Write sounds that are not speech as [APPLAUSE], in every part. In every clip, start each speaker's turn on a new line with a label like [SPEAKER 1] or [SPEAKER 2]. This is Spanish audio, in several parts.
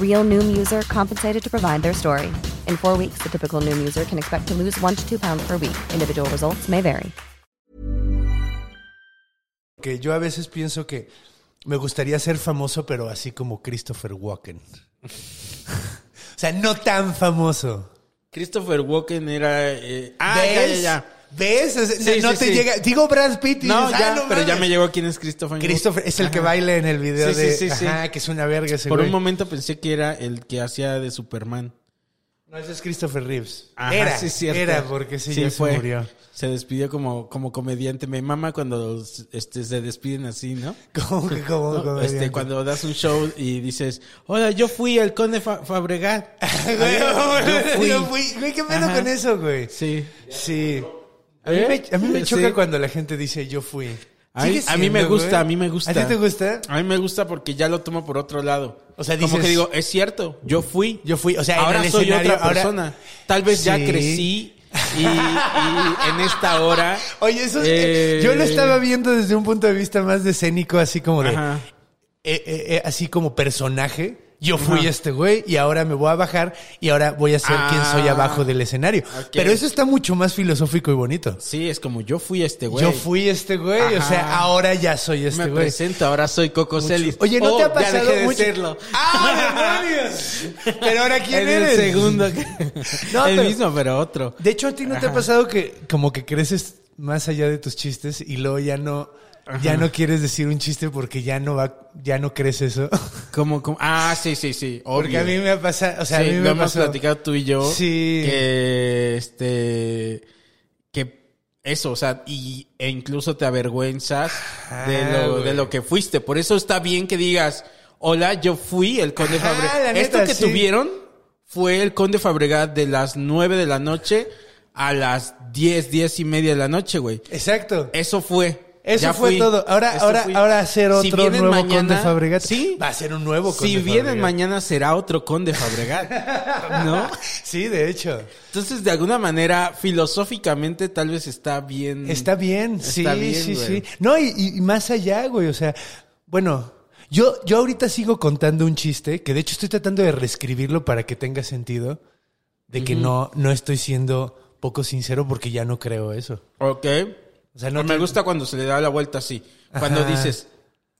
[SPEAKER 1] Real Noom user compensated to provide their story. In four weeks, the typical Noom user can expect to lose one to two pounds per week. Individual results may vary.
[SPEAKER 2] yo a veces pienso que me gustaría ser famoso, pero así como Christopher Walken. [LAUGHS] o sea, no tan famoso.
[SPEAKER 3] Christopher Walken era... eh, ah, ya, ya,
[SPEAKER 2] ¿Ves?
[SPEAKER 3] ya.
[SPEAKER 2] ¿Ves? O sea,
[SPEAKER 3] Sí,
[SPEAKER 2] no
[SPEAKER 3] sí,
[SPEAKER 2] te
[SPEAKER 3] sí.
[SPEAKER 2] llega. Digo Brad Pitt. y
[SPEAKER 3] No,
[SPEAKER 2] dices, ah,
[SPEAKER 3] ya, pero ya
[SPEAKER 2] mames.
[SPEAKER 3] me llegó quién es Christopher.
[SPEAKER 2] Christopher es el que
[SPEAKER 3] Ajá.
[SPEAKER 2] baila en el video
[SPEAKER 3] Sí, sí,
[SPEAKER 2] de.
[SPEAKER 3] sí, sí.
[SPEAKER 2] Ajá, que es una verga ese
[SPEAKER 3] Por
[SPEAKER 2] güey.
[SPEAKER 3] un momento pensé que era el que hacía de Superman.
[SPEAKER 2] No, ese es Christopher Reeves.
[SPEAKER 3] Ajá,
[SPEAKER 2] era,
[SPEAKER 3] sí, es cierto.
[SPEAKER 2] era, porque sí, ya se murió. [LAUGHS]
[SPEAKER 3] Se despidió como, como comediante. Me mama cuando este, se despiden así, ¿no?
[SPEAKER 2] ¿Cómo que cómo?
[SPEAKER 3] ¿No?
[SPEAKER 2] cómo
[SPEAKER 3] Este,
[SPEAKER 2] digan? [LAUGHS]
[SPEAKER 3] cuando das un show y dices, hola, yo fui el conde
[SPEAKER 2] [LAUGHS]
[SPEAKER 3] Fa- Fabregat. Adiós,
[SPEAKER 2] Yo fui. Güey, ¿qué pedo
[SPEAKER 3] Ajá.
[SPEAKER 2] con eso, güey?
[SPEAKER 3] Sí.
[SPEAKER 2] Sí. A mí,
[SPEAKER 3] ¿Eh?
[SPEAKER 2] me, a mí me choca
[SPEAKER 3] Sí.
[SPEAKER 2] cuando la gente dice yo fui.
[SPEAKER 3] A mí,
[SPEAKER 2] Sigue
[SPEAKER 3] a mí me
[SPEAKER 2] siendo,
[SPEAKER 3] gusta,
[SPEAKER 2] güey.
[SPEAKER 3] a mí me gusta.
[SPEAKER 2] ¿eh? ¿A ti te gusta?
[SPEAKER 3] A mí me gusta porque ya lo tomo por otro lado.
[SPEAKER 2] O sea,
[SPEAKER 3] como
[SPEAKER 2] dices-
[SPEAKER 3] que digo, es cierto, yo fui.
[SPEAKER 2] Yo fui, o sea, en
[SPEAKER 3] ahora
[SPEAKER 2] el
[SPEAKER 3] soy
[SPEAKER 2] escenario,
[SPEAKER 3] otra
[SPEAKER 2] ahora-
[SPEAKER 3] persona. Tal vez ya
[SPEAKER 2] Sí.
[SPEAKER 3] crecí y, y en esta hora.
[SPEAKER 2] [LAUGHS] Oye, eso
[SPEAKER 3] eh,
[SPEAKER 2] yo lo estaba viendo desde un punto de vista más de escénico, así como de
[SPEAKER 3] Ajá.
[SPEAKER 2] eh, eh, eh, así como personaje. Yo fui
[SPEAKER 3] Ajá.
[SPEAKER 2] este güey y ahora me voy a bajar y ahora voy a ser quien soy
[SPEAKER 3] Ah,
[SPEAKER 2] abajo del escenario.
[SPEAKER 3] ok.
[SPEAKER 2] Pero eso está mucho más filosófico y bonito.
[SPEAKER 3] Sí, es como yo fui este güey.
[SPEAKER 2] Yo fui este güey, o sea,
[SPEAKER 3] Ajá.
[SPEAKER 2] ahora ya soy este
[SPEAKER 3] me
[SPEAKER 2] güey.
[SPEAKER 3] presento, ahora soy Coco Celis.
[SPEAKER 2] Oye, ¿no
[SPEAKER 3] Oh,
[SPEAKER 2] te ha
[SPEAKER 3] ya
[SPEAKER 2] pasado
[SPEAKER 3] dejé de
[SPEAKER 2] mucho?
[SPEAKER 3] serlo.
[SPEAKER 2] [LAUGHS]
[SPEAKER 3] [LAUGHS]
[SPEAKER 2] ¡Ah, demonios! Pero ahora quién
[SPEAKER 3] en
[SPEAKER 2] eres?
[SPEAKER 3] el segundo. que-
[SPEAKER 2] [LAUGHS] No,
[SPEAKER 3] el
[SPEAKER 2] pero-
[SPEAKER 3] mismo, pero otro.
[SPEAKER 2] De hecho, a ti no te ha pasado que como que creces más allá de tus chistes y luego ya no ya no quieres decir un chiste porque ya no va ya no crees eso. [LAUGHS]
[SPEAKER 3] Como, como- ah, sí, sí, sí. Obvio.
[SPEAKER 2] Porque a mí me ha pasado, o sea,
[SPEAKER 3] Sí,
[SPEAKER 2] a mí
[SPEAKER 3] lo
[SPEAKER 2] me
[SPEAKER 3] hemos
[SPEAKER 2] pasó.
[SPEAKER 3] platicado tú y yo.
[SPEAKER 2] Sí.
[SPEAKER 3] Que este. Que eso, o sea, y, e incluso te avergüenzas de, lo,
[SPEAKER 2] güey.
[SPEAKER 3] de lo que fuiste. Por eso está bien que digas: Hola, yo fui el Conde
[SPEAKER 2] Ajá, la
[SPEAKER 3] Fabregat.
[SPEAKER 2] neta,
[SPEAKER 3] Esto que
[SPEAKER 2] sí.
[SPEAKER 3] tuvieron fue el Conde Fabregat de las 9 de la noche a las 10, 10 y media de la noche, güey.
[SPEAKER 2] Exacto.
[SPEAKER 3] Eso fue.
[SPEAKER 2] Eso
[SPEAKER 3] Eh, Ya
[SPEAKER 2] fue
[SPEAKER 3] fui.
[SPEAKER 2] todo. Ahora,
[SPEAKER 3] Eso
[SPEAKER 2] ahora,
[SPEAKER 3] fui.
[SPEAKER 2] ahora hacer
[SPEAKER 3] Si
[SPEAKER 2] otro
[SPEAKER 3] vienen
[SPEAKER 2] nuevo
[SPEAKER 3] mañana-
[SPEAKER 2] Conde Fabregat.
[SPEAKER 3] Sí.
[SPEAKER 2] Va a ser un nuevo Conde
[SPEAKER 3] Si vienen
[SPEAKER 2] Fabregat.
[SPEAKER 3] mañana será otro Conde Fabregat, ¿no?
[SPEAKER 2] [LAUGHS] Sí, de hecho.
[SPEAKER 3] Entonces, de alguna manera, filosóficamente, tal vez está bien.
[SPEAKER 2] Está bien, sí,
[SPEAKER 3] Está bien,
[SPEAKER 2] sí,
[SPEAKER 3] güey.
[SPEAKER 2] sí. No, y, y más allá, güey, o sea, bueno, yo, yo ahorita sigo contando un chiste, que de hecho estoy tratando de reescribirlo para que tenga sentido, de que no, no estoy siendo poco sincero porque ya no creo eso.
[SPEAKER 3] Ok.
[SPEAKER 2] O sea, no
[SPEAKER 3] me
[SPEAKER 2] te-
[SPEAKER 3] gusta cuando se le da la vuelta así. Cuando
[SPEAKER 2] Ajá.
[SPEAKER 3] dices,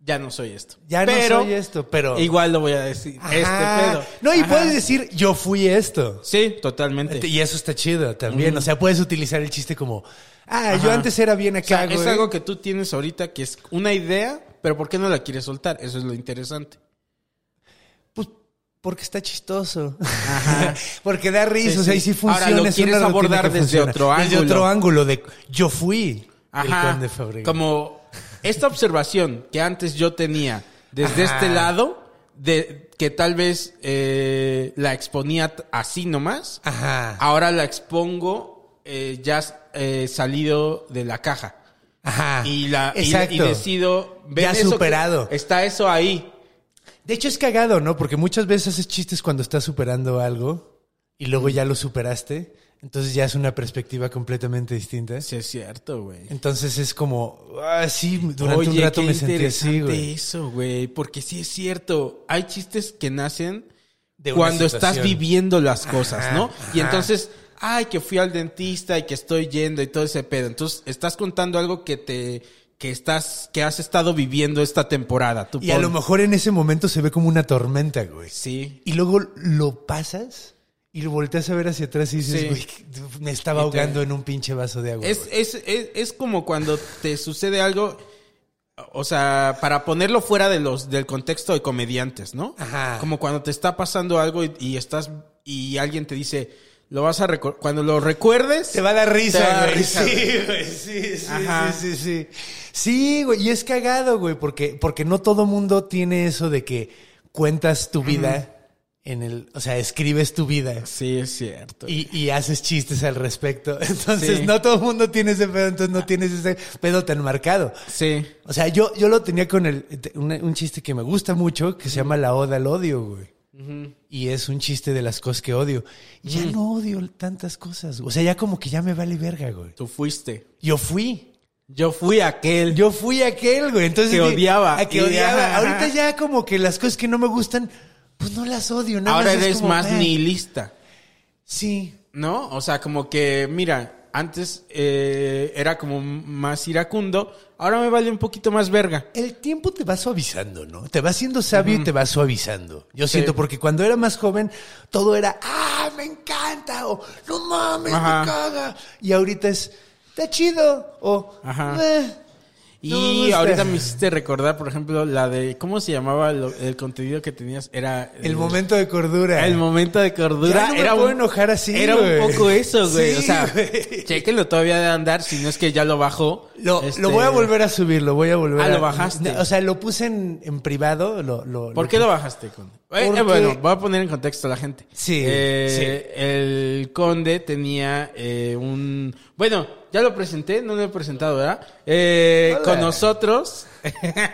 [SPEAKER 3] ya no soy esto.
[SPEAKER 2] Ya no soy esto, pero-
[SPEAKER 3] Igual lo voy a decir.
[SPEAKER 2] Ajá.
[SPEAKER 3] Este pedo.
[SPEAKER 2] No, y
[SPEAKER 3] Ajá.
[SPEAKER 2] puedes decir, yo fui esto.
[SPEAKER 3] Sí, totalmente.
[SPEAKER 2] Y eso está chido también. O sea, puedes utilizar el chiste como, ah, yo
[SPEAKER 3] Ajá.
[SPEAKER 2] antes era bien
[SPEAKER 3] O sea,
[SPEAKER 2] acá,
[SPEAKER 3] es
[SPEAKER 2] güey.
[SPEAKER 3] algo que tú tienes ahorita que es una idea, pero ¿por qué no la quieres soltar? Eso es lo interesante.
[SPEAKER 2] Pues porque está chistoso. [LAUGHS] porque da risa,
[SPEAKER 3] Sí,
[SPEAKER 2] o sea,
[SPEAKER 3] sí.
[SPEAKER 2] y sí funciona.
[SPEAKER 3] Ahora, lo
[SPEAKER 2] es una
[SPEAKER 3] quieres
[SPEAKER 2] rutina
[SPEAKER 3] abordar
[SPEAKER 2] que
[SPEAKER 3] desde
[SPEAKER 2] funciona.
[SPEAKER 3] otro
[SPEAKER 2] Desde
[SPEAKER 3] ángulo.
[SPEAKER 2] otro ángulo de yo fui el
[SPEAKER 3] Ajá.
[SPEAKER 2] conde Fabregat.
[SPEAKER 3] Como esta observación que antes yo tenía desde
[SPEAKER 2] Ajá.
[SPEAKER 3] este lado, de que tal vez eh, la exponía t- así nomás,
[SPEAKER 2] Ajá.
[SPEAKER 3] ahora la expongo eh, ya eh, salido de la caja.
[SPEAKER 2] Ajá.
[SPEAKER 3] Y, la, y-
[SPEAKER 2] Ah, Exacto.
[SPEAKER 3] y decido... ¿ven
[SPEAKER 2] Ya
[SPEAKER 3] eso que-
[SPEAKER 2] superado.
[SPEAKER 3] está eso ahí.
[SPEAKER 2] De hecho, es cagado, ¿no? Porque muchas veces haces chistes cuando estás superando algo y luego ya lo superaste. Entonces ya es una perspectiva completamente distinta.
[SPEAKER 3] Sí, es cierto, güey.
[SPEAKER 2] Entonces es como, ah, sí, durante un
[SPEAKER 3] Oye,
[SPEAKER 2] rato
[SPEAKER 3] qué
[SPEAKER 2] me sentí así,
[SPEAKER 3] interesante
[SPEAKER 2] güey.
[SPEAKER 3] eso, güey. Porque sí es cierto. Hay chistes que nacen
[SPEAKER 2] De una
[SPEAKER 3] cuando estás
[SPEAKER 2] situación.
[SPEAKER 3] viviendo las cosas,
[SPEAKER 2] Ajá,
[SPEAKER 3] ¿no? Y
[SPEAKER 2] ajá.
[SPEAKER 3] entonces, ay, que fui al dentista y que estoy yendo y todo ese pedo. Entonces, estás contando algo que te que estás que has estado viviendo esta temporada. Tú
[SPEAKER 2] Y a
[SPEAKER 3] pon-
[SPEAKER 2] lo mejor en ese momento se ve como una tormenta, güey.
[SPEAKER 3] sí.
[SPEAKER 2] y luego lo pasas y Y lo volteas a ver hacia atrás y dices,
[SPEAKER 3] Sí.
[SPEAKER 2] güey, me estaba
[SPEAKER 3] Y te-
[SPEAKER 2] ahogando en un pinche vaso de agua.
[SPEAKER 3] Es,
[SPEAKER 2] güey".
[SPEAKER 3] es, es, es como cuando te sucede algo, o sea, para ponerlo fuera de los, del contexto de comediantes, ¿no?
[SPEAKER 2] Ajá.
[SPEAKER 3] Como cuando te está pasando algo y, y estás, y alguien te dice, lo vas a recordar, cuando lo recuerdes,
[SPEAKER 2] Te va a dar risa,
[SPEAKER 3] Te va a dar
[SPEAKER 2] güey.
[SPEAKER 3] risa,
[SPEAKER 2] Sí, güey. Sí, sí,
[SPEAKER 3] Ajá.
[SPEAKER 2] sí, sí, sí. Sí, güey. Y es cagado, güey, porque, porque no todo mundo tiene eso de que cuentas tu vida en el. O sea, escribes tu vida.
[SPEAKER 3] Sí, es cierto.
[SPEAKER 2] Y, y haces chistes al respecto. [LAUGHS] Entonces,
[SPEAKER 3] Sí.
[SPEAKER 2] no todo el mundo tiene ese pedo, entonces no tienes ese pedo tan marcado.
[SPEAKER 3] sí.
[SPEAKER 2] O sea, yo, yo lo tenía con el, te- un, un chiste que me gusta mucho que se llama La Oda al Odio, güey. Y es un chiste de las cosas que odio. Y Ya no odio tantas cosas. güey. O sea, ya como que ya me vale verga, güey.
[SPEAKER 3] Tú fuiste.
[SPEAKER 2] Yo fui.
[SPEAKER 3] Yo fui aquel.
[SPEAKER 2] Yo fui aquel, güey. Entonces.
[SPEAKER 3] Que
[SPEAKER 2] di-
[SPEAKER 3] odiaba.
[SPEAKER 2] A que
[SPEAKER 3] Y-
[SPEAKER 2] odiaba.
[SPEAKER 3] ajá, ajá. [LAUGHS]
[SPEAKER 2] Ahorita ya como que las cosas que no me gustan, pues no las odio. nada
[SPEAKER 3] Ahora
[SPEAKER 2] es
[SPEAKER 3] eres
[SPEAKER 2] como,
[SPEAKER 3] más
[SPEAKER 2] "Ah,
[SPEAKER 3] nihilista,
[SPEAKER 2] Sí.
[SPEAKER 3] ¿no? O sea, como que, mira, antes eh, era como más iracundo, ahora me vale un poquito más verga.
[SPEAKER 2] El tiempo te va suavizando, ¿no? Te va haciendo sabio y te va suavizando. Yo siento, porque cuando era más joven, todo era, ¡ah, me encanta! O, ¡no mames,
[SPEAKER 3] Ajá.
[SPEAKER 2] me caga! Y ahorita es, ¡está chido! O,
[SPEAKER 3] Ajá.
[SPEAKER 2] "Eh,
[SPEAKER 3] Y
[SPEAKER 2] no me gusta".
[SPEAKER 3] ahorita me hiciste recordar, por ejemplo, la de. ¿Cómo se llamaba lo- el contenido que tenías? Era.
[SPEAKER 2] El momento de cordura.
[SPEAKER 3] El momento de cordura.
[SPEAKER 2] Ya no me
[SPEAKER 3] era
[SPEAKER 2] puedo enojar así,
[SPEAKER 3] Era
[SPEAKER 2] güey.
[SPEAKER 3] un poco eso, güey.
[SPEAKER 2] Sí,
[SPEAKER 3] o sea,
[SPEAKER 2] güey.
[SPEAKER 3] chequenlo todavía de andar, si no es que ya lo bajó.
[SPEAKER 2] Lo,
[SPEAKER 3] Este,
[SPEAKER 2] lo voy a volver a subir, lo voy a volver
[SPEAKER 3] Ah,
[SPEAKER 2] a...
[SPEAKER 3] lo bajaste.
[SPEAKER 2] O sea, lo puse en, en privado. Lo, lo,
[SPEAKER 3] ¿Por qué lo bajaste, Conde? Eh, eh,
[SPEAKER 2] Porque-
[SPEAKER 3] bueno, voy a poner en contexto a la gente.
[SPEAKER 2] Sí,
[SPEAKER 3] Eh, El Conde tenía eh, un. Bueno, ya lo presenté, no lo he presentado, ¿verdad? Eh,
[SPEAKER 2] Hola.
[SPEAKER 3] con nosotros. [LAUGHS]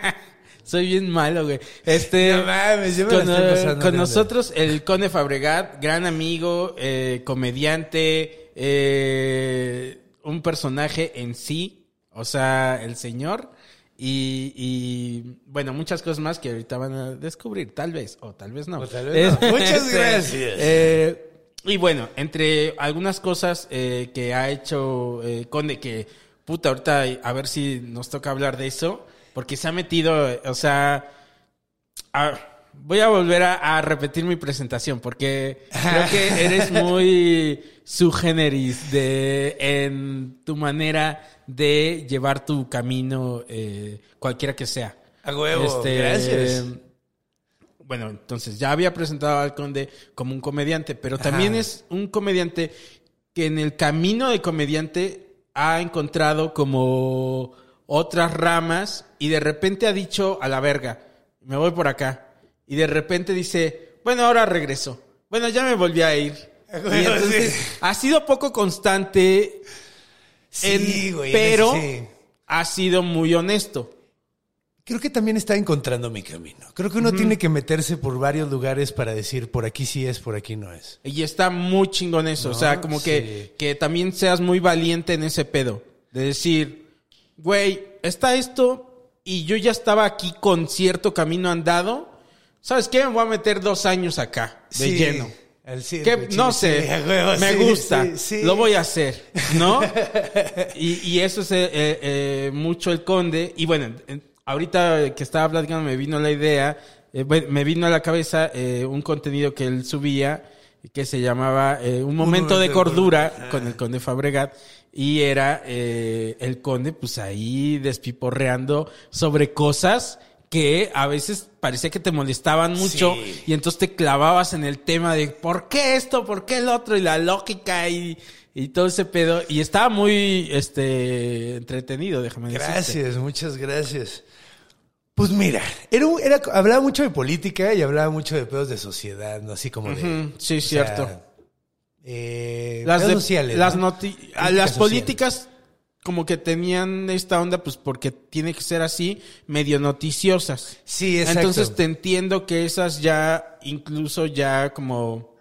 [SPEAKER 3] Soy bien malo, güey. Este.
[SPEAKER 2] No mames, yo me la
[SPEAKER 3] con,
[SPEAKER 2] estoy
[SPEAKER 3] eh,
[SPEAKER 2] pasando
[SPEAKER 3] con
[SPEAKER 2] de
[SPEAKER 3] nosotros el Conde Fabregat, gran amigo, eh, comediante, eh, un personaje en sí, o sea, el señor. Y, y, bueno, muchas cosas más que ahorita van a descubrir, tal vez, o tal vez no. Este,
[SPEAKER 2] O tal vez
[SPEAKER 3] [LAUGHS]
[SPEAKER 2] no. Muchas gracias.
[SPEAKER 3] eh, y bueno, entre algunas cosas eh, que ha hecho eh, Conde, que puta, ahorita a ver si nos toca hablar de eso, porque se ha metido, eh, o sea, a- voy a volver a, a repetir mi presentación porque creo que eres muy sugeneris de en tu manera de llevar tu camino eh, cualquiera que sea.
[SPEAKER 2] A huevo,
[SPEAKER 3] Este,
[SPEAKER 2] gracias.
[SPEAKER 3] Bueno, entonces ya había presentado al conde como un comediante, pero también
[SPEAKER 2] Ajá.
[SPEAKER 3] es un comediante que en el camino de comediante ha encontrado como otras ramas y de repente ha dicho a la verga, me voy por acá. Y de repente dice, bueno, ahora regreso. Bueno, ya me volví a
[SPEAKER 2] [LAUGHS]
[SPEAKER 3] ir.
[SPEAKER 2] Bueno,
[SPEAKER 3] Y entonces
[SPEAKER 2] sí.
[SPEAKER 3] ha sido poco constante,
[SPEAKER 2] Sí,
[SPEAKER 3] en-
[SPEAKER 2] güey.
[SPEAKER 3] pero
[SPEAKER 2] sí.
[SPEAKER 3] ha sido muy honesto.
[SPEAKER 2] Creo que también está encontrando mi camino. Creo que uno tiene que meterse por varios lugares para decir por aquí sí es, por aquí no es.
[SPEAKER 3] Y está muy chingón eso.
[SPEAKER 2] No,
[SPEAKER 3] o sea, como
[SPEAKER 2] sí.
[SPEAKER 3] que, que también seas muy valiente en ese pedo. De decir, güey, está esto y yo ya estaba aquí con cierto camino andado. ¿Sabes qué? Me voy a meter dos años acá, de
[SPEAKER 2] Sí,
[SPEAKER 3] lleno.
[SPEAKER 2] al cien, [LAUGHS]
[SPEAKER 3] Que,
[SPEAKER 2] güey,
[SPEAKER 3] no
[SPEAKER 2] sí,
[SPEAKER 3] sé,
[SPEAKER 2] sí, a huevo,
[SPEAKER 3] me
[SPEAKER 2] sí,
[SPEAKER 3] gusta,
[SPEAKER 2] sí, sí.
[SPEAKER 3] lo voy a hacer,
[SPEAKER 2] [LAUGHS]
[SPEAKER 3] ¿no? y, y eso es eh, eh, mucho el conde. Y bueno, eh, ahorita que estaba platicando me vino la idea, eh, bueno, me vino a la cabeza eh, un contenido que él subía que se llamaba eh, Un
[SPEAKER 2] momento
[SPEAKER 3] momento de
[SPEAKER 2] de
[SPEAKER 3] cordura con el conde Fabregat y era eh, el conde pues ahí despiporreando sobre cosas que a veces parecía que te molestaban mucho
[SPEAKER 2] Sí.
[SPEAKER 3] y entonces te clavabas en el tema de por qué esto, por qué el otro y la lógica y, y todo ese pedo. Y estaba muy este entretenido, déjame decirte.
[SPEAKER 2] Gracias, muchas gracias. Pues mira, era, un- era, hablaba mucho de política y hablaba mucho de pedos de sociedad, ¿no? Así como de...
[SPEAKER 3] Ujú, Mm, sí,
[SPEAKER 2] o
[SPEAKER 3] cierto.
[SPEAKER 2] sea, eh,
[SPEAKER 3] Las,
[SPEAKER 2] pedos
[SPEAKER 3] de-
[SPEAKER 2] sociales.
[SPEAKER 3] las,
[SPEAKER 2] ¿no?
[SPEAKER 3] noti-
[SPEAKER 2] Política
[SPEAKER 3] a las
[SPEAKER 2] social.
[SPEAKER 3] políticas como que tenían esta onda pues porque tiene que ser así, medio noticiosas.
[SPEAKER 2] Sí, exacto.
[SPEAKER 3] Entonces te entiendo que esas ya, incluso ya como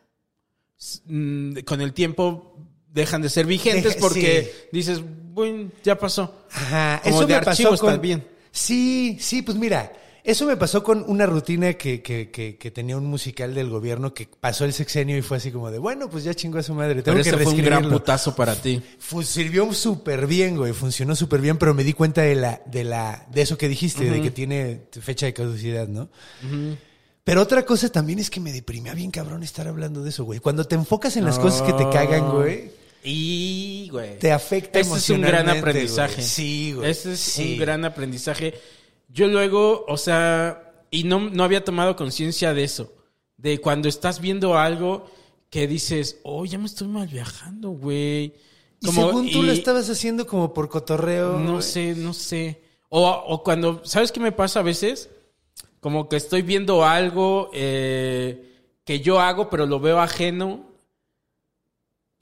[SPEAKER 3] s- mm, con el tiempo dejan de ser vigentes [LAUGHS]
[SPEAKER 2] Deja-
[SPEAKER 3] porque dices, bueno, ya pasó.
[SPEAKER 2] Ajá,
[SPEAKER 3] Como
[SPEAKER 2] eso
[SPEAKER 3] de
[SPEAKER 2] me pasó
[SPEAKER 3] archivos
[SPEAKER 2] con...
[SPEAKER 3] también.
[SPEAKER 2] Sí, sí, pues mira, eso me pasó con una rutina que, que, que, que tenía un musical del gobierno que pasó el sexenio y fue así como de, bueno, pues ya chingó a su madre, tengo
[SPEAKER 3] Pero
[SPEAKER 2] que
[SPEAKER 3] ese fue un gran
[SPEAKER 2] reescribirlo.
[SPEAKER 3] putazo para ti.
[SPEAKER 2] Fu- sirvió súper bien, güey, funcionó súper bien, pero me di cuenta de la, de la, de eso que dijiste, de que tiene fecha de caducidad, ¿no? Pero otra cosa también es que me deprimía bien cabrón estar hablando de eso, güey. Cuando te enfocas en las cosas que te cagan, güey,
[SPEAKER 3] [LAUGHS] Y, güey.
[SPEAKER 2] te afecta
[SPEAKER 3] Este es un gran
[SPEAKER 2] emocionalmente, güey.
[SPEAKER 3] aprendizaje.
[SPEAKER 2] Sí, güey.
[SPEAKER 3] Este es
[SPEAKER 2] Sí.
[SPEAKER 3] un gran aprendizaje. Yo luego, o sea, y no, no había tomado conciencia de eso. De cuando estás viendo algo que dices, oh, ya me estoy mal viajando, güey.
[SPEAKER 2] Y
[SPEAKER 3] Como-
[SPEAKER 2] según tú lo
[SPEAKER 3] y-
[SPEAKER 2] estabas haciendo como por cotorreo.
[SPEAKER 3] No
[SPEAKER 2] güey.
[SPEAKER 3] sé, no sé. O, o cuando, ¿sabes qué me pasa a veces? Como que estoy viendo algo eh, que yo hago, pero lo veo ajeno.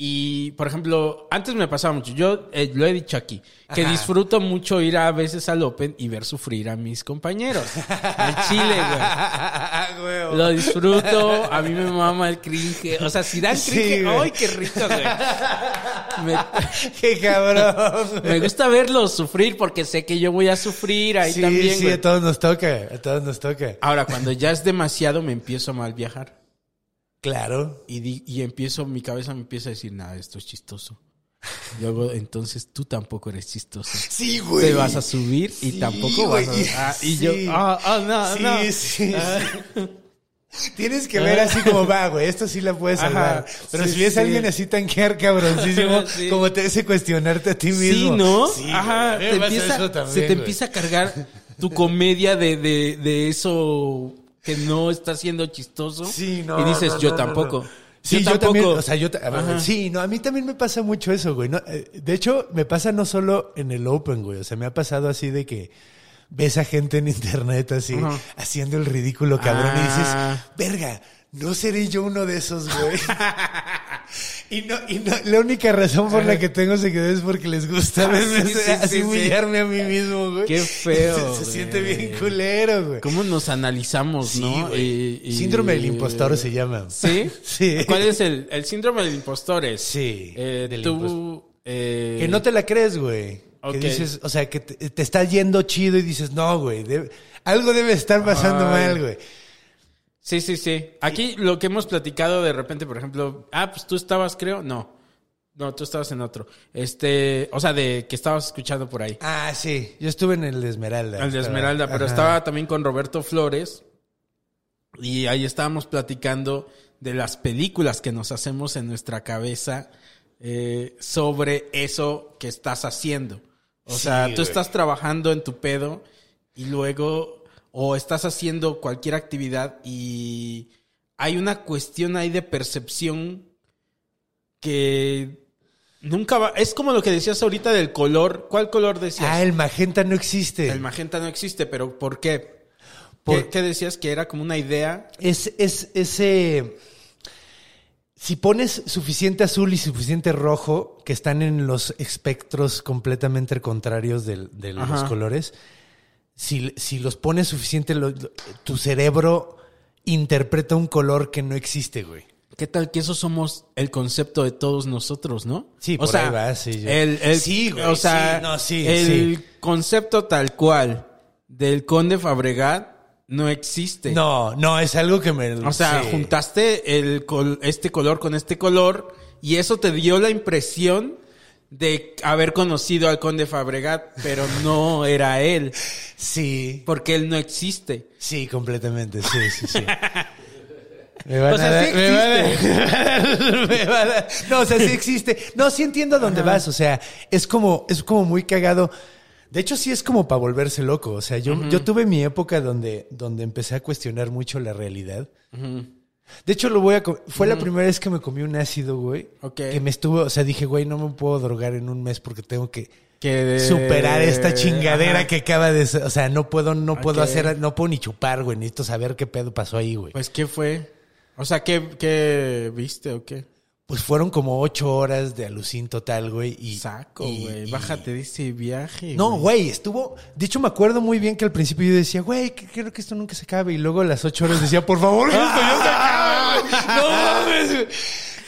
[SPEAKER 3] Y, por ejemplo, antes me pasaba mucho, yo eh, lo he dicho aquí, que
[SPEAKER 2] Ajá.
[SPEAKER 3] disfruto mucho ir a veces al Open y ver sufrir a mis compañeros. Al chile, güey.
[SPEAKER 2] Güey.
[SPEAKER 3] Lo disfruto, a mí me mama el cringe. O sea, si dan
[SPEAKER 2] Sí,
[SPEAKER 3] cringe,
[SPEAKER 2] güey.
[SPEAKER 3] ¡ay, qué rico, güey! Me-
[SPEAKER 2] Qué cabrón. güey.
[SPEAKER 3] me gusta verlos sufrir porque sé que yo voy a sufrir [LAUGHS] ahí
[SPEAKER 2] sí,
[SPEAKER 3] también.
[SPEAKER 2] sí,
[SPEAKER 3] güey.
[SPEAKER 2] a todos nos toca, a todos nos toca.
[SPEAKER 3] Ahora, cuando ya es demasiado, me empiezo a mal viajar.
[SPEAKER 2] Claro.
[SPEAKER 3] Y, di- y empiezo, mi cabeza me empieza a decir, nada, esto es chistoso. Luego, entonces tú tampoco eres chistoso.
[SPEAKER 2] Sí, güey.
[SPEAKER 3] Te vas a subir y
[SPEAKER 2] Sí,
[SPEAKER 3] tampoco vas
[SPEAKER 2] güey.
[SPEAKER 3] a. Ah, y
[SPEAKER 2] Sí.
[SPEAKER 3] yo, ah, ah, no,
[SPEAKER 2] Sí,
[SPEAKER 3] no. Ah,
[SPEAKER 2] sí, sí. Tienes que ver así como va, güey. Esto sí la puedes
[SPEAKER 3] Ajá.
[SPEAKER 2] salvar. Pero
[SPEAKER 3] Sí,
[SPEAKER 2] si ves
[SPEAKER 3] sí.
[SPEAKER 2] a alguien así tanquear, [LAUGHS] cabroncísimo,
[SPEAKER 3] Sí.
[SPEAKER 2] como te hace cuestionarte a ti
[SPEAKER 3] Sí,
[SPEAKER 2] mismo.
[SPEAKER 3] ¿no?
[SPEAKER 2] Sí,
[SPEAKER 3] Ajá,
[SPEAKER 2] güey.
[SPEAKER 3] te
[SPEAKER 2] Me pasa
[SPEAKER 3] empieza-
[SPEAKER 2] eso también,
[SPEAKER 3] se te
[SPEAKER 2] güey.
[SPEAKER 3] empieza a cargar tu comedia de, de, de eso que no está siendo chistoso.
[SPEAKER 2] Sí, no.
[SPEAKER 3] Y dices,
[SPEAKER 2] no,
[SPEAKER 3] yo
[SPEAKER 2] no, no,
[SPEAKER 3] tampoco.
[SPEAKER 2] no. Sí, yo, también. O sea, yo ta- a ver,
[SPEAKER 3] Ajá.
[SPEAKER 2] sí, no, a mí también me pasa mucho eso, güey. No, eh, de hecho, me pasa no solo en el Open, güey. O sea, me ha pasado así de que ves a gente en internet así,
[SPEAKER 3] Ajá.
[SPEAKER 2] haciendo el ridículo cabrón
[SPEAKER 3] Ah.
[SPEAKER 2] y dices, verga, no seré yo uno de esos, güey. [LAUGHS] y no, y no, la única razón por la que tengo seguidores es porque les gusta
[SPEAKER 3] Ah, sí,
[SPEAKER 2] así,
[SPEAKER 3] sí,
[SPEAKER 2] así
[SPEAKER 3] sí, sí.
[SPEAKER 2] humillarme a mí mismo, güey.
[SPEAKER 3] Qué feo,
[SPEAKER 2] [LAUGHS] Se,
[SPEAKER 3] güey.
[SPEAKER 2] siente bien culero, güey.
[SPEAKER 3] ¿Cómo nos analizamos,
[SPEAKER 2] Este, Sí,
[SPEAKER 3] no?
[SPEAKER 2] güey.
[SPEAKER 3] Y- y-
[SPEAKER 2] Síndrome del impostor se llama.
[SPEAKER 3] ¿Sí?
[SPEAKER 2] [LAUGHS] Sí.
[SPEAKER 3] ¿Cuál es el, el síndrome del impostor? Es,
[SPEAKER 2] Sí,
[SPEAKER 3] eh,
[SPEAKER 2] del
[SPEAKER 3] tú.
[SPEAKER 2] impos-
[SPEAKER 3] eh,
[SPEAKER 2] Que no te la crees, güey.
[SPEAKER 3] Ok.
[SPEAKER 2] Que dices, o sea, que te, te está yendo chido y dices, no, güey, debe- algo debe estar pasando
[SPEAKER 3] Ay.
[SPEAKER 2] mal, güey.
[SPEAKER 3] Sí, sí, sí. Aquí lo que hemos platicado de repente, por ejemplo, ah, pues tú estabas, creo. No. No, tú estabas en otro. Este, o sea, de que estabas escuchando por ahí.
[SPEAKER 2] Ah, sí, yo estuve en el de Esmeralda.
[SPEAKER 3] El de
[SPEAKER 2] Estaba-
[SPEAKER 3] Esmeralda, pero
[SPEAKER 2] Ajá.
[SPEAKER 3] estaba también con Roberto Flores. Y ahí estábamos platicando de las películas que nos hacemos en nuestra cabeza eh, sobre eso que estás haciendo. O sea, tú estás trabajando en tu pedo y luego, o estás haciendo cualquier actividad y hay una cuestión ahí de percepción que nunca va. Es como lo que decías ahorita del color. ¿Cuál color decías?
[SPEAKER 2] Ah, el magenta no existe.
[SPEAKER 3] El magenta no existe, pero ¿por qué?
[SPEAKER 2] Por-
[SPEAKER 3] ¿Qué, qué decías que era como una idea?
[SPEAKER 2] es, es ese. Si pones suficiente azul y suficiente rojo, que están en los espectros completamente contrarios del- de los
[SPEAKER 3] Ajá.
[SPEAKER 2] colores, si, si los pones suficiente, lo- lo- tu cerebro interpreta un color que no existe, güey.
[SPEAKER 3] ¿Qué tal que eso somos el concepto de todos nosotros, no?
[SPEAKER 2] Sí, por ahí va, sí, yo-
[SPEAKER 3] el, el-
[SPEAKER 2] Sí, güey,
[SPEAKER 3] o sea,
[SPEAKER 2] sí, no, sí,
[SPEAKER 3] el
[SPEAKER 2] sí.
[SPEAKER 3] concepto tal cual del conde Fabregat no existe.
[SPEAKER 2] No, no, es algo que me.
[SPEAKER 3] O sea,
[SPEAKER 2] sí.
[SPEAKER 3] juntaste el col- este color con este color y eso te dio la impresión de haber conocido al conde Fabregat, pero no era él,
[SPEAKER 2] Sí,
[SPEAKER 3] porque él no existe.
[SPEAKER 2] sí, completamente. Sí, sí,
[SPEAKER 3] [LAUGHS]
[SPEAKER 2] sí. Me van
[SPEAKER 3] O sea,
[SPEAKER 2] a dar-
[SPEAKER 3] sí
[SPEAKER 2] me van a- [LAUGHS] Me va a dar- No, o sea, sí existe. No, sí entiendo a dónde vas. O sea, es como, es como muy cagado. De hecho, sí es como para volverse loco. O sea, yo, yo tuve mi época donde, donde empecé a cuestionar mucho la realidad. De hecho, lo voy a. co- Fue la primera vez que me comí un ácido, güey.
[SPEAKER 3] Ok.
[SPEAKER 2] Que me estuvo. O sea, dije, güey, no me puedo drogar en un mes porque tengo que
[SPEAKER 3] que
[SPEAKER 2] superar esta chingadera
[SPEAKER 3] Eh, Ajá.
[SPEAKER 2] que acaba de. ser- O sea, no puedo, no puedo
[SPEAKER 3] Ok.
[SPEAKER 2] hacer, no puedo ni chupar, güey. Necesito saber qué pedo pasó ahí, güey.
[SPEAKER 3] Pues, ¿qué fue? O sea, ¿qué, qué viste o qué?
[SPEAKER 2] Pues fueron como ocho horas de alucín total, güey. Y,
[SPEAKER 3] Saco,
[SPEAKER 2] y-
[SPEAKER 3] güey.
[SPEAKER 2] y-
[SPEAKER 3] Bájate de ese viaje.
[SPEAKER 2] No, güey, estuvo. De hecho, me acuerdo muy bien que al principio yo decía, güey, que- creo que esto nunca se acabe. Y luego a las ocho horas decía, por favor, que esto ya se acabe,
[SPEAKER 3] [LAUGHS]
[SPEAKER 2] güey. No mames, güey.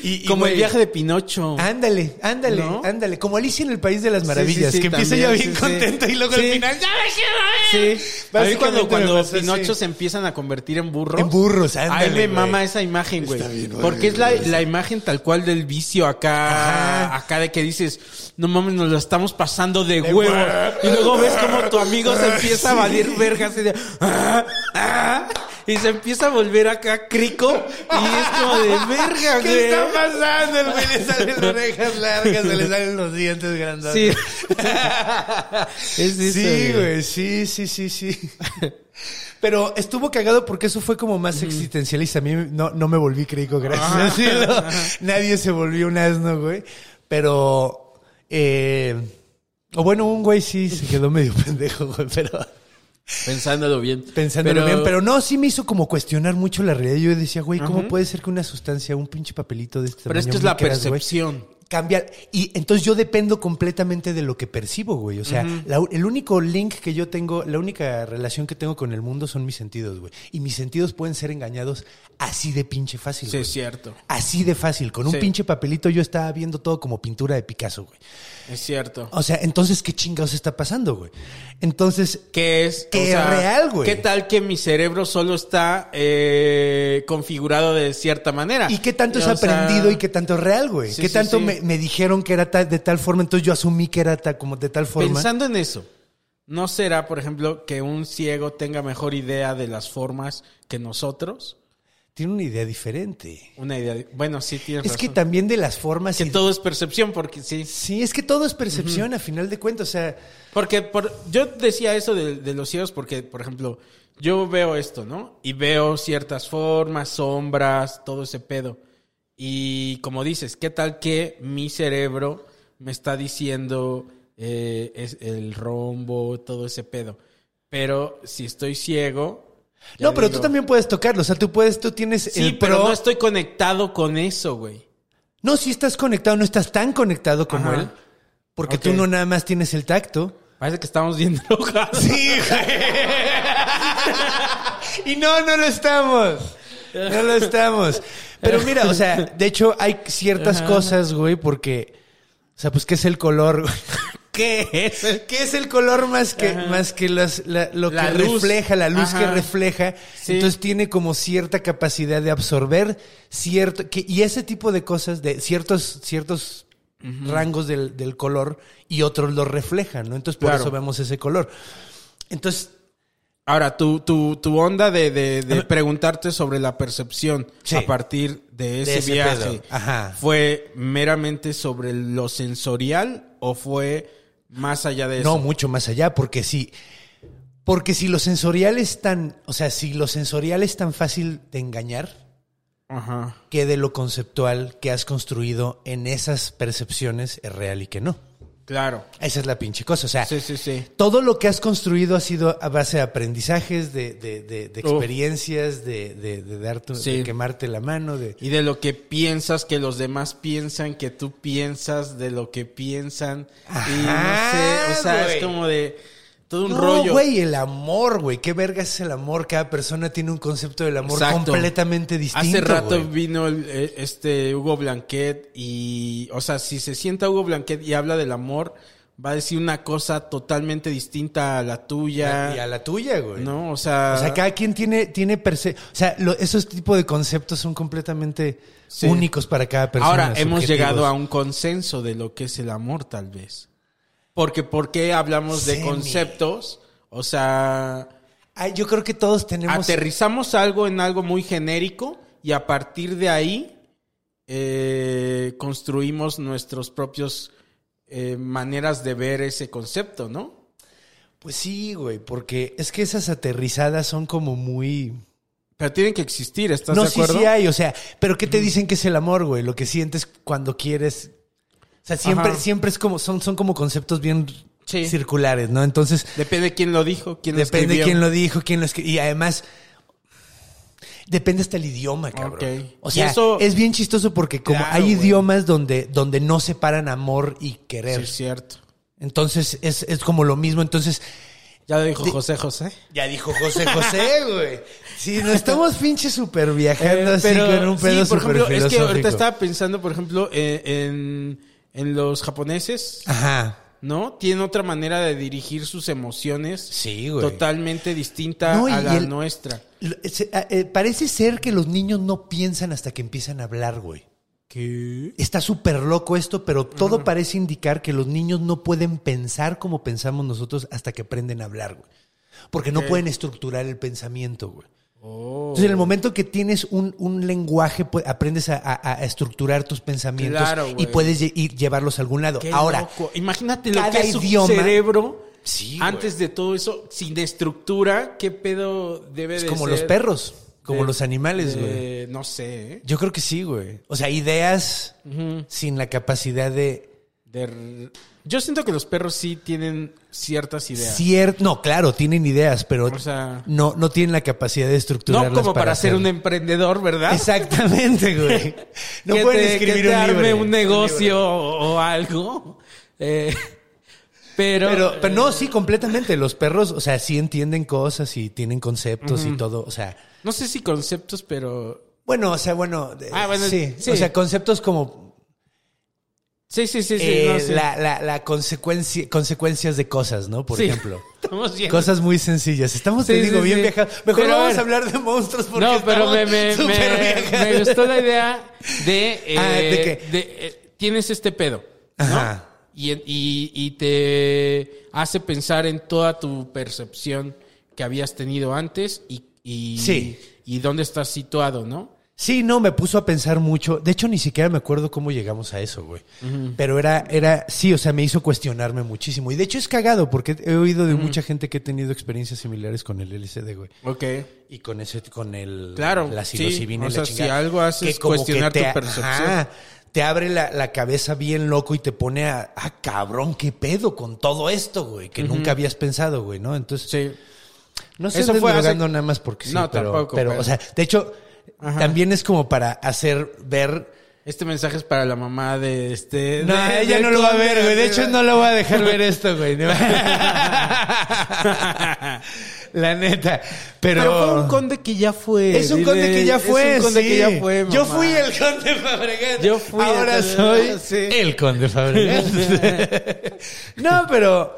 [SPEAKER 2] Y, y,
[SPEAKER 3] Como
[SPEAKER 2] güey,
[SPEAKER 3] el
[SPEAKER 2] Ah,
[SPEAKER 3] viaje de Pinocho.
[SPEAKER 2] Ándale, ándale,
[SPEAKER 3] ¿No?
[SPEAKER 2] ándale. Como Alicia en el País de las Maravillas,
[SPEAKER 3] sí,
[SPEAKER 2] que empieza
[SPEAKER 3] también,
[SPEAKER 2] ya bien
[SPEAKER 3] sí, sí.
[SPEAKER 2] contenta y luego
[SPEAKER 3] Sí.
[SPEAKER 2] al final, ¡ya me quiero ir!
[SPEAKER 3] Sí. A mí cuando,
[SPEAKER 2] Básicamente
[SPEAKER 3] cuando
[SPEAKER 2] me
[SPEAKER 3] los
[SPEAKER 2] pasó así.
[SPEAKER 3] Pinochos se empiezan a convertir en burros.
[SPEAKER 2] En Eh, burros,
[SPEAKER 3] Ahí
[SPEAKER 2] ándale,
[SPEAKER 3] me
[SPEAKER 2] güey.
[SPEAKER 3] mama esa imagen, güey.
[SPEAKER 2] Está bien, güey,
[SPEAKER 3] Porque es la, la imagen tal cual del vicio acá.
[SPEAKER 2] Ajá.
[SPEAKER 3] Acá de que dices, no mames, nos lo estamos pasando de,
[SPEAKER 2] De
[SPEAKER 3] huevo.
[SPEAKER 2] huevo.
[SPEAKER 3] Y luego ves como tu amigo se empieza a
[SPEAKER 2] Sí.
[SPEAKER 3] valer vergas y de, "Ah, ah". y se empieza a volver acá crico y es como de verga, güey.
[SPEAKER 2] [LAUGHS] ¿Qué está pasando? El güey le salen las orejas largas, se le salen los dientes grandes. [LAUGHS]
[SPEAKER 3] Sí. Es eso,
[SPEAKER 2] sí, güey, sí, sí, sí, sí. Pero estuvo cagado porque eso fue como más existencialista. A mí no, no me volví crico, gracias a
[SPEAKER 3] Ah.
[SPEAKER 2] Dios. Nadie se volvió un asno, güey. Pero, eh, o bueno, un güey sí se quedó medio [LAUGHS] pendejo, güey, pero
[SPEAKER 3] Pensándolo bien.
[SPEAKER 2] pensándolo
[SPEAKER 3] Pero-
[SPEAKER 2] bien. Pero no, sí me hizo como cuestionar mucho la realidad. Yo decía, güey, ¿cómo puede ser que una sustancia, un pinche papelito de este
[SPEAKER 3] Pero esto
[SPEAKER 2] tamaño
[SPEAKER 3] es la
[SPEAKER 2] micras, güey,
[SPEAKER 3] percepción.
[SPEAKER 2] cambiar. Y entonces yo dependo completamente de lo que percibo, güey. O sea, la u- el único link que yo tengo, la única relación que tengo con el mundo son mis sentidos, güey. Y mis sentidos pueden ser engañados así de pinche fácil,
[SPEAKER 3] Sí,
[SPEAKER 2] güey.
[SPEAKER 3] es cierto.
[SPEAKER 2] Así de fácil. Con un
[SPEAKER 3] Sí.
[SPEAKER 2] pinche papelito yo estaba viendo todo como pintura de Picasso, güey.
[SPEAKER 3] Es cierto.
[SPEAKER 2] O sea, entonces, ¿qué chingados está pasando, güey? Entonces,
[SPEAKER 3] Que es
[SPEAKER 2] Que real, güey.
[SPEAKER 3] ¿Qué tal que mi cerebro solo está eh, configurado de cierta manera?
[SPEAKER 2] ¿Y qué tanto es
[SPEAKER 3] [LAUGHS] O sea,
[SPEAKER 2] aprendido y qué tanto es real, güey?
[SPEAKER 3] sí,
[SPEAKER 2] ¿Qué
[SPEAKER 3] sí,
[SPEAKER 2] tanto
[SPEAKER 3] sí.
[SPEAKER 2] Me, me dijeron que era ta- de tal forma? Entonces yo asumí que era ta- como de tal forma.
[SPEAKER 3] Pensando en eso, ¿no será, por ejemplo, que un ciego tenga mejor idea de las formas que nosotros?
[SPEAKER 2] Tiene una idea diferente.
[SPEAKER 3] Una idea. de- Bueno, sí tienes
[SPEAKER 2] Es que
[SPEAKER 3] razón.
[SPEAKER 2] también de las formas...
[SPEAKER 3] Que
[SPEAKER 2] y-
[SPEAKER 3] todo es percepción, porque sí.
[SPEAKER 2] Sí, es que todo es percepción a final de cuentas. O sea,
[SPEAKER 3] Porque por, yo decía eso de, de los ciegos porque, por ejemplo, yo veo esto, ¿no? Y veo ciertas formas, sombras, todo ese pedo. Y como dices, ¿qué tal que mi cerebro me está diciendo eh, es el rombo, todo ese pedo? Pero si estoy ciego... ya
[SPEAKER 2] no, pero tú
[SPEAKER 3] digo,
[SPEAKER 2] también puedes tocarlo. O sea, tú puedes, tú tienes
[SPEAKER 3] Sí,
[SPEAKER 2] el
[SPEAKER 3] pero
[SPEAKER 2] pro.
[SPEAKER 3] no estoy conectado con eso, güey.
[SPEAKER 2] No, si estás conectado, no estás tan conectado como
[SPEAKER 3] Ajá.
[SPEAKER 2] él. Porque
[SPEAKER 3] Ok.
[SPEAKER 2] tú no nada más tienes el tacto.
[SPEAKER 3] Parece que estamos [LAUGHS] bien drogados.
[SPEAKER 2] Sí,
[SPEAKER 3] [LAUGHS]
[SPEAKER 2] güey. [LAUGHS] Y no, no lo estamos. No lo estamos. Pero mira, o sea, de hecho hay ciertas cosas, güey, porque, o sea, pues, ¿qué es el color? [LAUGHS] güey?
[SPEAKER 3] ¿Qué es?
[SPEAKER 2] ¿Qué es el color más que, más que las- la- lo
[SPEAKER 3] La
[SPEAKER 2] que
[SPEAKER 3] luz.
[SPEAKER 2] refleja, la luz
[SPEAKER 3] Ajá.
[SPEAKER 2] que refleja?
[SPEAKER 3] Sí.
[SPEAKER 2] Entonces tiene como cierta capacidad de absorber cierto, que, y ese tipo de cosas, de ciertos, ciertos rangos del, del color y otros lo reflejan, ¿no? Entonces por
[SPEAKER 3] Claro.
[SPEAKER 2] eso vemos ese color. Entonces,
[SPEAKER 3] Ahora, tu, tu, tu onda de, de- de preguntarte sobre la percepción
[SPEAKER 2] Sí.
[SPEAKER 3] a partir de ese,
[SPEAKER 2] De ese
[SPEAKER 3] viaje,
[SPEAKER 2] pedo. Ajá.
[SPEAKER 3] ¿fue meramente sobre lo sensorial o fue más allá de
[SPEAKER 2] No,
[SPEAKER 3] eso?
[SPEAKER 2] mucho más allá, porque si, porque si lo sensorial es tan, o sea, si lo sensorial es tan fácil de engañar,
[SPEAKER 3] Ajá.
[SPEAKER 2] que de lo conceptual que has construido en esas percepciones es real y que no.
[SPEAKER 3] Claro.
[SPEAKER 2] Esa es la pinche cosa. O sea,
[SPEAKER 3] Sí, sí, sí.
[SPEAKER 2] todo lo que has construido ha sido a base de aprendizajes, de, de- de- de experiencias, de, de- de darte, de
[SPEAKER 3] Sí.
[SPEAKER 2] quemarte la mano, de.
[SPEAKER 3] Y de lo que piensas que los demás piensan, que tú piensas de lo que piensan. y no sé, o sea,
[SPEAKER 2] güey.
[SPEAKER 3] es como de todo un
[SPEAKER 2] No,
[SPEAKER 3] rollo.
[SPEAKER 2] güey, el amor, güey. ¿Qué verga es el amor? Cada persona tiene un concepto del amor
[SPEAKER 3] Exacto.
[SPEAKER 2] completamente distinto.
[SPEAKER 3] Hace rato
[SPEAKER 2] güey.
[SPEAKER 3] vino el, eh, este Hugo Blanquet y, o sea, si se sienta Hugo Blanquet y habla del amor, va a decir una cosa totalmente distinta a la tuya.
[SPEAKER 2] Y a la tuya, güey.
[SPEAKER 3] ¿No? O sea,
[SPEAKER 2] O sea, cada quien tiene, tiene perce- O sea, lo- esos tipos de conceptos son completamente
[SPEAKER 3] Sí.
[SPEAKER 2] únicos para cada persona.
[SPEAKER 3] ahora hemos
[SPEAKER 2] subjetivos.
[SPEAKER 3] llegado a un consenso de lo que es el amor, tal vez. Porque, ¿por qué hablamos de
[SPEAKER 2] Semi.
[SPEAKER 3] conceptos? O sea,
[SPEAKER 2] Ay, yo creo que todos tenemos.
[SPEAKER 3] aterrizamos algo en algo muy genérico y a partir de ahí eh, construimos nuestros propios eh, maneras de ver ese concepto, ¿no?
[SPEAKER 2] Pues sí, güey, porque es que esas aterrizadas son como muy.
[SPEAKER 3] Pero tienen que existir, ¿estás
[SPEAKER 2] No,
[SPEAKER 3] de
[SPEAKER 2] sí,
[SPEAKER 3] acuerdo?
[SPEAKER 2] sí hay, o sea, pero ¿qué te dicen que es el amor, güey? Lo que sientes cuando quieres. O sea, siempre,
[SPEAKER 3] Ajá.
[SPEAKER 2] siempre es como, son, son como conceptos bien
[SPEAKER 3] Sí.
[SPEAKER 2] circulares, ¿no? Entonces,
[SPEAKER 3] Depende de quién lo dijo, quién lo
[SPEAKER 2] Depende
[SPEAKER 3] escribió.
[SPEAKER 2] quién lo dijo, quién lo escribió. Y además, depende hasta el idioma, cabrón.
[SPEAKER 3] Ok.
[SPEAKER 2] O
[SPEAKER 3] Y
[SPEAKER 2] sea,
[SPEAKER 3] eso-
[SPEAKER 2] es bien chistoso porque como
[SPEAKER 3] Claro,
[SPEAKER 2] hay
[SPEAKER 3] güey.
[SPEAKER 2] idiomas donde, donde no separan amor y
[SPEAKER 3] Sí,
[SPEAKER 2] querer.
[SPEAKER 3] es cierto.
[SPEAKER 2] Entonces, es, es como lo mismo. Entonces,
[SPEAKER 3] Ya lo dijo José José.
[SPEAKER 2] ya dijo José
[SPEAKER 3] [LAUGHS]
[SPEAKER 2] José, güey. Sí, no estamos pinche super viajando
[SPEAKER 3] Eh,
[SPEAKER 2] así con un pedo
[SPEAKER 3] sí, por
[SPEAKER 2] súper
[SPEAKER 3] ejemplo, es que ahorita
[SPEAKER 2] filosófico.
[SPEAKER 3] estaba pensando, por ejemplo, eh, en, en los japoneses,
[SPEAKER 2] Ajá.
[SPEAKER 3] ¿no? Tienen otra manera de dirigir sus emociones
[SPEAKER 2] Sí, güey.
[SPEAKER 3] totalmente distinta
[SPEAKER 2] No, y
[SPEAKER 3] a la
[SPEAKER 2] el-
[SPEAKER 3] nuestra.
[SPEAKER 2] Lo- se- a- eh, parece ser que los niños no piensan hasta que empiezan a hablar, güey. Está súper loco esto, pero todo parece indicar que los niños no pueden pensar como pensamos nosotros hasta que aprenden a hablar, güey. Porque no pueden estructurar el pensamiento, güey.
[SPEAKER 3] Oh.
[SPEAKER 2] Entonces, en el momento que tienes un, un lenguaje, pu- aprendes a, a- a estructurar tus pensamientos
[SPEAKER 3] Claro,
[SPEAKER 2] y
[SPEAKER 3] güey.
[SPEAKER 2] puedes lle- ir- llevarlos a algún lado.
[SPEAKER 3] Qué
[SPEAKER 2] Ahora,
[SPEAKER 3] loco. imagínate lo
[SPEAKER 2] cada
[SPEAKER 3] que es su
[SPEAKER 2] idioma-
[SPEAKER 3] cerebro
[SPEAKER 2] Sí, güey.
[SPEAKER 3] antes de todo eso, sin estructura, qué pedo debe
[SPEAKER 2] es
[SPEAKER 3] de
[SPEAKER 2] como
[SPEAKER 3] ser
[SPEAKER 2] los perros, como
[SPEAKER 3] de-
[SPEAKER 2] los animales,
[SPEAKER 3] de-
[SPEAKER 2] güey.
[SPEAKER 3] No sé, ¿eh?
[SPEAKER 2] Yo creo que sí, güey. O sea, ideas sin la capacidad de
[SPEAKER 3] De- Yo siento que los perros sí tienen ciertas ideas.
[SPEAKER 2] cier- No, claro, tienen ideas, pero
[SPEAKER 3] O sea-
[SPEAKER 2] no, no tienen la capacidad de estructurarlas.
[SPEAKER 3] no como para, ser
[SPEAKER 2] hacer-
[SPEAKER 3] un em-, emprendedor, ¿verdad? [LAUGHS]
[SPEAKER 2] Exactamente, güey. No
[SPEAKER 3] que
[SPEAKER 2] pueden
[SPEAKER 3] te- que
[SPEAKER 2] escribir
[SPEAKER 3] te
[SPEAKER 2] un
[SPEAKER 3] arme
[SPEAKER 2] libro.
[SPEAKER 3] un negocio o, o algo. Eh, pero,
[SPEAKER 2] Pero, pero no, sí, completamente. Los perros, o sea, sí entienden cosas y tienen conceptos y todo. O sea,
[SPEAKER 3] no sé si conceptos, pero
[SPEAKER 2] bueno, o sea, bueno, eh,
[SPEAKER 3] Ah, bueno,
[SPEAKER 2] sí,
[SPEAKER 3] sí.
[SPEAKER 2] O sea, conceptos como
[SPEAKER 3] sí, sí, sí, sí,
[SPEAKER 2] eh,
[SPEAKER 3] no sé.
[SPEAKER 2] la, la- la consecuencia, consecuencias de cosas, ¿no? Por
[SPEAKER 3] Sí. [LAUGHS]
[SPEAKER 2] ejemplo.
[SPEAKER 3] Estamos yendo.
[SPEAKER 2] Cosas muy sencillas. Estamos, te
[SPEAKER 3] Sí,
[SPEAKER 2] digo,
[SPEAKER 3] sí,
[SPEAKER 2] bien
[SPEAKER 3] sí.
[SPEAKER 2] viajados. Mejor
[SPEAKER 3] Pero
[SPEAKER 2] no
[SPEAKER 3] a
[SPEAKER 2] vamos
[SPEAKER 3] ver.
[SPEAKER 2] a hablar de monstruos porque
[SPEAKER 3] No, pero me, me,
[SPEAKER 2] estamos
[SPEAKER 3] me,
[SPEAKER 2] súper viajados.
[SPEAKER 3] me gustó la idea de, eh,
[SPEAKER 2] Ah, ¿de qué?
[SPEAKER 3] de, eh, tienes este pedo, ¿no?
[SPEAKER 2] Ajá.
[SPEAKER 3] Y, en- y, y te hace pensar en toda tu percepción que habías tenido antes y, y,
[SPEAKER 2] Sí.
[SPEAKER 3] y dónde estás situado, ¿no?
[SPEAKER 2] Sí, no, me puso a pensar mucho. De hecho, ni siquiera me acuerdo cómo llegamos a eso, güey. Pero era, era, sí, o sea, me hizo cuestionarme muchísimo. Y de hecho es cagado, porque he oído de mucha gente que ha tenido experiencias similares con el LCD, güey.
[SPEAKER 3] Ok.
[SPEAKER 2] Y con ese, con el
[SPEAKER 3] Claro,
[SPEAKER 2] la
[SPEAKER 3] sí.
[SPEAKER 2] psilocibina y
[SPEAKER 3] O
[SPEAKER 2] la
[SPEAKER 3] sea,
[SPEAKER 2] chingada.
[SPEAKER 3] si algo haces
[SPEAKER 2] como
[SPEAKER 3] cuestionar tu
[SPEAKER 2] a-
[SPEAKER 3] percepción.
[SPEAKER 2] te abre la, la cabeza bien loco y te pone a, ah, cabrón, qué pedo con todo esto, güey, que nunca habías pensado, güey, ¿no? Entonces,
[SPEAKER 3] Sí.
[SPEAKER 2] no sé,
[SPEAKER 3] Eso
[SPEAKER 2] eso
[SPEAKER 3] fue
[SPEAKER 2] fue
[SPEAKER 3] hace-
[SPEAKER 2] nada más porque sí,
[SPEAKER 3] No,
[SPEAKER 2] pero,
[SPEAKER 3] tampoco,
[SPEAKER 2] pero,
[SPEAKER 3] pero-
[SPEAKER 2] o sea, de hecho, también es como para hacer ver.
[SPEAKER 3] Este mensaje es para la mamá de este.
[SPEAKER 2] No,
[SPEAKER 3] de-
[SPEAKER 2] ella
[SPEAKER 3] de
[SPEAKER 2] no lo va a ver, güey. De
[SPEAKER 3] de-
[SPEAKER 2] hecho, no lo va a dejar
[SPEAKER 3] [LAUGHS]
[SPEAKER 2] ver esto, güey. [LAUGHS]
[SPEAKER 3] [LAUGHS]
[SPEAKER 2] La neta. Pero.
[SPEAKER 3] Pero, fue un conde que ya fue.
[SPEAKER 2] Es un
[SPEAKER 3] dile,
[SPEAKER 2] conde que ya fue.
[SPEAKER 3] Es un conde que
[SPEAKER 2] sí.
[SPEAKER 3] ya fue. Mamá.
[SPEAKER 2] Yo fui el conde Fabregat.
[SPEAKER 3] Yo fui el
[SPEAKER 2] Ahora
[SPEAKER 3] conde-
[SPEAKER 2] soy
[SPEAKER 3] sí.
[SPEAKER 2] el conde
[SPEAKER 3] [LAUGHS]
[SPEAKER 2] Fabregat. no, pero.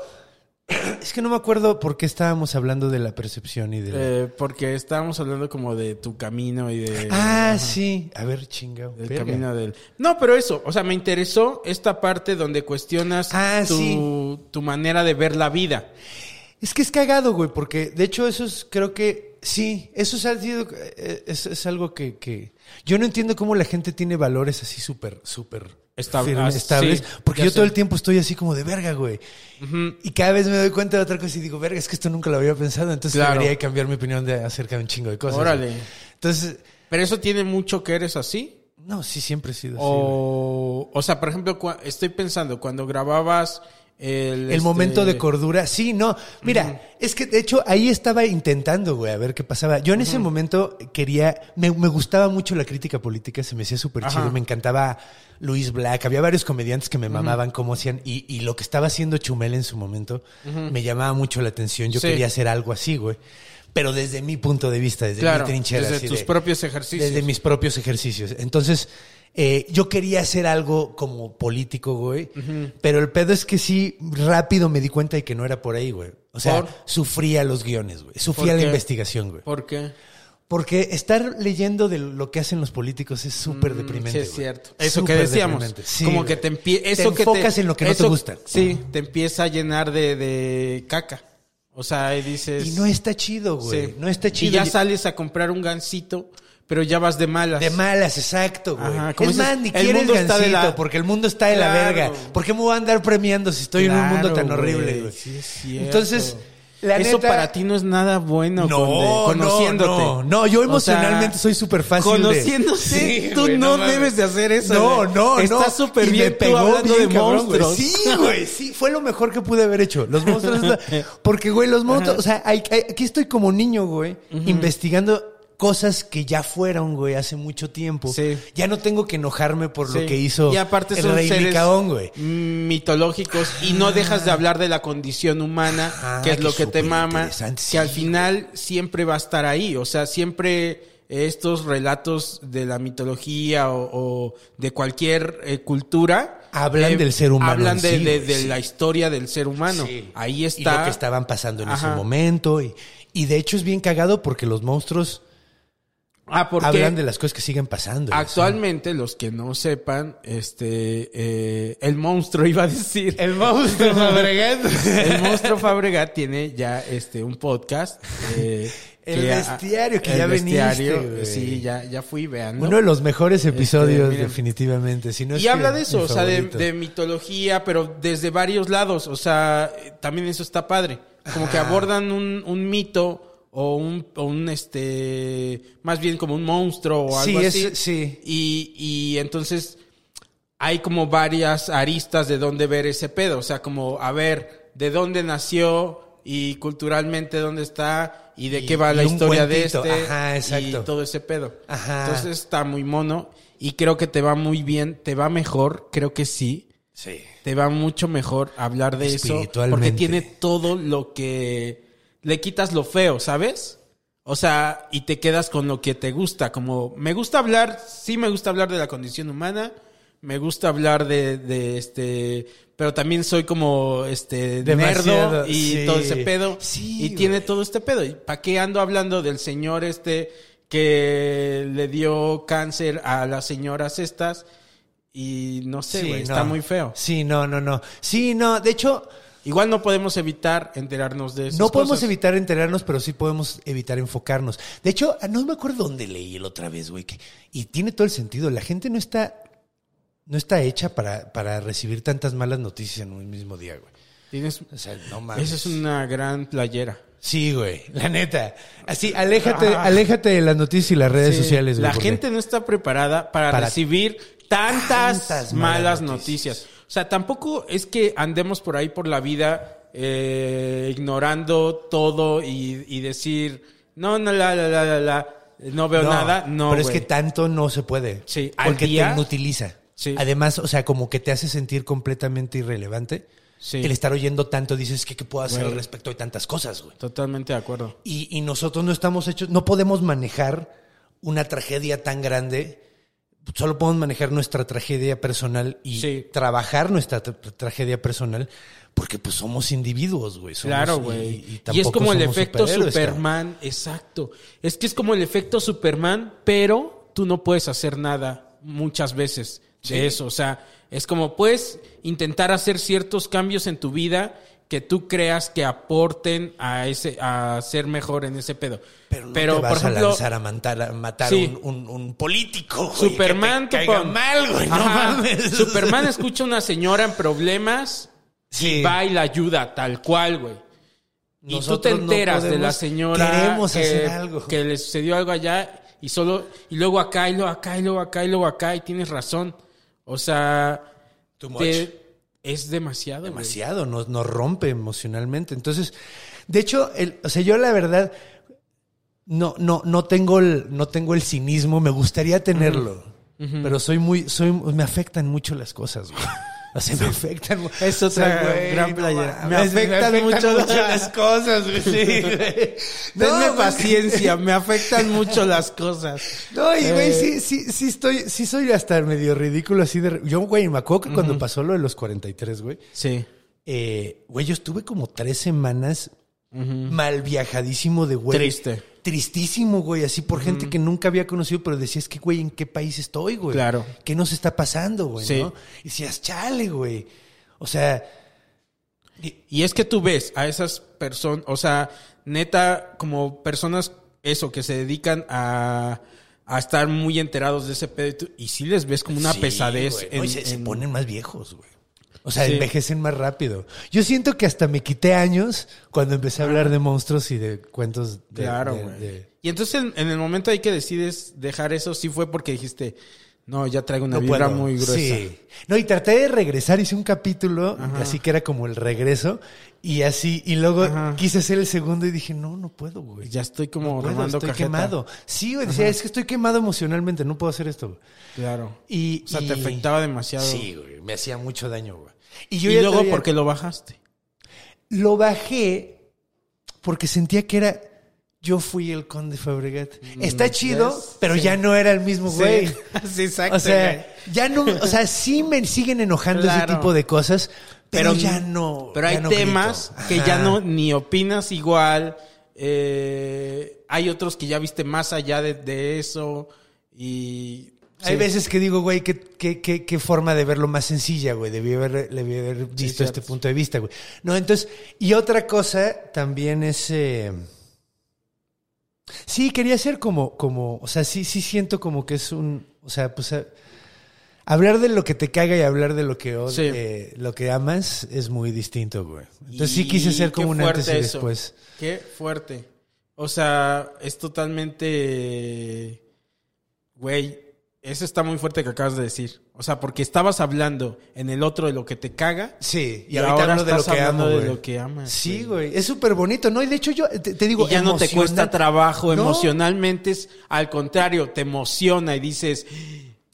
[SPEAKER 2] [CLEARS THROAT] Es que no me acuerdo por qué estábamos hablando de la percepción y de. la-
[SPEAKER 3] Eh, porque estábamos hablando como de tu camino y de
[SPEAKER 2] ah, sí. A ver, chingado.
[SPEAKER 3] del
[SPEAKER 2] verga.
[SPEAKER 3] Eh, camino del no pero eso o sea me interesó esta parte donde cuestionas
[SPEAKER 2] Ah,
[SPEAKER 3] tu,
[SPEAKER 2] sí.
[SPEAKER 3] tu manera de ver la vida
[SPEAKER 2] Es que es cagado, güey, porque de hecho eso es, creo que, sí, eso es, ha sido, eh, es, es algo que, que- yo no entiendo cómo la gente tiene valores así súper, súper
[SPEAKER 3] Estab-
[SPEAKER 2] firmes,
[SPEAKER 3] ah, sí,
[SPEAKER 2] estables, porque
[SPEAKER 3] ya
[SPEAKER 2] yo todo
[SPEAKER 3] sé.
[SPEAKER 2] el tiempo estoy así como de verga, güey. Y cada vez me doy cuenta de otra cosa y digo, verga, es que esto nunca lo había pensado, entonces
[SPEAKER 3] Claro.
[SPEAKER 2] debería cambiar mi opinión de, acerca de un chingo de cosas.
[SPEAKER 3] Órale.
[SPEAKER 2] güey. Entonces,
[SPEAKER 3] pero eso tiene mucho que eres así
[SPEAKER 2] no, sí, siempre he sido así. güey.
[SPEAKER 3] o o sea por ejemplo cua- estoy pensando cuando grababas el
[SPEAKER 2] El
[SPEAKER 3] este,
[SPEAKER 2] momento de cordura, sí, no. Mira, es que de hecho ahí estaba intentando, güey, a ver qué pasaba. Yo en ese momento quería, me, me gustaba mucho la crítica política, se me hacía súper chido, me encantaba Luis Black, había varios comediantes que me mamaban cómo hacían y, y lo que estaba haciendo Chumel en su momento me llamaba mucho la atención, yo
[SPEAKER 3] Sí.
[SPEAKER 2] quería hacer algo así, güey. Pero desde mi punto de vista, desde
[SPEAKER 3] claro
[SPEAKER 2] mi trinchera.
[SPEAKER 3] desde
[SPEAKER 2] así
[SPEAKER 3] tus
[SPEAKER 2] de-
[SPEAKER 3] propios ejercicios
[SPEAKER 2] desde mis propios ejercicios. Entonces, eh, yo quería hacer algo como político, güey. Pero el pedo es que sí, rápido me di cuenta de que no era por ahí, güey. O sea,
[SPEAKER 3] ¿Por?
[SPEAKER 2] sufría los guiones, güey. Sufría
[SPEAKER 3] ¿Por
[SPEAKER 2] la
[SPEAKER 3] qué?
[SPEAKER 2] investigación, güey.
[SPEAKER 3] por qué
[SPEAKER 2] Porque estar leyendo de lo que hacen los políticos Mm, es súper deprimente.
[SPEAKER 3] Mm, Sí, es
[SPEAKER 2] güey.
[SPEAKER 3] cierto. Eso
[SPEAKER 2] Súper
[SPEAKER 3] que decíamos.
[SPEAKER 2] deprimente. Sí,
[SPEAKER 3] como
[SPEAKER 2] güey.
[SPEAKER 3] que te empieza. Eso que
[SPEAKER 2] enfocas en lo que no te
[SPEAKER 3] eso-
[SPEAKER 2] gusta.
[SPEAKER 3] Sí, te empieza a llenar de, de caca. O sea, ahí dices.
[SPEAKER 2] Y no está chido, güey.
[SPEAKER 3] sí.
[SPEAKER 2] No está chido.
[SPEAKER 3] Y ya sales a comprar un gancito, pero ya vas de malas.
[SPEAKER 2] De malas, exacto, güey.
[SPEAKER 3] Ajá, como
[SPEAKER 2] Es
[SPEAKER 3] dices,
[SPEAKER 2] más, ni
[SPEAKER 3] el
[SPEAKER 2] quiero el
[SPEAKER 3] mundo está
[SPEAKER 2] gancito,
[SPEAKER 3] de la-
[SPEAKER 2] porque el mundo está de la
[SPEAKER 3] Claro.
[SPEAKER 2] verga. ¿Por qué me voy a andar premiando si estoy en un mundo tan
[SPEAKER 3] Claro,
[SPEAKER 2] horrible, güey?
[SPEAKER 3] Sí, es cierto.
[SPEAKER 2] Entonces, la
[SPEAKER 3] Eso
[SPEAKER 2] neta-
[SPEAKER 3] para ti no es nada bueno.
[SPEAKER 2] No,
[SPEAKER 3] Conde,
[SPEAKER 2] no,
[SPEAKER 3] conociéndote.
[SPEAKER 2] no, no, yo emocionalmente soy súper fácil de-
[SPEAKER 3] Conociéndote,
[SPEAKER 2] [LAUGHS] Sí,
[SPEAKER 3] tú
[SPEAKER 2] güey, no
[SPEAKER 3] no,
[SPEAKER 2] mames.
[SPEAKER 3] debes de hacer eso.
[SPEAKER 2] No,
[SPEAKER 3] güey.
[SPEAKER 2] no, no.
[SPEAKER 3] Está súper
[SPEAKER 2] Y me
[SPEAKER 3] bien tú
[SPEAKER 2] pegó
[SPEAKER 3] hablando
[SPEAKER 2] bien
[SPEAKER 3] de
[SPEAKER 2] cabrón, güey.
[SPEAKER 3] monstruos.
[SPEAKER 2] Sí, güey, sí. Fue lo mejor que pude haber hecho. Los monstruos.
[SPEAKER 3] [LAUGHS]
[SPEAKER 2] porque, güey, los monstruos. O sea, hay- hay- aquí estoy como niño, güey, investigando cosas que ya fueron, güey, hace mucho tiempo.
[SPEAKER 3] Sí.
[SPEAKER 2] Ya no tengo que enojarme por
[SPEAKER 3] Sí.
[SPEAKER 2] lo que hizo
[SPEAKER 3] y aparte
[SPEAKER 2] el
[SPEAKER 3] son
[SPEAKER 2] rey
[SPEAKER 3] seres
[SPEAKER 2] Licaón, güey. Ah.
[SPEAKER 3] mitológicos y no dejas de hablar de la condición humana
[SPEAKER 2] Ajá,
[SPEAKER 3] que es
[SPEAKER 2] que
[SPEAKER 3] lo que te mama
[SPEAKER 2] superinteresante, sí,
[SPEAKER 3] que al
[SPEAKER 2] güey.
[SPEAKER 3] final siempre va a estar ahí o sea siempre estos relatos de la mitología o, o de cualquier eh, cultura eh,
[SPEAKER 2] Hablan del ser humano
[SPEAKER 3] hablan
[SPEAKER 2] en
[SPEAKER 3] de,
[SPEAKER 2] sí,
[SPEAKER 3] de-
[SPEAKER 2] güey,
[SPEAKER 3] de
[SPEAKER 2] sí.
[SPEAKER 3] la historia del ser humano
[SPEAKER 2] Sí.
[SPEAKER 3] ahí está
[SPEAKER 2] Y lo que estaban pasando en
[SPEAKER 3] Ajá.
[SPEAKER 2] ese momento. Y, y de hecho es bien cagado porque los monstruos
[SPEAKER 3] Ah, porque
[SPEAKER 2] Hablan de las cosas que siguen pasando.
[SPEAKER 3] Ah,
[SPEAKER 2] güey.
[SPEAKER 3] actualmente, los que no sepan, este, eh, el monstruo [LAUGHS] iba a decir.
[SPEAKER 2] El
[SPEAKER 3] [LAUGHS]
[SPEAKER 2] monstruo Fabregat.
[SPEAKER 3] El monstruo Fabregat tiene ya este un podcast. eh,
[SPEAKER 2] [LAUGHS] El
[SPEAKER 3] que-
[SPEAKER 2] bestiario, que ya viniste, güey.
[SPEAKER 3] Sí, ya, ya fui, vean.
[SPEAKER 2] Uno de los mejores episodios,
[SPEAKER 3] Este, miren.
[SPEAKER 2] definitivamente. Si no es
[SPEAKER 3] Y
[SPEAKER 2] que
[SPEAKER 3] habla de eso,
[SPEAKER 2] mi
[SPEAKER 3] o sea, de,
[SPEAKER 2] favorito.
[SPEAKER 3] de mitología, pero desde varios lados. O sea, eh, también eso está padre. Como que abordan un, un mito o un, o un, este, más bien como un monstruo o algo
[SPEAKER 2] Sí, es-
[SPEAKER 3] así.
[SPEAKER 2] sí.
[SPEAKER 3] Y, y entonces hay como varias aristas de dónde ver ese pedo. O sea, como a ver de dónde nació y culturalmente dónde está y de
[SPEAKER 2] Y-
[SPEAKER 3] qué va la
[SPEAKER 2] y un
[SPEAKER 3] historia de
[SPEAKER 2] cuentito.
[SPEAKER 3] este
[SPEAKER 2] Ajá, exacto.
[SPEAKER 3] y todo ese pedo.
[SPEAKER 2] Ajá.
[SPEAKER 3] Entonces está muy mono y creo que te va muy bien, te va mejor, creo que sí.
[SPEAKER 2] Sí.
[SPEAKER 3] Te va mucho mejor hablar de eso porque
[SPEAKER 2] Espiritualmente.
[SPEAKER 3] tiene todo lo que le quitas lo feo, ¿sabes? O sea, y te quedas con lo que te gusta, como me gusta hablar, sí me gusta hablar de la condición humana, me gusta hablar de, de este, pero también soy como este
[SPEAKER 2] Demasiado,
[SPEAKER 3] nerdo y
[SPEAKER 2] sí.
[SPEAKER 3] todo ese pedo
[SPEAKER 2] Sí,
[SPEAKER 3] y tiene
[SPEAKER 2] güey.
[SPEAKER 3] todo este pedo. ¿Y para qué ando hablando del señor este que le dio cáncer a las señoras estas? Y no sé, güey, está
[SPEAKER 2] no.
[SPEAKER 3] muy feo.
[SPEAKER 2] Sí, no, no, no. Sí, no. De hecho,
[SPEAKER 3] Igual no podemos evitar enterarnos de eso.
[SPEAKER 2] no podemos evitar enterarnos, pero sí podemos evitar enfocarnos. De hecho, ah, no me acuerdo dónde leí el otra vez, güey. que- Y tiene todo el sentido. La gente no está, no está hecha para, para recibir tantas malas noticias en un mismo día, güey.
[SPEAKER 3] Tienes...
[SPEAKER 2] O sea, no mames.
[SPEAKER 3] Esa es una gran playera.
[SPEAKER 2] Sí, güey. La neta. Así, aléjate, aléjate de las noticias y las redes
[SPEAKER 3] Ah. Sí,
[SPEAKER 2] sociales, güey.
[SPEAKER 3] La
[SPEAKER 2] porque-
[SPEAKER 3] gente no está preparada para,
[SPEAKER 2] Para
[SPEAKER 3] recibir tantas,
[SPEAKER 2] tantas
[SPEAKER 3] malas
[SPEAKER 2] malas
[SPEAKER 3] noticias.
[SPEAKER 2] noticias.
[SPEAKER 3] O sea, tampoco es que andemos por ahí por la vida eh, ignorando todo y, y decir, no, no, la, la, la, la, la, no veo nada. No,
[SPEAKER 2] Pero es
[SPEAKER 3] güey.
[SPEAKER 2] que tanto no se puede.
[SPEAKER 3] Sí, al
[SPEAKER 2] Porque
[SPEAKER 3] día-
[SPEAKER 2] te inutiliza.
[SPEAKER 3] Sí.
[SPEAKER 2] Además, o sea, como que te hace sentir completamente irrelevante.
[SPEAKER 3] Sí.
[SPEAKER 2] El estar oyendo tanto, dices que qué puedo hacer
[SPEAKER 3] Güey.
[SPEAKER 2] al respecto de tantas cosas, güey.
[SPEAKER 3] Totalmente de acuerdo.
[SPEAKER 2] Y, y nosotros no estamos hechos, no podemos manejar una tragedia tan grande. Solo podemos manejar nuestra tragedia personal y
[SPEAKER 3] Sí.
[SPEAKER 2] trabajar nuestra tra- tragedia personal porque pues somos individuos, güey. Somos-
[SPEAKER 3] Claro,
[SPEAKER 2] y-
[SPEAKER 3] güey. Y, es
[SPEAKER 2] tampoco
[SPEAKER 3] como el
[SPEAKER 2] somos
[SPEAKER 3] efecto
[SPEAKER 2] superhéroes, cabrón.
[SPEAKER 3] Superman, exacto. Es que es como el efecto Superman, pero tú no puedes hacer nada muchas veces de eso. O sea, es como puedes intentar hacer ciertos cambios en tu vida que tú creas que aporten a ese a ser mejor en ese pedo.
[SPEAKER 2] Pero no te vas a lanzar a matar a, matar
[SPEAKER 3] Sí.
[SPEAKER 2] un, un- un político. güey,
[SPEAKER 3] Superman,
[SPEAKER 2] que te caiga
[SPEAKER 3] Copón.
[SPEAKER 2] mal, güey. No
[SPEAKER 3] Ajá.
[SPEAKER 2] mames. [LAUGHS]
[SPEAKER 3] Superman escucha a una señora en problemas
[SPEAKER 2] Sí.
[SPEAKER 3] y va y la ayuda, tal cual, güey. Y tú te
[SPEAKER 2] Nosotros no
[SPEAKER 3] enteras de la
[SPEAKER 2] podemos-
[SPEAKER 3] señora
[SPEAKER 2] queremos
[SPEAKER 3] que,
[SPEAKER 2] hacer algo.
[SPEAKER 3] que le sucedió algo allá y solo y luego acá y luego acá y luego acá y luego acá y tienes razón. O sea,
[SPEAKER 2] Too
[SPEAKER 3] te-
[SPEAKER 2] much.
[SPEAKER 3] es demasiado. güey.
[SPEAKER 2] demasiado, nos, nos rompe emocionalmente. Entonces, de hecho, el, o sea, yo la verdad no, no, no tengo el, no tengo el cinismo, me gustaría tenerlo. Pero soy muy, soy, me afectan mucho las cosas, güey. [LAUGHS] O sea, me afectan. mu-
[SPEAKER 3] Es otra gran- gran playera.
[SPEAKER 2] mames,
[SPEAKER 3] Me
[SPEAKER 2] Me,
[SPEAKER 3] afectan
[SPEAKER 2] afectan
[SPEAKER 3] mucho
[SPEAKER 2] mucho,
[SPEAKER 3] las- [LAUGHS]
[SPEAKER 2] las cosas, güey. Sí, güey.
[SPEAKER 3] Tenme
[SPEAKER 2] No, güey.
[SPEAKER 3] paciencia, me afectan mucho las cosas.
[SPEAKER 2] No, y güey, sí,
[SPEAKER 3] Eh,
[SPEAKER 2] sí, sí estoy, sí soy hasta medio ridículo así de... Yo, güey, me acuerdo que cuando pasó lo de los 43, güey,
[SPEAKER 3] Sí.
[SPEAKER 2] eh, güey, yo estuve como tres semanas mal viajadísimo de güey.
[SPEAKER 3] Triste.
[SPEAKER 2] Tristísimo, güey, así por gente que nunca había conocido, pero decías que, güey, ¿en qué país estoy, güey?
[SPEAKER 3] Claro.
[SPEAKER 2] ¿Qué nos está pasando, güey?
[SPEAKER 3] Sí.
[SPEAKER 2] ¿no? Y decías, chale, güey. O sea,
[SPEAKER 3] Y es que tú ves a esas personas, o sea, neta, como personas, eso, que se dedican a, a estar muy enterados de ese pedo, y, tú- y sí les ves como una
[SPEAKER 2] Sí,
[SPEAKER 3] pesadez.
[SPEAKER 2] güey, ¿no? Y se, se
[SPEAKER 3] en-
[SPEAKER 2] ponen más viejos, güey. O sea,
[SPEAKER 3] Sí.
[SPEAKER 2] envejecen más rápido. Yo siento que hasta me quité años cuando empecé a hablar de monstruos y de cuentos de.
[SPEAKER 3] Ah. Claro,
[SPEAKER 2] de-
[SPEAKER 3] güey.
[SPEAKER 2] de-
[SPEAKER 3] Y entonces en, en el momento ahí que decides dejar eso, sí fue porque dijiste, no, ya traigo una
[SPEAKER 2] No
[SPEAKER 3] vibra
[SPEAKER 2] puedo.
[SPEAKER 3] muy gruesa.
[SPEAKER 2] Sí. No, y traté de regresar, hice un capítulo, así que era como el regreso, y así, y luego quise hacer el segundo y dije, no, no puedo, güey.
[SPEAKER 3] Ya estoy como
[SPEAKER 2] No puedo,
[SPEAKER 3] armando
[SPEAKER 2] estoy
[SPEAKER 3] cajeta.
[SPEAKER 2] quemado. Sí, güey, decía, es que estoy quemado emocionalmente, no puedo hacer esto. güey.
[SPEAKER 3] Claro.
[SPEAKER 2] Y,
[SPEAKER 3] o sea, te
[SPEAKER 2] y-
[SPEAKER 3] afectaba demasiado.
[SPEAKER 2] Sí, güey, me hacía mucho daño, güey. yo
[SPEAKER 3] Y
[SPEAKER 2] ya
[SPEAKER 3] luego,
[SPEAKER 2] traía-
[SPEAKER 3] ¿por qué lo bajaste?
[SPEAKER 2] lo bajé porque sentía que era yo fui el conde Fabregat. Está chido,
[SPEAKER 3] yes,
[SPEAKER 2] pero
[SPEAKER 3] Mm, sí.
[SPEAKER 2] ya no era el mismo güey.
[SPEAKER 3] [LAUGHS] sí, exacto.
[SPEAKER 2] O
[SPEAKER 3] güey.
[SPEAKER 2] sea, ya no, o sea, sí me siguen enojando
[SPEAKER 3] Claro.
[SPEAKER 2] ese tipo de cosas, pero,
[SPEAKER 3] pero
[SPEAKER 2] ya no.
[SPEAKER 3] Pero hay
[SPEAKER 2] ya no grito.
[SPEAKER 3] temas que
[SPEAKER 2] Ajá.
[SPEAKER 3] ya no ni opinas igual. Eh, hay otros que ya viste más allá de, de eso. Y.
[SPEAKER 2] Hay
[SPEAKER 3] sí.
[SPEAKER 2] veces que digo, güey, qué, qué, qué, qué forma de verlo más sencilla, güey. Debí haber, debí haber visto
[SPEAKER 3] cierto.
[SPEAKER 2] este punto de vista, güey. No, entonces, y otra cosa también es. eh, Sí, quería ser como, como, o sea, sí, sí siento como que es un, o sea, pues a- hablar de lo que te caga y hablar de lo que od-
[SPEAKER 3] Sí.
[SPEAKER 2] eh, lo que amas es muy distinto, güey. Entonces sí
[SPEAKER 3] Y
[SPEAKER 2] quise ser
[SPEAKER 3] qué
[SPEAKER 2] como un
[SPEAKER 3] fuerte
[SPEAKER 2] antes y
[SPEAKER 3] eso.
[SPEAKER 2] después.
[SPEAKER 3] Qué fuerte. O sea, es totalmente. Güey, eso está muy fuerte que acabas de decir. O sea, porque estabas hablando en el otro de lo que te caga.
[SPEAKER 2] Sí, y,
[SPEAKER 3] Y
[SPEAKER 2] ahorita
[SPEAKER 3] ahora
[SPEAKER 2] hablo de lo
[SPEAKER 3] estás
[SPEAKER 2] que
[SPEAKER 3] hablando
[SPEAKER 2] amo,
[SPEAKER 3] de
[SPEAKER 2] güey.
[SPEAKER 3] lo que amas,
[SPEAKER 2] Sí, güey, es súper bonito, ¿no? Y de hecho yo te, te digo,
[SPEAKER 3] Y ya no te
[SPEAKER 2] emociona-
[SPEAKER 3] cuesta trabajo
[SPEAKER 2] No.
[SPEAKER 3] emocionalmente, es al contrario, te emociona y dices,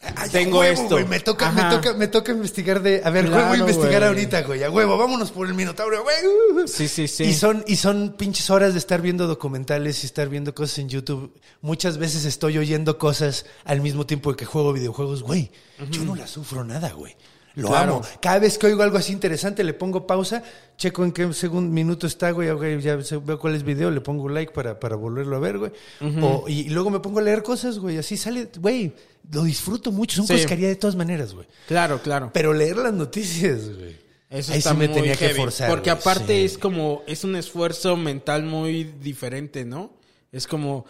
[SPEAKER 2] Ay, a
[SPEAKER 3] tengo
[SPEAKER 2] huevo,
[SPEAKER 3] esto.
[SPEAKER 2] güey, me toca, me
[SPEAKER 3] Ajá.
[SPEAKER 2] toca, me toca investigar de, a ver,
[SPEAKER 3] Claro,
[SPEAKER 2] huevo investigar
[SPEAKER 3] güey.
[SPEAKER 2] ahorita, güey, a huevo, vámonos por el minotauro, güey. uh, uh.
[SPEAKER 3] Sí, sí, sí.
[SPEAKER 2] Y son, y son pinches horas de estar viendo documentales y estar viendo cosas en YouTube. Muchas veces estoy oyendo cosas al mismo tiempo que juego videojuegos, güey. Yo no la sufro nada, güey. Lo
[SPEAKER 3] Claro.
[SPEAKER 2] amo. Cada vez que oigo algo así interesante, le pongo pausa, checo en qué segundo minuto está, güey, ah, güey, ya sé- veo cuál es video, le pongo like para, para volverlo a ver, güey. O- y, y luego me pongo a leer cosas, güey, así sale, güey, lo disfruto mucho, son
[SPEAKER 3] Sí.
[SPEAKER 2] cosas que haría de todas maneras, güey.
[SPEAKER 3] claro, claro.
[SPEAKER 2] Pero leer las noticias, güey.
[SPEAKER 3] Eso
[SPEAKER 2] ahí
[SPEAKER 3] está
[SPEAKER 2] sí me
[SPEAKER 3] muy
[SPEAKER 2] tenía que
[SPEAKER 3] heavy,
[SPEAKER 2] forzar.
[SPEAKER 3] Porque
[SPEAKER 2] güey,
[SPEAKER 3] aparte
[SPEAKER 2] sí.
[SPEAKER 3] es como, es un esfuerzo mental muy diferente, ¿no? Es como,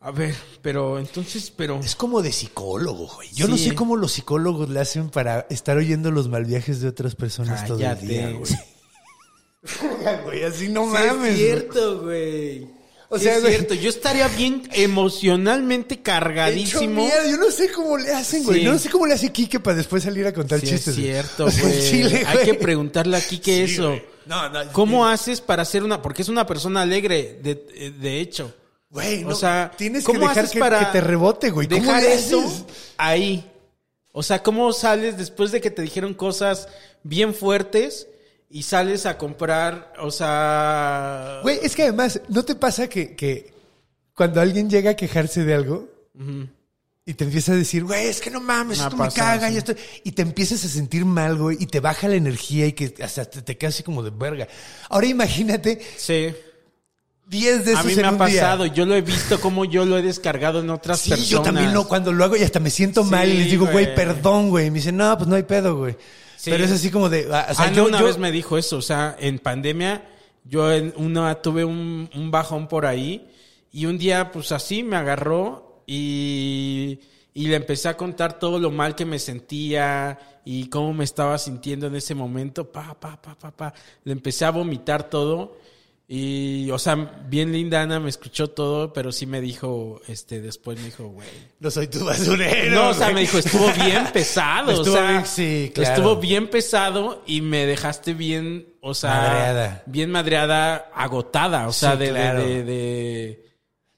[SPEAKER 3] a ver, pero entonces, pero...
[SPEAKER 2] Es como de psicólogo, güey. Yo no
[SPEAKER 3] Sí.
[SPEAKER 2] sé cómo los psicólogos le hacen para estar oyendo los mal viajes de otras personas todo el
[SPEAKER 3] Cállate.
[SPEAKER 2] día,
[SPEAKER 3] [LAUGHS]
[SPEAKER 2] güey. güey, así no
[SPEAKER 3] Sí,
[SPEAKER 2] mames.
[SPEAKER 3] es
[SPEAKER 2] güey.
[SPEAKER 3] cierto, güey.
[SPEAKER 2] O
[SPEAKER 3] O
[SPEAKER 2] sea,
[SPEAKER 3] es
[SPEAKER 2] güey.
[SPEAKER 3] cierto. Yo estaría bien emocionalmente
[SPEAKER 2] Hecho
[SPEAKER 3] cargadísimo.
[SPEAKER 2] mierda, yo no sé cómo le hacen, güey.
[SPEAKER 3] Sí.
[SPEAKER 2] Yo no sé cómo le hace Quique para después salir a contar
[SPEAKER 3] Sí,
[SPEAKER 2] chistes.
[SPEAKER 3] es
[SPEAKER 2] güey. [LAUGHS]
[SPEAKER 3] cierto,
[SPEAKER 2] O sea,
[SPEAKER 3] güey.
[SPEAKER 2] chile,
[SPEAKER 3] Hay
[SPEAKER 2] güey.
[SPEAKER 3] que preguntarle aquí qué
[SPEAKER 2] Sí,
[SPEAKER 3] eso.
[SPEAKER 2] güey. No, no,
[SPEAKER 3] ¿Cómo
[SPEAKER 2] sí.
[SPEAKER 3] haces para ser una? Porque es una persona alegre, de, de hecho.
[SPEAKER 2] Güey,
[SPEAKER 3] o
[SPEAKER 2] no,
[SPEAKER 3] sea,
[SPEAKER 2] tienes que
[SPEAKER 3] ¿cómo
[SPEAKER 2] dejar
[SPEAKER 3] haces
[SPEAKER 2] que,
[SPEAKER 3] para
[SPEAKER 2] que te rebote, güey. ¿Cómo
[SPEAKER 3] Dejar
[SPEAKER 2] le haces?
[SPEAKER 3] eso ahí. O sea, ¿cómo sales después de que te dijeron cosas bien fuertes y sales a comprar? O sea.
[SPEAKER 2] Güey, es que además, ¿no te pasa que, que cuando alguien llega a quejarse de algo y te empieza a decir, güey, es que no mames,
[SPEAKER 3] Me ha
[SPEAKER 2] esto
[SPEAKER 3] pasado,
[SPEAKER 2] me caga y
[SPEAKER 3] sí.
[SPEAKER 2] esto, y te empiezas a sentir mal, güey, y te baja la energía y que hasta te, te quedas así como de verga? Ahora imagínate
[SPEAKER 3] Sí.
[SPEAKER 2] 10 de esos
[SPEAKER 3] A mí
[SPEAKER 2] en
[SPEAKER 3] me ha
[SPEAKER 2] un día.
[SPEAKER 3] pasado. Yo lo he visto como yo lo he descargado en otras
[SPEAKER 2] Sí,
[SPEAKER 3] personas.
[SPEAKER 2] yo también lo, cuando lo hago y hasta me siento
[SPEAKER 3] Sí,
[SPEAKER 2] mal y les digo, güey,
[SPEAKER 3] güey.
[SPEAKER 2] perdón, güey. Y me dicen, no, pues no hay pedo, güey.
[SPEAKER 3] Sí.
[SPEAKER 2] Pero es así como de, ah, o sea,
[SPEAKER 3] Ana
[SPEAKER 2] yo,
[SPEAKER 3] una
[SPEAKER 2] yo-
[SPEAKER 3] vez me dijo eso, o sea, en pandemia yo en una tuve un, un bajón por ahí y un día pues así me agarró y, y le empecé a contar todo lo mal que me sentía y cómo me estaba sintiendo en ese momento, pa, pa, pa, pa, pa, le empecé a vomitar todo y, o sea, bien linda Ana me escuchó todo, pero sí me dijo, este, después me dijo, güey.
[SPEAKER 2] no soy tu basurero.
[SPEAKER 3] No, o sea,
[SPEAKER 2] güey.
[SPEAKER 3] me dijo, estuvo bien
[SPEAKER 2] [LAUGHS]
[SPEAKER 3] pesado.
[SPEAKER 2] Estuvo
[SPEAKER 3] o sea,
[SPEAKER 2] bien- sí, claro.
[SPEAKER 3] Estuvo bien pesado y me dejaste bien, o sea,
[SPEAKER 2] Madreada.
[SPEAKER 3] bien madreada, agotada, o sea,
[SPEAKER 2] Sí,
[SPEAKER 3] de, de-
[SPEAKER 2] claro.
[SPEAKER 3] de, de-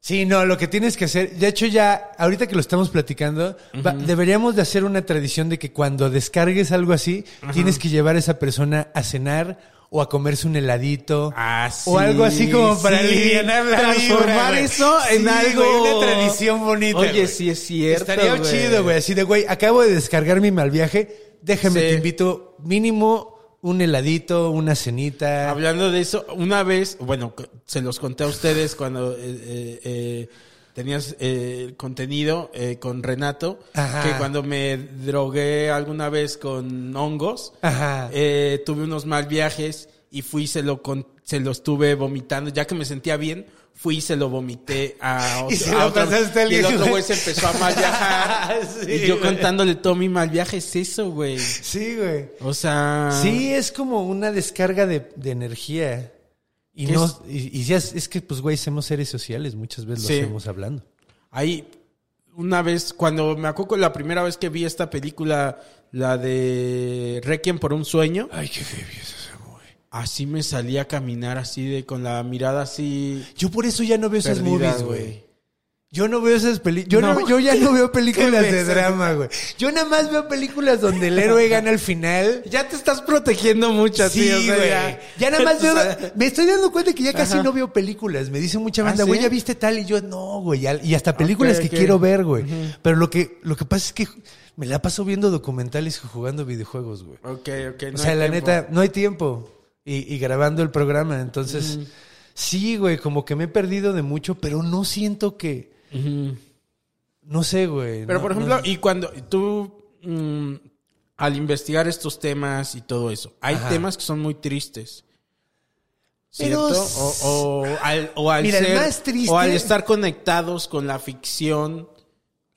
[SPEAKER 2] Sí, no, lo que tienes que hacer, de hecho ya, ahorita que lo estamos platicando, va- deberíamos de hacer una tradición de que cuando descargues algo así, tienes que llevar a esa persona a cenar o a comerse un heladito
[SPEAKER 3] Ah, sí,
[SPEAKER 2] o algo así como para
[SPEAKER 3] sí.
[SPEAKER 2] alivianar la vibra,
[SPEAKER 3] transformar
[SPEAKER 2] güey.
[SPEAKER 3] eso en
[SPEAKER 2] Sí,
[SPEAKER 3] algo.
[SPEAKER 2] güey, una tradición bonita.
[SPEAKER 3] Oye,
[SPEAKER 2] güey.
[SPEAKER 3] sí es cierto.
[SPEAKER 2] Estaría chido, güey, así de güey, acabo de descargar mi mal viaje, déjame
[SPEAKER 3] Sí.
[SPEAKER 2] te invito mínimo un heladito, una cenita.
[SPEAKER 3] Hablando de eso, una vez, bueno, c- se los conté a ustedes cuando eh, eh, eh, tenías eh, contenido eh, con Renato,
[SPEAKER 2] Ajá.
[SPEAKER 3] que cuando me drogué alguna vez con hongos,
[SPEAKER 2] Ajá.
[SPEAKER 3] eh, tuve unos mal viajes y fui, y se lo, con- se lo estuve vomitando, ya que me sentía bien. Fui y se lo vomité
[SPEAKER 2] [LAUGHS]
[SPEAKER 3] a otro.
[SPEAKER 2] Y se lo
[SPEAKER 3] a otro-
[SPEAKER 2] pasaste al
[SPEAKER 3] y el
[SPEAKER 2] güey.
[SPEAKER 3] otro güey se empezó a mal viajar.
[SPEAKER 2] [LAUGHS] Sí,
[SPEAKER 3] y yo
[SPEAKER 2] güey.
[SPEAKER 3] contándole todo mi mal viaje, es eso, güey.
[SPEAKER 2] Sí, güey.
[SPEAKER 3] O sea.
[SPEAKER 2] Sí, es como una descarga de, de energía. Y
[SPEAKER 3] ¿Qué
[SPEAKER 2] no,
[SPEAKER 3] es?
[SPEAKER 2] y, y ya es, es que, pues, güey, somos seres sociales, muchas veces lo
[SPEAKER 3] Sí.
[SPEAKER 2] hacemos hablando.
[SPEAKER 3] Ahí, una vez, cuando me acuerdo la primera vez que vi esta película, la de Requiem por un sueño,
[SPEAKER 2] Ay, qué feo es ese güey.
[SPEAKER 3] así me salí a caminar así de con la mirada así
[SPEAKER 2] Yo por eso ya no veo esas
[SPEAKER 3] perdida,
[SPEAKER 2] movies, güey. Yo no veo esas películas. Yo, no-
[SPEAKER 3] No.
[SPEAKER 2] yo ya no veo películas de
[SPEAKER 3] menso.
[SPEAKER 2] drama, güey. Yo nada más veo películas donde el
[SPEAKER 3] [LAUGHS]
[SPEAKER 2] héroe gana al final.
[SPEAKER 3] Ya te estás protegiendo mucho, así,
[SPEAKER 2] Sí,
[SPEAKER 3] o sea,
[SPEAKER 2] güey.
[SPEAKER 3] ya-
[SPEAKER 2] Ya nada más
[SPEAKER 3] [LAUGHS] o
[SPEAKER 2] veo.
[SPEAKER 3] sea,
[SPEAKER 2] Me estoy dando cuenta que ya casi
[SPEAKER 3] Ajá.
[SPEAKER 2] no veo películas. Me dice mucha
[SPEAKER 3] ¿Ah,
[SPEAKER 2] banda,
[SPEAKER 3] sí?
[SPEAKER 2] güey, ya viste tal. Y yo, no, güey. ya- Y hasta películas
[SPEAKER 3] Ok,
[SPEAKER 2] que
[SPEAKER 3] ok.
[SPEAKER 2] quiero ver, güey. Pero lo que, lo que pasa es que me la paso viendo documentales y jugando videojuegos, güey.
[SPEAKER 3] Ok, ok.
[SPEAKER 2] o
[SPEAKER 3] no
[SPEAKER 2] sea,
[SPEAKER 3] hay
[SPEAKER 2] la
[SPEAKER 3] tiempo.
[SPEAKER 2] neta, no hay tiempo. Y, y grabando el programa. Entonces, Sí, güey, como que me he perdido de mucho, pero no siento que. No sé, güey.
[SPEAKER 3] Pero
[SPEAKER 2] no-
[SPEAKER 3] por
[SPEAKER 2] no-
[SPEAKER 3] ejemplo, y cuando tú, mm, al investigar estos temas y todo eso, hay
[SPEAKER 2] Ajá.
[SPEAKER 3] temas que son muy tristes.
[SPEAKER 2] Pero
[SPEAKER 3] ¿Cierto? O, o al, o al
[SPEAKER 2] Mira, el
[SPEAKER 3] ser-
[SPEAKER 2] más triste-
[SPEAKER 3] o al estar conectados con la ficción,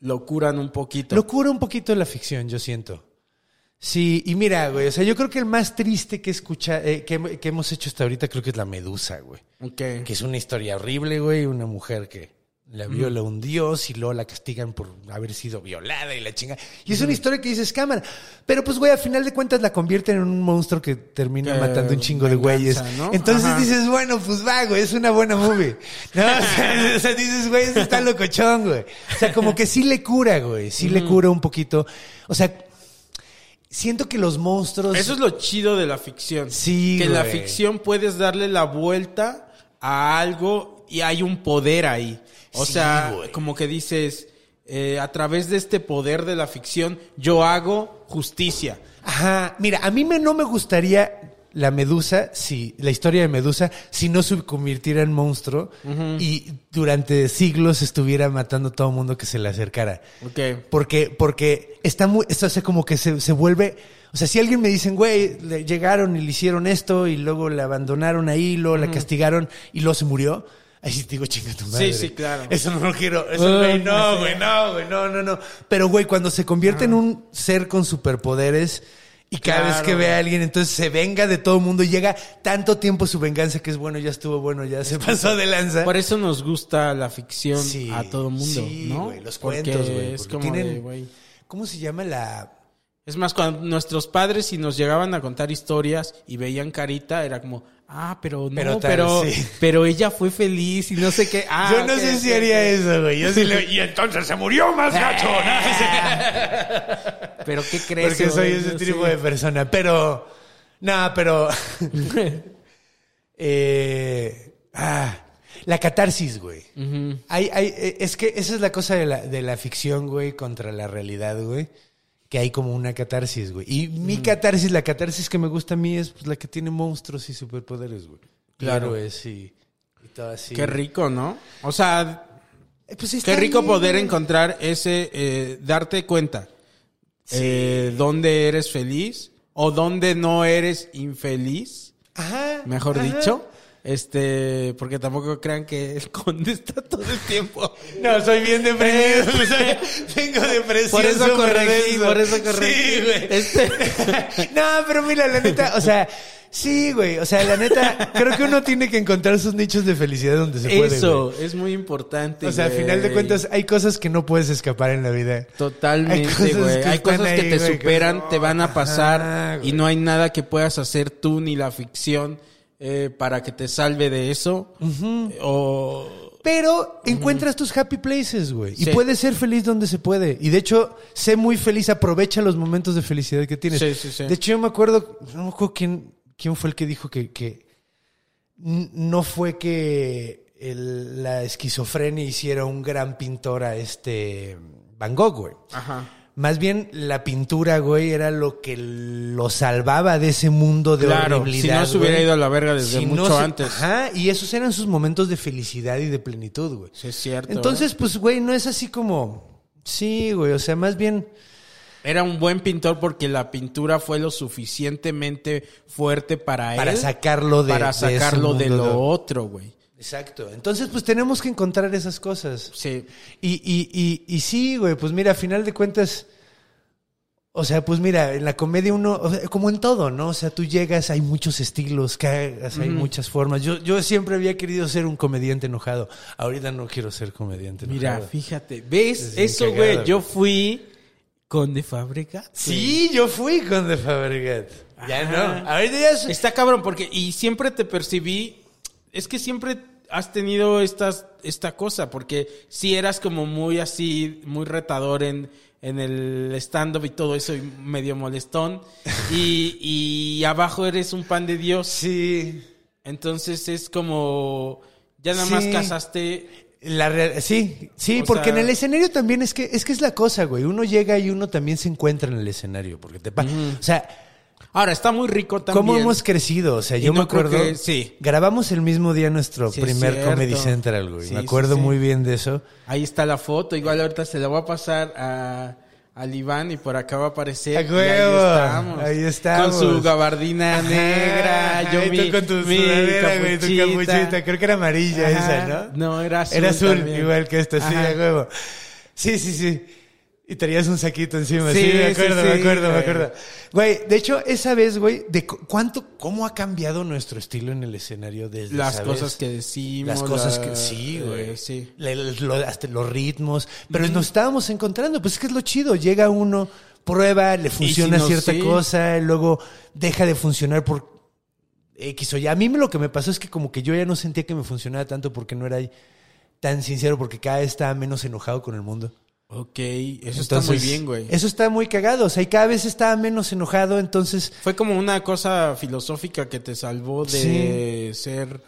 [SPEAKER 3] lo curan un poquito.
[SPEAKER 2] Lo cura un poquito la ficción, yo siento. Sí, y mira, güey, o sea, yo creo que el más triste que escucha, eh, que, hem- que hemos hecho hasta ahorita creo que es La Medusa, güey.
[SPEAKER 3] Ok.
[SPEAKER 2] Que es una historia horrible, güey, una mujer que la viola un dios y luego la castigan por haber sido violada y la chinga. Y es una historia que dices, cámara. Pero pues, güey, a final de cuentas la convierten en un monstruo que termina
[SPEAKER 3] Que
[SPEAKER 2] matando un chingo de
[SPEAKER 3] venganza,
[SPEAKER 2] güeyes.
[SPEAKER 3] ¿no?
[SPEAKER 2] Entonces
[SPEAKER 3] Ajá.
[SPEAKER 2] dices, bueno, pues va, güey, es una buena
[SPEAKER 3] [LAUGHS]
[SPEAKER 2] movie. No, [LAUGHS] o sea, o sea, dices, güey, eso está locochón, güey. O sea, como que sí le cura, güey, sí le cura un poquito. O sea, siento que los monstruos...
[SPEAKER 3] Eso es lo chido de la ficción.
[SPEAKER 2] Sí,
[SPEAKER 3] Que en la
[SPEAKER 2] güey.
[SPEAKER 3] ficción puedes darle la vuelta a algo y hay un poder ahí. O
[SPEAKER 2] Sí,
[SPEAKER 3] sea,
[SPEAKER 2] güey.
[SPEAKER 3] como que dices, eh, a través de este poder de la ficción, yo hago justicia.
[SPEAKER 2] Ajá. Mira, a mí me- no me gustaría la Medusa, si la historia de Medusa, si no se convirtiera en monstruo y durante siglos estuviera matando a todo el mundo que se le acercara.
[SPEAKER 3] Ok.
[SPEAKER 2] Porque, porque está muy, esto hace como que se, se vuelve, o sea, si alguien me dicen, güey, le llegaron y le hicieron esto y luego la abandonaron ahí, luego la castigaron y luego se murió. Ahí sí te digo, chinga tu madre.
[SPEAKER 3] sí, claro.
[SPEAKER 2] Eso no lo quiero. Eso, güey, no, güey, no, güey, no, no, no. Pero, güey, cuando se convierte en un ser con superpoderes y cada vez
[SPEAKER 3] Ah. Claro.
[SPEAKER 2] que ve a alguien, entonces se venga de todo el mundo y llega tanto tiempo su venganza que es bueno, ya estuvo bueno, ya se pasó de lanza.
[SPEAKER 3] Por e eso nos gusta la ficción
[SPEAKER 2] ¿Eh? Sí,
[SPEAKER 3] a todo mundo,
[SPEAKER 2] sí,
[SPEAKER 3] ¿no?
[SPEAKER 2] güey, los
[SPEAKER 3] Porque
[SPEAKER 2] cuentos, güey,
[SPEAKER 3] Es
[SPEAKER 2] porque
[SPEAKER 3] como
[SPEAKER 2] tienen-
[SPEAKER 3] de, güey.
[SPEAKER 2] ¿Cómo se llama la...?
[SPEAKER 3] Es más, cuando nuestros padres si nos llegaban a contar historias y veían carita, era como, ah, pero no,
[SPEAKER 2] Pero
[SPEAKER 3] pero,
[SPEAKER 2] tal,
[SPEAKER 3] pero,
[SPEAKER 2] sí.
[SPEAKER 3] ella fue feliz y no sé qué.
[SPEAKER 2] [LAUGHS]
[SPEAKER 3] Ah,
[SPEAKER 2] Yo no
[SPEAKER 3] ok,
[SPEAKER 2] sé
[SPEAKER 3] ok,
[SPEAKER 2] si haría
[SPEAKER 3] ok.
[SPEAKER 2] eso, güey. Yo sí le...
[SPEAKER 4] Y entonces se murió más gacho.
[SPEAKER 3] Pero ¿qué crees?
[SPEAKER 2] Porque soy
[SPEAKER 3] güey?
[SPEAKER 2] ese
[SPEAKER 3] No
[SPEAKER 2] tipo
[SPEAKER 3] sé.
[SPEAKER 2] de persona. Pero. Nada,
[SPEAKER 3] [LAUGHS]
[SPEAKER 2] pero. eh, ah, la catarsis, güey. Hay- hay- eh, es que esa es la cosa de la, de la ficción, güey, contra la realidad, güey. Que hay como una catarsis, güey. Y mi catarsis, la catarsis que me gusta a mí es pues, la que tiene monstruos y superpoderes, güey.
[SPEAKER 3] Claro.
[SPEAKER 2] Claro, es y, y todo así.
[SPEAKER 3] Qué rico, ¿no? O sea,
[SPEAKER 2] Eh, pues, está
[SPEAKER 3] qué rico
[SPEAKER 2] bien,
[SPEAKER 3] poder
[SPEAKER 2] güey.
[SPEAKER 3] encontrar ese, eh, darte cuenta eh, dónde eres feliz o dónde no eres infeliz.
[SPEAKER 2] Ajá,
[SPEAKER 3] mejor
[SPEAKER 2] ajá.
[SPEAKER 3] dicho. Este, porque tampoco crean que el conde está todo el tiempo.
[SPEAKER 2] No, soy bien
[SPEAKER 3] [LAUGHS]
[SPEAKER 2] deprimido. Tengo depresión.
[SPEAKER 3] Por eso
[SPEAKER 2] súper
[SPEAKER 3] corregí,
[SPEAKER 2] denso.
[SPEAKER 3] por eso corregí.
[SPEAKER 2] Sí, güey.
[SPEAKER 3] Este- [LAUGHS]
[SPEAKER 2] no, pero mira, la neta, o sea, sí, güey. O sea, la neta, creo que uno tiene que encontrar sus nichos de felicidad donde se puede.
[SPEAKER 3] Eso
[SPEAKER 2] güey.
[SPEAKER 3] es muy importante.
[SPEAKER 2] O sea, al
[SPEAKER 3] güey.
[SPEAKER 2] final de cuentas, hay cosas que no puedes escapar en la vida. Hay
[SPEAKER 3] Totalmente,
[SPEAKER 2] cosas
[SPEAKER 3] güey.
[SPEAKER 2] que
[SPEAKER 3] Hay
[SPEAKER 2] están
[SPEAKER 3] cosas que
[SPEAKER 2] ahí,
[SPEAKER 3] te
[SPEAKER 2] güey, que-
[SPEAKER 3] superan, te van a
[SPEAKER 2] Ajá,
[SPEAKER 3] pasar y
[SPEAKER 2] güey.
[SPEAKER 3] no hay nada que puedas hacer tú ni la ficción eh, para que te salve de eso. O
[SPEAKER 2] Pero encuentras tus happy places, güey. Y
[SPEAKER 3] Sí.
[SPEAKER 2] puedes ser feliz donde se puede. Y de hecho, sé muy feliz, aprovecha los momentos de felicidad que tienes.
[SPEAKER 3] Sí, sí, sí.
[SPEAKER 2] De hecho, yo me acuerdo, no me acuerdo quién, quién fue el que dijo que, que n- no fue que el- la esquizofrenia hiciera un gran pintor a este Van Gogh, güey.
[SPEAKER 3] Ajá.
[SPEAKER 2] Más bien la pintura, güey, era lo que lo salvaba de ese mundo de
[SPEAKER 3] Claro,
[SPEAKER 2] horribilidad.
[SPEAKER 3] si no se hubiera
[SPEAKER 2] güey.
[SPEAKER 3] ido a la verga desde
[SPEAKER 2] Si no
[SPEAKER 3] mucho
[SPEAKER 2] se-
[SPEAKER 3] antes.
[SPEAKER 2] Ajá, y esos eran sus momentos de felicidad y de plenitud, güey.
[SPEAKER 3] Sí, es cierto. ¿eh?
[SPEAKER 2] Entonces, pues, güey, no es así como. Sí, güey, o sea, más bien.
[SPEAKER 3] Era un buen pintor porque la pintura fue lo suficientemente fuerte para,
[SPEAKER 2] Para
[SPEAKER 3] él.
[SPEAKER 2] sacarlo de- de
[SPEAKER 3] Para
[SPEAKER 2] ese
[SPEAKER 3] sacarlo de,
[SPEAKER 2] mundo
[SPEAKER 3] lo
[SPEAKER 2] de-
[SPEAKER 3] otro, güey.
[SPEAKER 2] Exacto. Entonces, pues tenemos que encontrar esas cosas.
[SPEAKER 3] Sí.
[SPEAKER 2] Y, y, y, y sí, güey, pues mira, a final de cuentas. O sea, pues mira, en la comedia uno, o sea, como en todo, ¿no? O sea, tú llegas, hay muchos estilos, cagas, hay muchas formas. Yo, yo siempre había querido ser un comediante enojado. Ahorita no quiero ser comediante
[SPEAKER 3] Mira,
[SPEAKER 2] enojado.
[SPEAKER 3] fíjate. ¿Ves?
[SPEAKER 2] Es bien
[SPEAKER 3] Eso,
[SPEAKER 2] cagado,
[SPEAKER 3] güey. Yo
[SPEAKER 2] güey.
[SPEAKER 3] fui con de fábrica.
[SPEAKER 2] Sí, yo fui con The Fabregat. Ya
[SPEAKER 3] Ajá.
[SPEAKER 2] no. Ahorita ya soy-
[SPEAKER 3] Está cabrón porque y siempre te percibí es que siempre has tenido estas esta cosa porque si eras como muy así muy retador en en el stand up y todo eso y medio
[SPEAKER 2] [LAUGHS]
[SPEAKER 3] molestón y y abajo eres un pan de Dios.
[SPEAKER 2] Sí.
[SPEAKER 3] Entonces es como ya nada más
[SPEAKER 2] Sí.
[SPEAKER 3] casaste
[SPEAKER 2] La real- sí, sí,
[SPEAKER 3] O
[SPEAKER 2] porque
[SPEAKER 3] sea-
[SPEAKER 2] en el escenario también es que es que es la cosa, güey. Uno llega y uno también se encuentra en el escenario, porque te pa- o sea,
[SPEAKER 3] Ahora, está muy rico también.
[SPEAKER 2] ¿Cómo hemos crecido? O sea,
[SPEAKER 3] Y
[SPEAKER 2] yo me
[SPEAKER 3] no creo
[SPEAKER 2] acuerdo.
[SPEAKER 3] que- sí.
[SPEAKER 2] Grabamos el mismo día nuestro
[SPEAKER 3] Sí, es
[SPEAKER 2] primer
[SPEAKER 3] cierto.
[SPEAKER 2] Comedy Central, güey.
[SPEAKER 3] Sí,
[SPEAKER 2] me
[SPEAKER 3] sí,
[SPEAKER 2] acuerdo
[SPEAKER 3] sí.
[SPEAKER 2] muy bien de eso.
[SPEAKER 3] Ahí está la foto. Igual ahorita se la voy a pasar a, al Iván y por acá va a aparecer.
[SPEAKER 2] ¡A
[SPEAKER 3] Y
[SPEAKER 2] huevo! Ahí estamos.
[SPEAKER 3] Con su gabardina
[SPEAKER 2] Ajá,
[SPEAKER 3] negra.
[SPEAKER 2] ajá,
[SPEAKER 3] Yo
[SPEAKER 2] y tú
[SPEAKER 3] mi-
[SPEAKER 2] con tu
[SPEAKER 3] mi
[SPEAKER 2] sudadera, güey, tu
[SPEAKER 3] capuchita.
[SPEAKER 2] capuchita. Creo que era amarilla
[SPEAKER 3] Ajá.
[SPEAKER 2] esa, ¿no?
[SPEAKER 3] No, era azul
[SPEAKER 2] Era azul,
[SPEAKER 3] también.
[SPEAKER 2] igual que esta, sí,
[SPEAKER 3] Ajá.
[SPEAKER 2] a huevo. Sí, sí, sí. Y traías un saquito encima, sí,
[SPEAKER 3] Sí,
[SPEAKER 2] me
[SPEAKER 3] sí,
[SPEAKER 2] acuerdo,
[SPEAKER 3] sí,
[SPEAKER 2] me acuerdo, me
[SPEAKER 3] güey.
[SPEAKER 2] acuerdo. Güey, de hecho, esa vez, güey, de cu- cuánto, cómo ha cambiado nuestro estilo en el escenario desde
[SPEAKER 3] Las
[SPEAKER 2] esa
[SPEAKER 3] cosas
[SPEAKER 2] vez?
[SPEAKER 3] que decimos.
[SPEAKER 2] Las cosas
[SPEAKER 3] la-
[SPEAKER 2] que sí, güey.
[SPEAKER 3] eh, sí.
[SPEAKER 2] La- la- lo- hasta los ritmos. Pero nos estábamos encontrando. Pues es que es lo chido. Llega uno, prueba, le funciona
[SPEAKER 3] no,
[SPEAKER 2] cierta
[SPEAKER 3] sí.
[SPEAKER 2] cosa, luego deja de funcionar por X o Y. A mí me- lo que me pasó es que como que yo ya no sentía que me funcionaba tanto porque no era tan sincero, porque cada vez estaba menos enojado con el mundo.
[SPEAKER 3] Ok, eso está muy
[SPEAKER 2] Entonces,
[SPEAKER 3] bien, güey.
[SPEAKER 2] Eso está muy cagado. O sea, y cada vez estaba menos enojado, entonces...
[SPEAKER 3] Fue como una cosa filosófica que te salvó de ser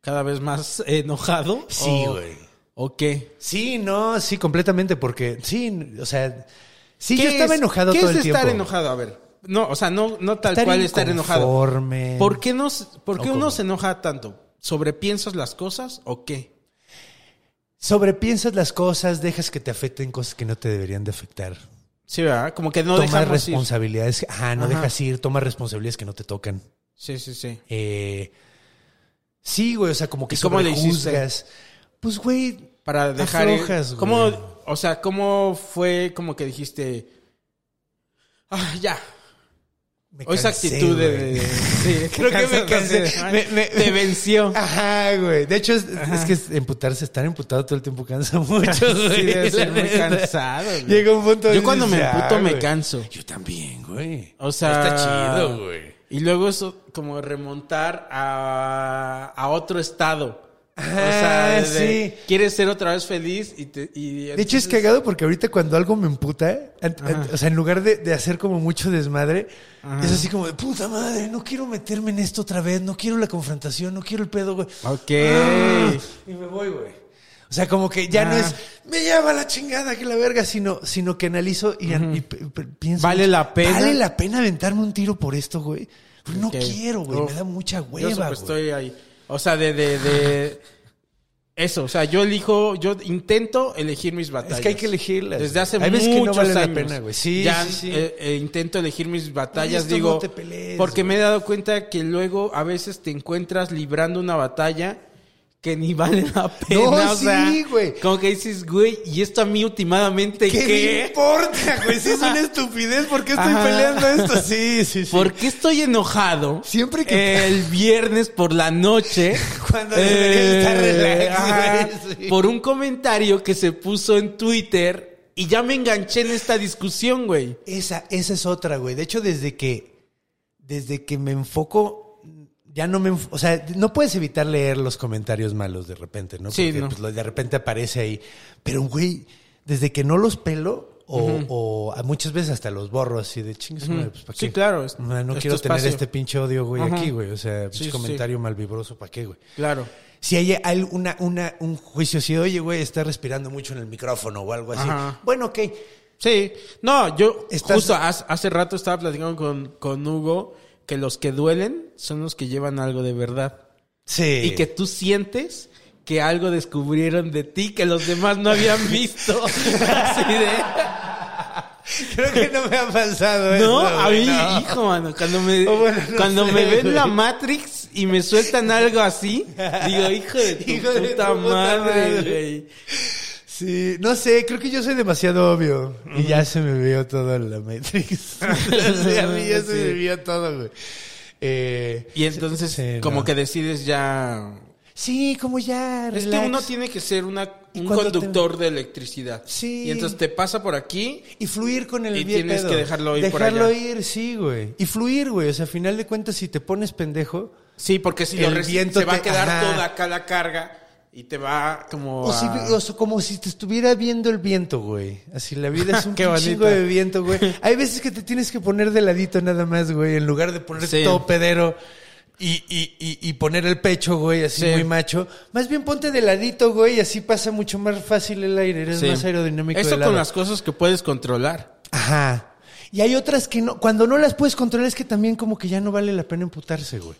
[SPEAKER 3] cada vez más enojado.
[SPEAKER 2] Sí,
[SPEAKER 3] ¿o-
[SPEAKER 2] güey.
[SPEAKER 3] ¿O qué?
[SPEAKER 2] Sí, no, sí, completamente, porque sí, o sea... Sí,
[SPEAKER 3] ¿Qué
[SPEAKER 2] yo estaba
[SPEAKER 3] es-
[SPEAKER 2] enojado
[SPEAKER 3] ¿qué
[SPEAKER 2] todo
[SPEAKER 3] es
[SPEAKER 2] el tiempo.
[SPEAKER 3] estar enojado? A ver. No, o sea, no, no tal
[SPEAKER 2] Estar
[SPEAKER 3] cual estar enojado.
[SPEAKER 2] inconforme.
[SPEAKER 3] ¿Por qué, nos, por qué
[SPEAKER 2] ¿O
[SPEAKER 3] uno
[SPEAKER 2] cómo?
[SPEAKER 3] se enoja tanto? ¿Sobrepiensas las cosas o qué?
[SPEAKER 2] Sobrepiensas las cosas, dejas que te afecten cosas que no te deberían de afectar.
[SPEAKER 3] Sí, ¿verdad? Como que no
[SPEAKER 2] tomas
[SPEAKER 3] dejamos ir.
[SPEAKER 2] responsabilidades, ajá, no
[SPEAKER 3] Ajá.
[SPEAKER 2] dejas ir, tomas responsabilidades que no te tocan.
[SPEAKER 3] Sí, sí, sí.
[SPEAKER 2] Eh, sí, güey, o sea, como que
[SPEAKER 3] ¿Y cómo le hiciste?
[SPEAKER 2] sobrejuzgas. Pues, güey,
[SPEAKER 3] Para dejar... ir-
[SPEAKER 2] Aflojas, güey.
[SPEAKER 3] ¿Cómo, o sea, ¿cómo fue como que dijiste... Ah, ya.
[SPEAKER 2] me
[SPEAKER 3] O esa
[SPEAKER 2] cansé,
[SPEAKER 3] actitud de...
[SPEAKER 2] güey.
[SPEAKER 3] de- sí,
[SPEAKER 2] [LAUGHS] Creo que me
[SPEAKER 3] cansa-
[SPEAKER 2] cansé.
[SPEAKER 3] Ay,
[SPEAKER 2] Me- me-
[SPEAKER 3] te venció.
[SPEAKER 2] [LAUGHS] Ajá, güey. De hecho, es, es que emputarse, estar emputado todo el tiempo cansa [LAUGHS] mucho, güey.
[SPEAKER 3] [LAUGHS] Sí, debe ser
[SPEAKER 2] La
[SPEAKER 3] muy
[SPEAKER 2] neta.
[SPEAKER 3] cansado. güey.
[SPEAKER 2] Llega un punto
[SPEAKER 3] Yo
[SPEAKER 2] donde
[SPEAKER 3] cuando me
[SPEAKER 2] dices, "Ya,
[SPEAKER 3] emputo me
[SPEAKER 2] güey".
[SPEAKER 3] canso.
[SPEAKER 2] Yo también, güey.
[SPEAKER 3] O sea,
[SPEAKER 2] Está chido, güey.
[SPEAKER 3] Y luego eso como remontar a, a otro estado.
[SPEAKER 2] Ah,
[SPEAKER 3] o sea, de-
[SPEAKER 2] sí.
[SPEAKER 3] quieres ser otra vez feliz y te y
[SPEAKER 2] De hecho, es cagado porque ahorita cuando algo me emputa, an- an-
[SPEAKER 3] Ajá.
[SPEAKER 2] o sea, en lugar de, de hacer como mucho desmadre, es así como de puta madre, no quiero meterme en esto otra vez, no quiero la confrontación, no quiero el pedo, güey.
[SPEAKER 3] Ok.
[SPEAKER 2] Ah, y me voy, güey. O sea, como que ya no
[SPEAKER 3] Ah.
[SPEAKER 2] es me lleva la chingada que la verga, sino, sino que analizo y, an- y pe- pe- pienso.
[SPEAKER 3] ¿Vale la pena?
[SPEAKER 2] ¿Vale la pena aventarme un tiro por esto, güey? Pues No
[SPEAKER 3] Ok.
[SPEAKER 2] quiero, güey.
[SPEAKER 3] Uf.
[SPEAKER 2] Me da mucha
[SPEAKER 3] Yo
[SPEAKER 2] hueva,
[SPEAKER 3] súper
[SPEAKER 2] güey.
[SPEAKER 3] estoy ahí. O sea, de,
[SPEAKER 2] [LAUGHS]
[SPEAKER 3] de, de- eso, o sea, yo elijo, yo intento elegir mis batallas.
[SPEAKER 2] Es que hay que elegirlas.
[SPEAKER 3] Desde hace
[SPEAKER 2] Hay veces
[SPEAKER 3] muchos
[SPEAKER 2] que no vale la
[SPEAKER 3] años.
[SPEAKER 2] pena, güey. Sí,
[SPEAKER 3] ya
[SPEAKER 2] sí, sí.
[SPEAKER 3] eh, eh, intento elegir mis batallas,
[SPEAKER 2] Con esto
[SPEAKER 3] digo,
[SPEAKER 2] no te pelees,
[SPEAKER 3] porque
[SPEAKER 2] güey.
[SPEAKER 3] me he dado cuenta que luego a veces te encuentras librando una batalla que ni vale la pena,
[SPEAKER 2] [LAUGHS] No,
[SPEAKER 3] o
[SPEAKER 2] sí,
[SPEAKER 3] sea,
[SPEAKER 2] güey.
[SPEAKER 3] como que dices, güey, y esto a mí últimamente
[SPEAKER 2] ¿Qué,
[SPEAKER 3] qué,
[SPEAKER 2] me importa, güey? Si es
[SPEAKER 3] [LAUGHS]
[SPEAKER 2] una estupidez, ¿por qué estoy
[SPEAKER 3] Ajá.
[SPEAKER 2] peleando esto? Sí, sí, sí.
[SPEAKER 3] ¿Por qué estoy enojado?
[SPEAKER 2] Siempre que- [LAUGHS]
[SPEAKER 3] el viernes por la noche Eh,
[SPEAKER 2] Cuando debería estar relax, güey, sí.
[SPEAKER 3] por un comentario que se puso en Twitter y ya me enganché en esta discusión, güey.
[SPEAKER 2] Esa, esa es otra, güey. De hecho, desde que, desde que me enfoco, ya no me, enf- o sea, no puedes evitar leer los comentarios malos de repente, ¿no?
[SPEAKER 3] Sí,
[SPEAKER 2] Porque,
[SPEAKER 3] no.
[SPEAKER 2] pues, lo- de repente aparece ahí. Pero, güey, desde que no los pelo o, o a muchas veces hasta los borro así de chingues, madre, pues, ¿para
[SPEAKER 3] Sí,
[SPEAKER 2] qué?
[SPEAKER 3] claro, es-
[SPEAKER 2] No, no
[SPEAKER 3] es
[SPEAKER 2] quiero
[SPEAKER 3] tu
[SPEAKER 2] tener
[SPEAKER 3] espacio.
[SPEAKER 2] este pinche odio, güey,
[SPEAKER 3] Ajá.
[SPEAKER 2] aquí, güey. O sea, pinche
[SPEAKER 3] sí, sí.
[SPEAKER 2] comentario malvibroso, ¿para qué, güey?
[SPEAKER 3] Claro.
[SPEAKER 2] Si hay al- una, una- un juicio así, oye, güey, está respirando mucho en el micrófono o algo así.
[SPEAKER 3] Ajá.
[SPEAKER 2] Bueno, ok.
[SPEAKER 3] Sí. No, yo
[SPEAKER 2] Estás-
[SPEAKER 3] justo hace, hace rato estaba platicando con, con Hugo que los que duelen son los que llevan algo de verdad.
[SPEAKER 2] Sí.
[SPEAKER 3] Y que tú sientes que algo descubrieron de ti que los demás no habían visto. [LAUGHS] Así de...
[SPEAKER 2] Creo que no me ha pasado eso.
[SPEAKER 3] No, a
[SPEAKER 2] güey,
[SPEAKER 3] mí,
[SPEAKER 2] no.
[SPEAKER 3] hijo, mano, cuando me,
[SPEAKER 2] O [LAUGHS] bueno, no
[SPEAKER 3] cuando
[SPEAKER 2] sé,
[SPEAKER 3] me ven
[SPEAKER 2] güey.
[SPEAKER 3] la Matrix y me sueltan algo así, digo, hijo de tu
[SPEAKER 2] Hijo de tu
[SPEAKER 3] puta
[SPEAKER 2] puta
[SPEAKER 3] madre,
[SPEAKER 2] madre.
[SPEAKER 3] güey.
[SPEAKER 2] Sí, no sé, creo que yo soy demasiado obvio. Y ya se me vio todo en la Matrix. [LAUGHS] Sí, a mí ya se me
[SPEAKER 3] Sí.
[SPEAKER 2] vio todo, güey. Eh,
[SPEAKER 3] Y entonces,
[SPEAKER 2] Sí,
[SPEAKER 3] como
[SPEAKER 2] no.
[SPEAKER 3] que decides ya.
[SPEAKER 2] sí, como ya.
[SPEAKER 3] Es que
[SPEAKER 2] relax.
[SPEAKER 3] Este uno tiene que ser una,
[SPEAKER 2] Y
[SPEAKER 3] un
[SPEAKER 2] cuando te-
[SPEAKER 3] conductor de electricidad.
[SPEAKER 2] Sí.
[SPEAKER 3] Y entonces te pasa por aquí.
[SPEAKER 2] Y fluir con el
[SPEAKER 3] Y
[SPEAKER 2] bien
[SPEAKER 3] tienes
[SPEAKER 2] pedo.
[SPEAKER 3] que dejarlo ir por
[SPEAKER 2] Dejarlo
[SPEAKER 3] allá.
[SPEAKER 2] ir, sí, güey. Y fluir, güey. O sea, a final de cuentas, si te pones pendejo.
[SPEAKER 3] Sí, porque si lo
[SPEAKER 2] El
[SPEAKER 3] reci-
[SPEAKER 2] viento
[SPEAKER 3] se va a
[SPEAKER 2] te-
[SPEAKER 3] quedar
[SPEAKER 2] ajá.
[SPEAKER 3] toda acá la carga y te va como.
[SPEAKER 2] O, si-
[SPEAKER 3] a-
[SPEAKER 2] o so- como si te estuviera viendo el viento, güey. Así la vida
[SPEAKER 3] [LAUGHS]
[SPEAKER 2] es un
[SPEAKER 3] Qué bonito.
[SPEAKER 2] chingo de viento,
[SPEAKER 3] [LAUGHS]
[SPEAKER 2] güey. Hay veces que te tienes que poner de ladito nada más, güey, en lugar de poner
[SPEAKER 3] Sí.
[SPEAKER 2] todo pedero y, y- y- y poner el pecho, güey, así
[SPEAKER 3] Sí.
[SPEAKER 2] muy macho. Más bien ponte de ladito, güey, y así pasa mucho más fácil el aire. Eres
[SPEAKER 3] Sí.
[SPEAKER 2] más aerodinámico.
[SPEAKER 3] Eso
[SPEAKER 2] de
[SPEAKER 3] con
[SPEAKER 2] lado.
[SPEAKER 3] las cosas que puedes controlar.
[SPEAKER 2] Ajá. Y hay otras que no, cuando no las puedes controlar es que también como que ya no vale la pena emputarse, güey.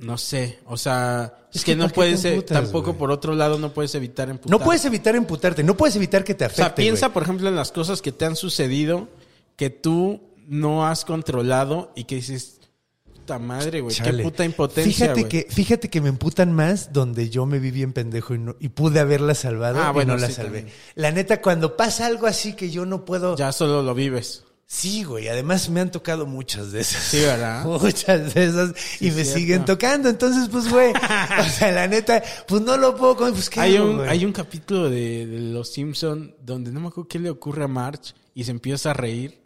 [SPEAKER 3] No sé, o sea,
[SPEAKER 2] Es
[SPEAKER 3] es
[SPEAKER 2] que
[SPEAKER 3] que,
[SPEAKER 2] ¿para
[SPEAKER 3] no
[SPEAKER 2] qué
[SPEAKER 3] puedes,
[SPEAKER 2] te
[SPEAKER 3] eh,
[SPEAKER 2] emputas,
[SPEAKER 3] tampoco
[SPEAKER 2] güey?
[SPEAKER 3] por otro lado no puedes evitar emputar.
[SPEAKER 2] No puedes evitar emputarte, no puedes evitar que te
[SPEAKER 3] O
[SPEAKER 2] afecte.
[SPEAKER 3] sea, piensa,
[SPEAKER 2] güey.
[SPEAKER 3] por ejemplo, en las cosas que te han sucedido que tú no has controlado y que dices, puta madre, güey, qué
[SPEAKER 2] Chale.
[SPEAKER 3] puta impotencia,
[SPEAKER 2] Fíjate
[SPEAKER 3] güey".
[SPEAKER 2] que, fíjate que me emputan más donde yo me vi bien pendejo y, no- y pude haberla salvado
[SPEAKER 3] Ah,
[SPEAKER 2] y
[SPEAKER 3] bueno,
[SPEAKER 2] no la
[SPEAKER 3] sí,
[SPEAKER 2] salvé.
[SPEAKER 3] también.
[SPEAKER 2] La neta, cuando pasa algo así que yo no puedo.
[SPEAKER 3] ya solo lo vives.
[SPEAKER 2] Sí, güey. Además me han tocado muchas de esas.
[SPEAKER 3] Sí,
[SPEAKER 2] [LAUGHS]
[SPEAKER 3] ¿verdad?
[SPEAKER 2] Muchas de esas. y
[SPEAKER 3] es
[SPEAKER 2] me
[SPEAKER 3] cierto.
[SPEAKER 2] siguen tocando. Entonces, pues,
[SPEAKER 3] [LAUGHS]
[SPEAKER 2] güey. o sea, la neta, pues no lo puedo. con- Pues, ¿qué
[SPEAKER 3] Hay
[SPEAKER 2] hago,
[SPEAKER 3] un,
[SPEAKER 2] güey?
[SPEAKER 3] hay un capítulo de, de Los Simpson donde no me acuerdo qué le ocurre a March y se empieza a reír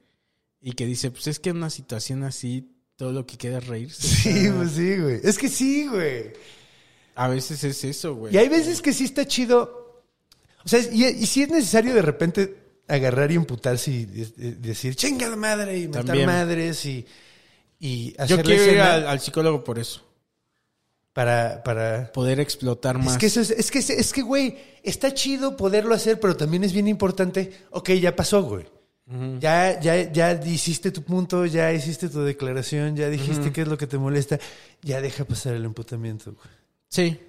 [SPEAKER 3] y que dice, pues es que en una situación así, todo lo que queda es reírse. [LAUGHS]
[SPEAKER 2] Sí,
[SPEAKER 3] O sea,
[SPEAKER 2] pues sí, güey. Es que sí, güey.
[SPEAKER 3] A veces es eso, güey.
[SPEAKER 2] Y hay veces que sí está chido. O sea, y, y sí es necesario de repente agarrar y imputarse y de- de- decir, chinga la madre y matar
[SPEAKER 3] También.
[SPEAKER 2] madres y, y hacer
[SPEAKER 3] Yo
[SPEAKER 2] la
[SPEAKER 3] quiero ir
[SPEAKER 2] escena
[SPEAKER 3] al, al psicólogo por eso.
[SPEAKER 2] para... para...
[SPEAKER 3] Poder explotar más.
[SPEAKER 2] Es que, eso es, es que, es que, güey, está chido poderlo hacer, pero también es bien importante. Ok, ya pasó, güey. Ya, ya, ya hiciste tu punto, ya hiciste tu declaración, ya dijiste qué es lo que te molesta. Ya deja pasar el emputamiento, güey.
[SPEAKER 3] Sí.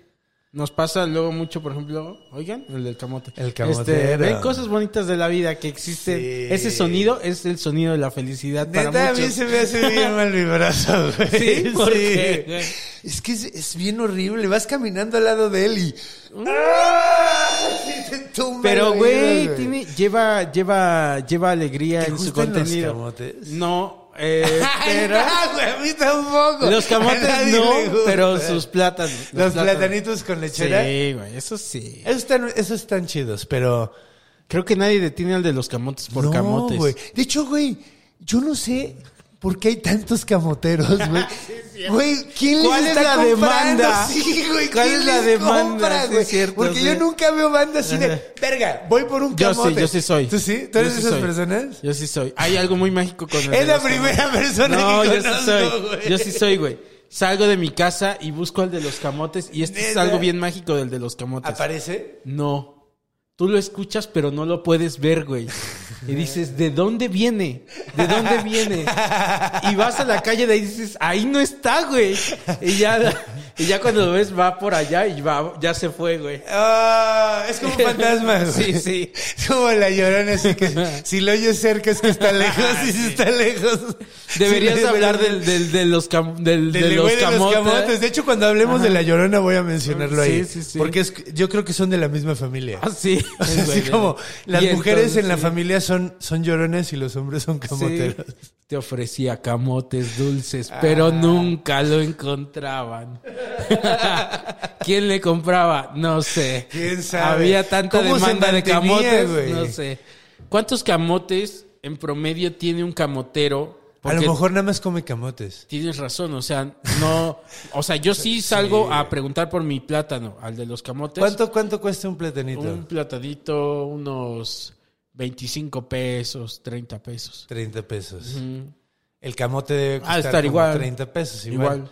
[SPEAKER 3] Nos pasa luego mucho, por ejemplo, oigan, el del camote.
[SPEAKER 2] El
[SPEAKER 3] Este,
[SPEAKER 2] camotero.
[SPEAKER 3] ven cosas bonitas de la vida que existen.
[SPEAKER 2] Sí.
[SPEAKER 3] Ese sonido es el sonido de la felicidad
[SPEAKER 2] Neta,
[SPEAKER 3] para
[SPEAKER 2] a mí
[SPEAKER 3] muchos.
[SPEAKER 2] se me hace bien mal mi
[SPEAKER 3] [LAUGHS]
[SPEAKER 2] brazo, güey.
[SPEAKER 3] Sí, ¿por qué?
[SPEAKER 2] Es que es, es bien horrible. Vas caminando al lado de él y. [LAUGHS] ¡Ah! Sí, te tumba
[SPEAKER 3] Mm. Pero
[SPEAKER 2] el oído,
[SPEAKER 3] güey, tiene lleva lleva lleva alegría
[SPEAKER 2] ¿Te
[SPEAKER 3] en su
[SPEAKER 2] gustan los
[SPEAKER 3] contenido.
[SPEAKER 2] camotes?
[SPEAKER 3] No,
[SPEAKER 2] [LAUGHS]
[SPEAKER 3] eh,
[SPEAKER 2] Ay,
[SPEAKER 3] pero
[SPEAKER 2] no, güey, a mí tampoco.
[SPEAKER 3] los
[SPEAKER 2] A
[SPEAKER 3] camotes
[SPEAKER 2] nadie le
[SPEAKER 3] no,
[SPEAKER 2] gusta.
[SPEAKER 3] pero sus plátanos.
[SPEAKER 2] Los
[SPEAKER 3] plátanos.
[SPEAKER 2] platanitos con
[SPEAKER 3] Sí,
[SPEAKER 2] lechera.
[SPEAKER 3] güey, eso sí.
[SPEAKER 2] Esos están, esos están chidos, pero.
[SPEAKER 3] Creo que nadie detiene al de los camotes por
[SPEAKER 2] no,
[SPEAKER 3] camotes.
[SPEAKER 2] güey. De hecho, güey, yo no sé por qué hay tantos
[SPEAKER 3] [LAUGHS]
[SPEAKER 2] camoteros, güey. Güey, ¿quién les
[SPEAKER 3] ¿Cuál es
[SPEAKER 2] está
[SPEAKER 3] la
[SPEAKER 2] comprando?
[SPEAKER 3] demanda?
[SPEAKER 2] Sí, güey,
[SPEAKER 3] ¿Cuál
[SPEAKER 2] ¿quién
[SPEAKER 3] es la
[SPEAKER 2] les
[SPEAKER 3] demanda?
[SPEAKER 2] compra,
[SPEAKER 3] Sí,
[SPEAKER 2] güey?
[SPEAKER 3] es cierto,
[SPEAKER 2] Porque
[SPEAKER 3] sí.
[SPEAKER 2] yo nunca veo banda así
[SPEAKER 3] Ajá.
[SPEAKER 2] de, verga, voy por un
[SPEAKER 3] Yo
[SPEAKER 2] camote.
[SPEAKER 3] sí, yo sí soy.
[SPEAKER 2] ¿Tú sí? ¿Tú eres
[SPEAKER 3] Yo
[SPEAKER 2] de
[SPEAKER 3] sí
[SPEAKER 2] esas
[SPEAKER 3] soy.
[SPEAKER 2] personas?
[SPEAKER 3] Yo sí soy. Hay algo muy
[SPEAKER 2] [LAUGHS]
[SPEAKER 3] mágico con el de
[SPEAKER 2] Es la
[SPEAKER 3] los
[SPEAKER 2] primera persona
[SPEAKER 3] [LAUGHS] No,
[SPEAKER 2] que
[SPEAKER 3] yo sí
[SPEAKER 2] conozco,
[SPEAKER 3] soy.
[SPEAKER 2] güey.
[SPEAKER 3] Yo sí soy, güey. Salgo de mi casa y busco al de los camotes y este es
[SPEAKER 2] Neta.
[SPEAKER 3] algo bien mágico del de los camotes.
[SPEAKER 2] ¿Aparece?
[SPEAKER 3] no. Tú lo escuchas pero no lo puedes ver, güey. Y dices, ¿de dónde viene? ¿De dónde viene? Y vas a la calle de ahí y dices, ahí no está, güey. Y ya, y ya cuando lo ves va por allá y va, ya se fue, güey.
[SPEAKER 2] Ah, es como un
[SPEAKER 3] [LAUGHS]
[SPEAKER 2] fantasma. güey.
[SPEAKER 3] Sí, sí.
[SPEAKER 2] Es como la llorona, así que
[SPEAKER 3] [LAUGHS]
[SPEAKER 2] si lo oyes cerca es que está lejos y si está lejos.
[SPEAKER 3] Deberías
[SPEAKER 2] si lo-
[SPEAKER 3] hablar del, del, de los, cam- del,
[SPEAKER 2] Del
[SPEAKER 3] de
[SPEAKER 2] güey
[SPEAKER 3] los
[SPEAKER 2] de los
[SPEAKER 3] camotes.
[SPEAKER 2] camotes. De hecho, cuando hablemos de la llorona voy a mencionarlo
[SPEAKER 3] Sí,
[SPEAKER 2] ahí.
[SPEAKER 3] sí, sí.
[SPEAKER 2] Porque es- yo creo que son de la misma familia.
[SPEAKER 3] Ah, sí.
[SPEAKER 2] O sea,
[SPEAKER 3] El
[SPEAKER 2] [LAUGHS] así
[SPEAKER 3] güey de-
[SPEAKER 2] como las
[SPEAKER 3] Y
[SPEAKER 2] mujeres en la
[SPEAKER 3] entonces,
[SPEAKER 2] familia son, son llorones y los hombres son camoteros.
[SPEAKER 3] sí, Te ofrecía camotes dulces,
[SPEAKER 2] Ah.
[SPEAKER 3] pero nunca lo encontraban. [LAUGHS] ¿Quién le compraba? No sé.
[SPEAKER 2] ¿Quién sabe?
[SPEAKER 3] Había tanta
[SPEAKER 2] ¿Cómo se
[SPEAKER 3] demanda de
[SPEAKER 2] mantenía,
[SPEAKER 3] camotes,
[SPEAKER 2] güey?
[SPEAKER 3] no sé. ¿Cuántos camotes en promedio tiene un camotero?
[SPEAKER 2] A lo
[SPEAKER 3] Porque
[SPEAKER 2] mejor nada más come camotes.
[SPEAKER 3] Tienes razón, o sea, no, o sea,
[SPEAKER 2] [LAUGHS]
[SPEAKER 3] yo sí salgo a preguntar por mi plátano, al de los camotes.
[SPEAKER 2] ¿Cuánto, cuánto cuesta un platanito?
[SPEAKER 3] Un platadito, unos 25 pesos, 30 pesos.
[SPEAKER 2] 30 pesos. El camote debe
[SPEAKER 3] Ah,
[SPEAKER 2] costar
[SPEAKER 3] estar
[SPEAKER 2] como
[SPEAKER 3] igual.
[SPEAKER 2] 30 pesos.
[SPEAKER 3] Igual.
[SPEAKER 2] igual.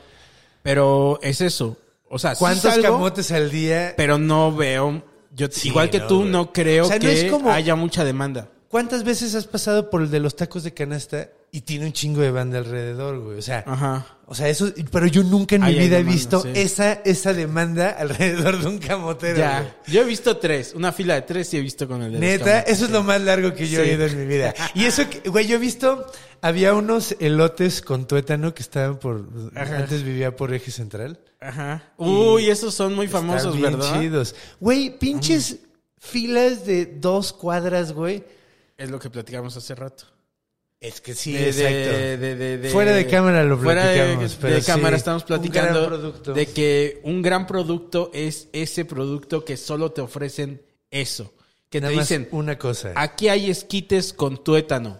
[SPEAKER 3] Pero es eso. O sea, sí
[SPEAKER 2] ¿Cuántos
[SPEAKER 3] salgo,
[SPEAKER 2] camotes al día?
[SPEAKER 3] Pero no veo. Yo,
[SPEAKER 2] Sí,
[SPEAKER 3] igual que
[SPEAKER 2] no,
[SPEAKER 3] tú,
[SPEAKER 2] güey.
[SPEAKER 3] no creo
[SPEAKER 2] O sea, no
[SPEAKER 3] que
[SPEAKER 2] es como-
[SPEAKER 3] haya mucha demanda.
[SPEAKER 2] ¿Cuántas veces has pasado por el de los tacos de canasta y tiene un chingo de banda alrededor, güey? O sea,
[SPEAKER 3] Ajá.
[SPEAKER 2] o sea, eso, pero yo nunca en mi
[SPEAKER 3] Ahí hay
[SPEAKER 2] vida he
[SPEAKER 3] demanda,
[SPEAKER 2] visto
[SPEAKER 3] sí.
[SPEAKER 2] esa, esa demanda alrededor de un camotero. güey.
[SPEAKER 3] Ya. Yo he visto tres. Una fila de tres y he visto con el de los
[SPEAKER 2] Neta,
[SPEAKER 3] camotes.
[SPEAKER 2] eso es lo más largo que yo
[SPEAKER 3] Sí.
[SPEAKER 2] he ido en mi vida. Y eso, que- güey, yo he visto, había unos elotes con tuétano que estaban por, antes vivía por eje central.
[SPEAKER 3] Ajá. Uy, esos son muy famosos,
[SPEAKER 2] Están bien
[SPEAKER 3] ¿verdad?
[SPEAKER 2] chidos. Güey, pinches filas de dos cuadras, güey.
[SPEAKER 3] Es lo que platicamos hace rato.
[SPEAKER 2] Es que sí,
[SPEAKER 3] de-
[SPEAKER 2] exacto.
[SPEAKER 3] de- de- de- de-
[SPEAKER 2] Fuera de cámara lo
[SPEAKER 3] fuera de-
[SPEAKER 2] platicamos,
[SPEAKER 3] de,
[SPEAKER 2] pero sí,
[SPEAKER 3] cámara estamos
[SPEAKER 2] un gran
[SPEAKER 3] platicando
[SPEAKER 2] producto.
[SPEAKER 3] de que un gran producto es ese producto que solo te ofrecen eso. Que
[SPEAKER 2] Nada
[SPEAKER 3] te
[SPEAKER 2] más
[SPEAKER 3] dicen,
[SPEAKER 2] una cosa. A,
[SPEAKER 3] aquí hay esquites con tuétano.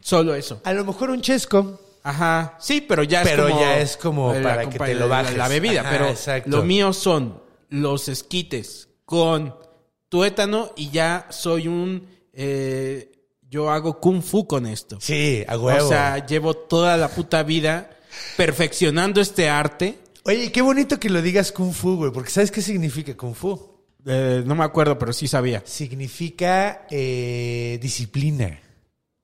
[SPEAKER 3] Solo eso.
[SPEAKER 2] lo mejor un chesco.
[SPEAKER 3] Ajá. Sí, pero ya
[SPEAKER 2] Pero
[SPEAKER 3] es como...
[SPEAKER 2] ya es como
[SPEAKER 3] el
[SPEAKER 2] para que
[SPEAKER 3] acompa-
[SPEAKER 2] te lo
[SPEAKER 3] la-
[SPEAKER 2] bajes.
[SPEAKER 3] La, bebida,
[SPEAKER 2] Ajá,
[SPEAKER 3] pero
[SPEAKER 2] exacto.
[SPEAKER 3] lo mío son los esquites con tuétano y ya soy un... eh, yo hago kung fu con esto.
[SPEAKER 2] Sí, a huevo.
[SPEAKER 3] O sea, llevo toda la puta vida perfeccionando este arte.
[SPEAKER 2] Oye, qué bonito que lo digas kung fu, güey, porque ¿sabes qué significa kung fu?
[SPEAKER 3] Eh, no me acuerdo, pero sí sabía.
[SPEAKER 2] Significa eh, disciplina.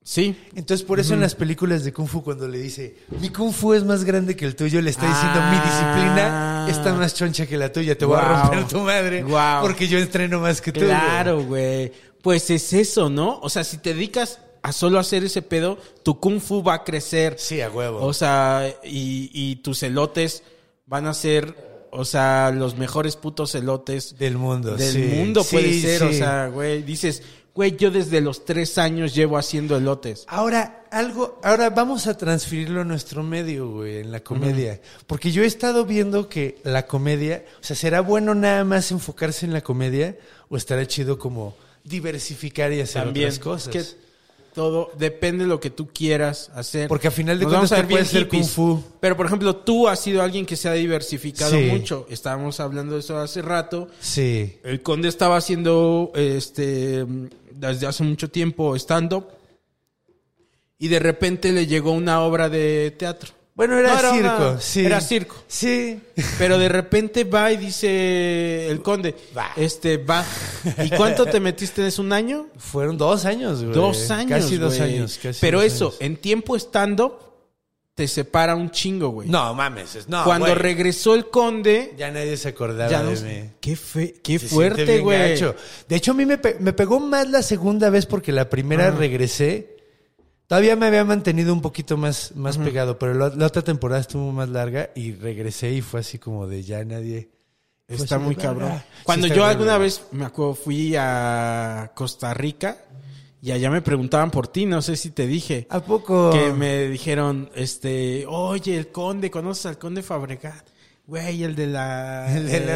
[SPEAKER 3] Sí.
[SPEAKER 2] Entonces, por eso en las películas de Kung Fu, cuando le dice, mi Kung Fu es más grande que el tuyo, le está diciendo, mi
[SPEAKER 3] Ah.
[SPEAKER 2] disciplina está más choncha que la tuya, te voy a
[SPEAKER 3] Guau.
[SPEAKER 2] romper tu madre.
[SPEAKER 3] Guau.
[SPEAKER 2] Porque yo entreno más que tú. güey".
[SPEAKER 3] Claro, güey. Pues es eso, ¿no? O sea, si te dedicas a solo hacer ese pedo, tu kung fu va a crecer.
[SPEAKER 2] Sí, a huevo.
[SPEAKER 3] O sea, y, y tus elotes van a ser, o sea, los mejores putos elotes
[SPEAKER 2] Del mundo,
[SPEAKER 3] Del
[SPEAKER 2] sí.
[SPEAKER 3] mundo puede
[SPEAKER 2] Sí,
[SPEAKER 3] ser, o
[SPEAKER 2] sí.
[SPEAKER 3] sea, güey. Dices, güey, yo desde los tres años llevo haciendo elotes.
[SPEAKER 2] Ahora, algo, ahora vamos a transferirlo a nuestro medio, güey, en la comedia. Porque yo he estado viendo que la comedia, o sea, ¿será bueno nada más enfocarse en la comedia? ¿O estará chido como diversificar y hacer
[SPEAKER 3] También.
[SPEAKER 2] otras cosas?
[SPEAKER 3] Es que todo depende de lo que tú quieras hacer.
[SPEAKER 2] Porque a final de
[SPEAKER 3] Nos vamos
[SPEAKER 2] cuentas te
[SPEAKER 3] a ver bien
[SPEAKER 2] puedes hacer
[SPEAKER 3] hippies.
[SPEAKER 2] kung fu.
[SPEAKER 3] Pero por ejemplo, tú has sido alguien que se ha diversificado
[SPEAKER 2] Sí.
[SPEAKER 3] mucho. Estábamos hablando de eso hace rato.
[SPEAKER 2] Sí.
[SPEAKER 3] El conde estaba haciendo este desde hace mucho tiempo stand-up. Y de repente le llegó una obra de teatro.
[SPEAKER 2] Bueno, era,
[SPEAKER 3] No,
[SPEAKER 2] circo,
[SPEAKER 3] una-
[SPEAKER 2] sí.
[SPEAKER 3] Era circo.
[SPEAKER 2] Sí.
[SPEAKER 3] Pero de repente va y dice el conde,
[SPEAKER 2] Va.
[SPEAKER 3] este, va. ¿Y cuánto te metiste? ¿Es un año?
[SPEAKER 2] Fueron dos años, güey.
[SPEAKER 3] Dos años.
[SPEAKER 2] Casi dos
[SPEAKER 3] güey.
[SPEAKER 2] años. casi
[SPEAKER 3] Pero
[SPEAKER 2] dos
[SPEAKER 3] eso,
[SPEAKER 2] años.
[SPEAKER 3] en tiempo stand-up, te separa un chingo, güey.
[SPEAKER 2] No, mames. es- No,
[SPEAKER 3] Cuando
[SPEAKER 2] güey.
[SPEAKER 3] regresó el conde,
[SPEAKER 2] Ya nadie se acordaba
[SPEAKER 3] ya
[SPEAKER 2] de
[SPEAKER 3] nos-
[SPEAKER 2] mí.
[SPEAKER 3] Qué, fe- qué
[SPEAKER 2] Se siente
[SPEAKER 3] fuerte,
[SPEAKER 2] bien
[SPEAKER 3] güey.
[SPEAKER 2] gacho. De hecho, a mí me, pe- me pegó más la segunda vez porque la primera
[SPEAKER 3] Ah.
[SPEAKER 2] regresé. Todavía me había mantenido un poquito más, más pegado, pero la, la otra temporada estuvo más larga y regresé y fue así como de ya nadie. Fue así
[SPEAKER 3] Está
[SPEAKER 2] de
[SPEAKER 3] muy
[SPEAKER 2] verga.
[SPEAKER 3] cabrón.
[SPEAKER 2] Sí,
[SPEAKER 3] Cuando
[SPEAKER 2] está
[SPEAKER 3] yo
[SPEAKER 2] bien,
[SPEAKER 3] alguna
[SPEAKER 2] güey.
[SPEAKER 3] vez, me acuerdo, fui a Costa Rica y allá me preguntaban por ti, no sé si te dije.
[SPEAKER 2] ¿A poco?
[SPEAKER 3] Que me dijeron, este, oye, el conde, ¿conoces al conde Fabregat? Güey, el de la...
[SPEAKER 2] El del
[SPEAKER 3] este,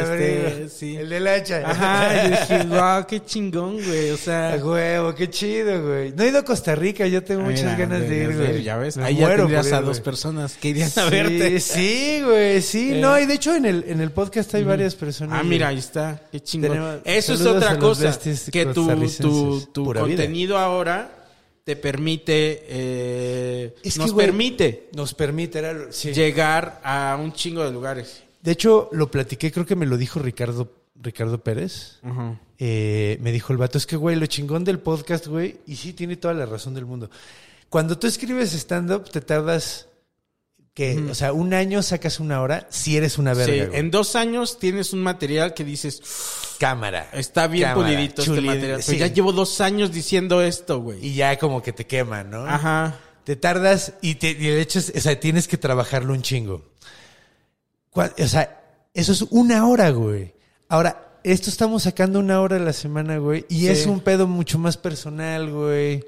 [SPEAKER 2] abrigo.
[SPEAKER 3] sí.
[SPEAKER 2] El del hacha. [LAUGHS]
[SPEAKER 3] Ajá, y dije, wow, qué chingón, güey, o
[SPEAKER 2] A
[SPEAKER 3] sea...
[SPEAKER 2] huevo, qué chido, güey. No he ido a Costa Rica, yo tengo muchas
[SPEAKER 3] Ah, mira,
[SPEAKER 2] ganas de, ir,
[SPEAKER 3] ver,
[SPEAKER 2] güey.
[SPEAKER 3] Ya ves,
[SPEAKER 2] Me
[SPEAKER 3] ahí ya
[SPEAKER 2] muero por
[SPEAKER 3] tendrías
[SPEAKER 2] ir,
[SPEAKER 3] a
[SPEAKER 2] güey.
[SPEAKER 3] dos personas que irían a
[SPEAKER 2] Sí,
[SPEAKER 3] verte.
[SPEAKER 2] Sí, güey, sí.
[SPEAKER 3] Eh.
[SPEAKER 2] No, y de hecho en el, en el podcast hay varias personas.
[SPEAKER 3] Ah,
[SPEAKER 2] güey.
[SPEAKER 3] mira, ahí está. Qué chingón.
[SPEAKER 2] Tenemos-
[SPEAKER 3] Eso es
[SPEAKER 2] saludos a
[SPEAKER 3] otra
[SPEAKER 2] los
[SPEAKER 3] cosa.
[SPEAKER 2] besties
[SPEAKER 3] Que tu, tu,
[SPEAKER 2] costarricenses.
[SPEAKER 3] tu
[SPEAKER 2] Pura vida.
[SPEAKER 3] contenido ahora te permite. eh,
[SPEAKER 2] Es que,
[SPEAKER 3] nos
[SPEAKER 2] güey,
[SPEAKER 3] permite
[SPEAKER 2] Nos permite. era lo- sí.
[SPEAKER 3] llegar a un chingo de lugares.
[SPEAKER 2] De hecho, lo platiqué, creo que me lo dijo Ricardo, Ricardo Pérez. Eh, me dijo el vato, es que, güey, lo chingón del podcast, güey, y sí tiene toda la razón del mundo. Cuando tú escribes stand-up, te tardas, que, o sea, un año sacas una hora, si eres una verga.
[SPEAKER 3] Sí,
[SPEAKER 2] güey.
[SPEAKER 3] en dos años tienes un material que dices,
[SPEAKER 2] cámara.
[SPEAKER 3] está bien
[SPEAKER 2] cámara,
[SPEAKER 3] pulidito
[SPEAKER 2] chulín,
[SPEAKER 3] este material. Pero
[SPEAKER 2] sí.
[SPEAKER 3] ya llevo dos años diciendo esto, güey.
[SPEAKER 2] Y ya como que te queman, ¿no?
[SPEAKER 3] Ajá.
[SPEAKER 2] Te tardas y, te, y el hecho es, o sea, tienes que trabajarlo un chingo. Cua- O sea, eso es una hora, güey. Ahora, esto estamos sacando una hora a la semana, güey. Y
[SPEAKER 3] Sí.
[SPEAKER 2] es un pedo mucho más personal, güey.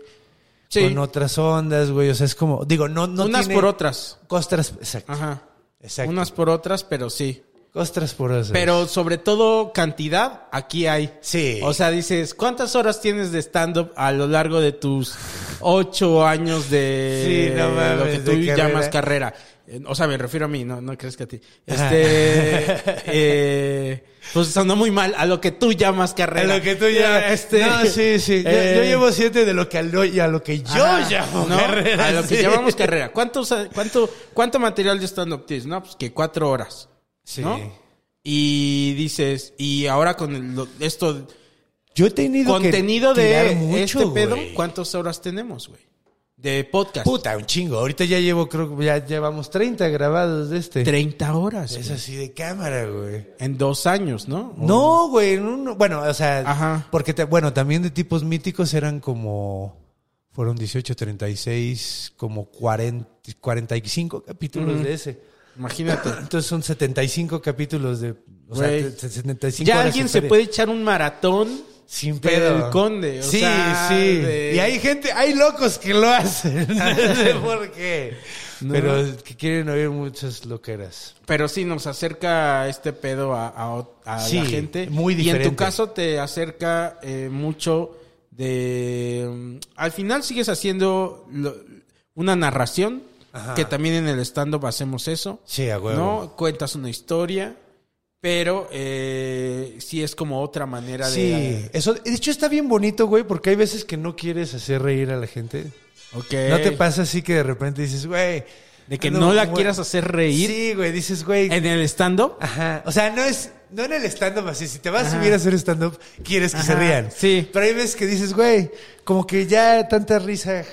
[SPEAKER 3] Sí.
[SPEAKER 2] Con otras ondas, güey. O sea, es como, digo, no, no
[SPEAKER 3] Unas
[SPEAKER 2] tiene
[SPEAKER 3] por otras.
[SPEAKER 2] Costras, exacto.
[SPEAKER 3] Ajá.
[SPEAKER 2] Exacto.
[SPEAKER 3] Unas por otras, pero sí.
[SPEAKER 2] Costras porosas.
[SPEAKER 3] Pero sobre todo cantidad, aquí hay.
[SPEAKER 2] Sí.
[SPEAKER 3] O sea, dices, ¿cuántas horas tienes de stand-up a lo largo de tus ocho años de
[SPEAKER 2] Sí, no mames,
[SPEAKER 3] lo que tú
[SPEAKER 2] de carrera.
[SPEAKER 3] llamas carrera? Eh, O sea, me refiero a mí, no, no crees que a ti.
[SPEAKER 2] Ajá.
[SPEAKER 3] Este, eh, pues sonó muy mal, a lo que tú llamas carrera.
[SPEAKER 2] A lo que tú ya.
[SPEAKER 3] Este,
[SPEAKER 2] no, sí, sí. Yo,
[SPEAKER 3] eh,
[SPEAKER 2] yo llevo siete de lo que a lo, y a lo que yo [LAUGHS]
[SPEAKER 3] ajá,
[SPEAKER 2] llamo
[SPEAKER 3] Ah, ¿no?
[SPEAKER 2] carrera,
[SPEAKER 3] A lo que
[SPEAKER 2] sí.
[SPEAKER 3] llamamos carrera. ¿Cuántos, cuánto, ¿Cuánto material de stand-up tienes? No, pues que cuatro horas.
[SPEAKER 2] Sí.
[SPEAKER 3] ¿no? Y dices, y ahora con el- lo- esto,
[SPEAKER 2] Yo he tenido que
[SPEAKER 3] contenido
[SPEAKER 2] tirar
[SPEAKER 3] de
[SPEAKER 2] mucho,
[SPEAKER 3] este pedo,
[SPEAKER 2] güey.
[SPEAKER 3] ¿cuántas horas tenemos, güey? De podcast.
[SPEAKER 2] Puta, un chingo. Ahorita ya llevo, creo que ya llevamos 30 grabados de este.
[SPEAKER 3] 30 horas.
[SPEAKER 2] Es
[SPEAKER 3] güey.
[SPEAKER 2] así de cámara, güey.
[SPEAKER 3] En dos años, ¿no?
[SPEAKER 2] No, güey. en uno- bueno, o sea,
[SPEAKER 3] Oh. Ajá.
[SPEAKER 2] porque te- bueno, también de tipos míticos eran como fueron 18, 36, como 40, 45 capítulos de ese. [LAUGHS]
[SPEAKER 3] Imagínate.
[SPEAKER 2] Entonces son 75 capítulos de o sea,
[SPEAKER 3] Güey.
[SPEAKER 2] te- 75
[SPEAKER 3] ya
[SPEAKER 2] horas
[SPEAKER 3] alguien
[SPEAKER 2] sin
[SPEAKER 3] se
[SPEAKER 2] feria.
[SPEAKER 3] puede echar un maratón.
[SPEAKER 2] sin
[SPEAKER 3] del
[SPEAKER 2] pedo.
[SPEAKER 3] conde, o
[SPEAKER 2] sí,
[SPEAKER 3] sea,
[SPEAKER 2] sí.
[SPEAKER 3] de-
[SPEAKER 2] Y hay gente, hay locos que lo hacen. [LAUGHS] no sé por qué.
[SPEAKER 3] No.
[SPEAKER 2] Pero que quieren oír muchas loqueras.
[SPEAKER 3] Pero sí nos acerca este pedo a, a ot- a
[SPEAKER 2] Sí,
[SPEAKER 3] la gente.
[SPEAKER 2] muy
[SPEAKER 3] Y en tu
[SPEAKER 2] diferente.
[SPEAKER 3] caso te acerca eh, mucho de... mm, Al final sigues haciendo lo- una narración,
[SPEAKER 2] Ajá.
[SPEAKER 3] que también en el stand-up hacemos eso.
[SPEAKER 2] Sí, a huevo.
[SPEAKER 3] ¿no? Cuentas una historia, pero eh, sí es como otra manera
[SPEAKER 2] Sí,
[SPEAKER 3] de...
[SPEAKER 2] eso, de hecho está bien bonito, güey, porque hay veces que no quieres hacer reír a la gente.
[SPEAKER 3] Ok.
[SPEAKER 2] ¿No te pasa así que de repente dices, güey?
[SPEAKER 3] De que
[SPEAKER 2] ando
[SPEAKER 3] no la
[SPEAKER 2] muy-
[SPEAKER 3] quieras hacer reír
[SPEAKER 2] Sí, güey, dices, güey.
[SPEAKER 3] en el stand-up.
[SPEAKER 2] Ajá. O sea, no es. No en el stand-up así. Si te vas
[SPEAKER 3] Ajá.
[SPEAKER 2] a subir a hacer stand-up, quieres que se
[SPEAKER 3] Ajá,
[SPEAKER 2] rían.
[SPEAKER 3] sí.
[SPEAKER 2] Pero hay veces que dices, güey, como que ya tanta risa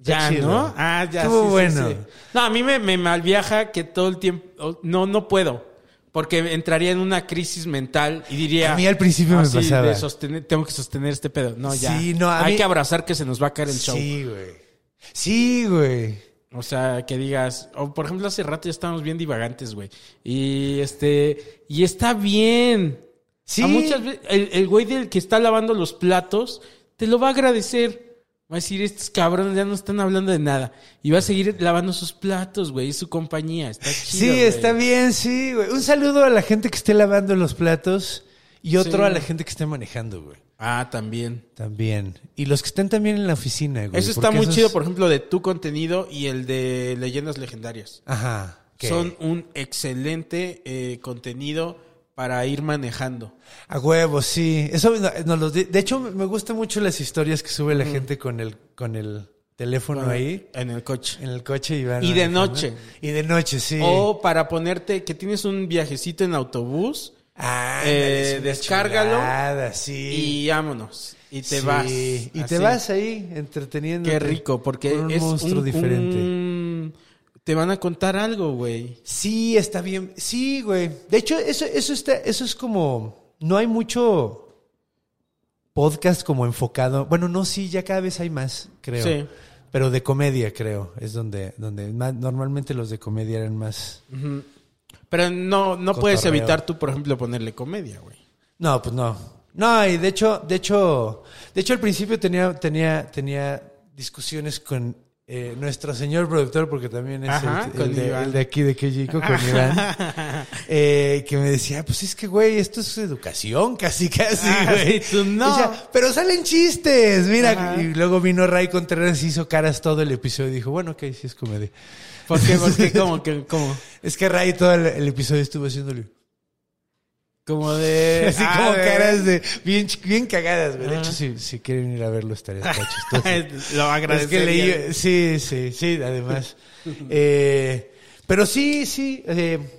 [SPEAKER 3] Ya,
[SPEAKER 2] chido.
[SPEAKER 3] ¿no? Ah, ya.
[SPEAKER 2] Estuvo
[SPEAKER 3] sí, sí,
[SPEAKER 2] bueno.
[SPEAKER 3] sí. No, a mí me, me malviaja que todo el tiempo. oh, No, no puedo. Porque entraría en una crisis mental y diría. "Ah,
[SPEAKER 2] A mí al principio me
[SPEAKER 3] sí, de
[SPEAKER 2] pasaba.
[SPEAKER 3] sostener- tengo que sostener este pedo. No, ya.
[SPEAKER 2] Sí, no, a
[SPEAKER 3] Hay
[SPEAKER 2] mí-
[SPEAKER 3] que abrazar que se nos va a caer el show.
[SPEAKER 2] Sí, güey. Sí, güey.
[SPEAKER 3] O sea, que digas, o por ejemplo, hace rato ya estábamos bien divagantes, güey. Y este, y está bien.
[SPEAKER 2] Sí.
[SPEAKER 3] A muchas veces, el, el güey del que está lavando los platos, te lo va a agradecer. Va a decir, estos cabrones ya no están hablando de nada. Y va a seguir lavando sus platos, güey. Es su compañía. Está chido.
[SPEAKER 2] Sí,
[SPEAKER 3] güey.
[SPEAKER 2] está bien, sí, güey. Un saludo a la gente que esté lavando los platos y otro
[SPEAKER 3] Sí.
[SPEAKER 2] a la gente que esté manejando, güey.
[SPEAKER 3] Ah, también.
[SPEAKER 2] También. Y los que estén también en la oficina, güey.
[SPEAKER 3] Eso está
[SPEAKER 2] porque
[SPEAKER 3] muy
[SPEAKER 2] esos-
[SPEAKER 3] chido, por ejemplo, de tu contenido y el de leyendas legendarias.
[SPEAKER 2] Ajá. que
[SPEAKER 3] Son un excelente eh, contenido para ir manejando.
[SPEAKER 2] A huevo, sí. Eso no- nos los di- De hecho, me gustan mucho las historias que sube la gente con el, con el teléfono ahí,
[SPEAKER 3] En el coche.
[SPEAKER 2] en el coche y van
[SPEAKER 3] Y de
[SPEAKER 2] manejando.
[SPEAKER 3] noche.
[SPEAKER 2] Y de noche, sí.
[SPEAKER 3] O para ponerte que tienes un viajecito en autobús
[SPEAKER 2] Ah,
[SPEAKER 3] eh,
[SPEAKER 2] ándale, es una
[SPEAKER 3] descárgalo
[SPEAKER 2] chulada, sí.
[SPEAKER 3] y vámonos. Y te
[SPEAKER 2] Sí.
[SPEAKER 3] vas.
[SPEAKER 2] Y te
[SPEAKER 3] así.
[SPEAKER 2] vas ahí entreteniendo.
[SPEAKER 3] Qué rico, porque
[SPEAKER 2] un
[SPEAKER 3] es
[SPEAKER 2] monstruo
[SPEAKER 3] un-
[SPEAKER 2] diferente.
[SPEAKER 3] un- Te van a contar algo, güey.
[SPEAKER 2] Sí, está bien. Sí, güey. De hecho, eso, eso está, eso es como. No hay mucho podcast como enfocado. Bueno, no, sí, ya cada vez hay más, creo.
[SPEAKER 3] Sí.
[SPEAKER 2] Pero de comedia, creo. Es donde, donde más- normalmente los de comedia eran más.
[SPEAKER 3] Pero no, no puedes
[SPEAKER 2] Cotorreo.
[SPEAKER 3] evitar tú, por ejemplo, ponerle comedia, güey.
[SPEAKER 2] No, pues no. No, y de hecho, de hecho, de hecho al principio tenía, tenía, tenía discusiones con eh, nuestro señor productor, porque también es
[SPEAKER 3] Ajá,
[SPEAKER 2] el, el
[SPEAKER 3] con
[SPEAKER 2] de,
[SPEAKER 3] Iván.
[SPEAKER 2] el de aquí de Keyiko, con Iván, eh, que me decía, pues es que güey, esto es educación, casi, casi,
[SPEAKER 3] Ah,
[SPEAKER 2] güey.
[SPEAKER 3] sí, tú no.
[SPEAKER 2] Decía, Pero salen chistes, mira.
[SPEAKER 3] Ajá.
[SPEAKER 2] Y luego vino Ray Contreras y hizo caras todo el episodio y dijo, bueno, ok, sí es comedia.
[SPEAKER 3] ¿Por qué?
[SPEAKER 2] [LAUGHS]
[SPEAKER 3] Porque como que, como,
[SPEAKER 2] Es que Ray todo el, el episodio estuvo haciéndole.
[SPEAKER 3] como de.
[SPEAKER 2] [LAUGHS] Así
[SPEAKER 3] ah,
[SPEAKER 2] como
[SPEAKER 3] de-
[SPEAKER 2] caras de bien, ch- bien cagadas, güey. De hecho, si, si quieren ir a verlo, estaría
[SPEAKER 3] [LAUGHS]
[SPEAKER 2] está chistoso.
[SPEAKER 3] Lo
[SPEAKER 2] es que
[SPEAKER 3] agradecería.
[SPEAKER 2] leí. Sí, sí, sí,
[SPEAKER 3] [LAUGHS]
[SPEAKER 2] además. Eh, pero sí, sí. eh,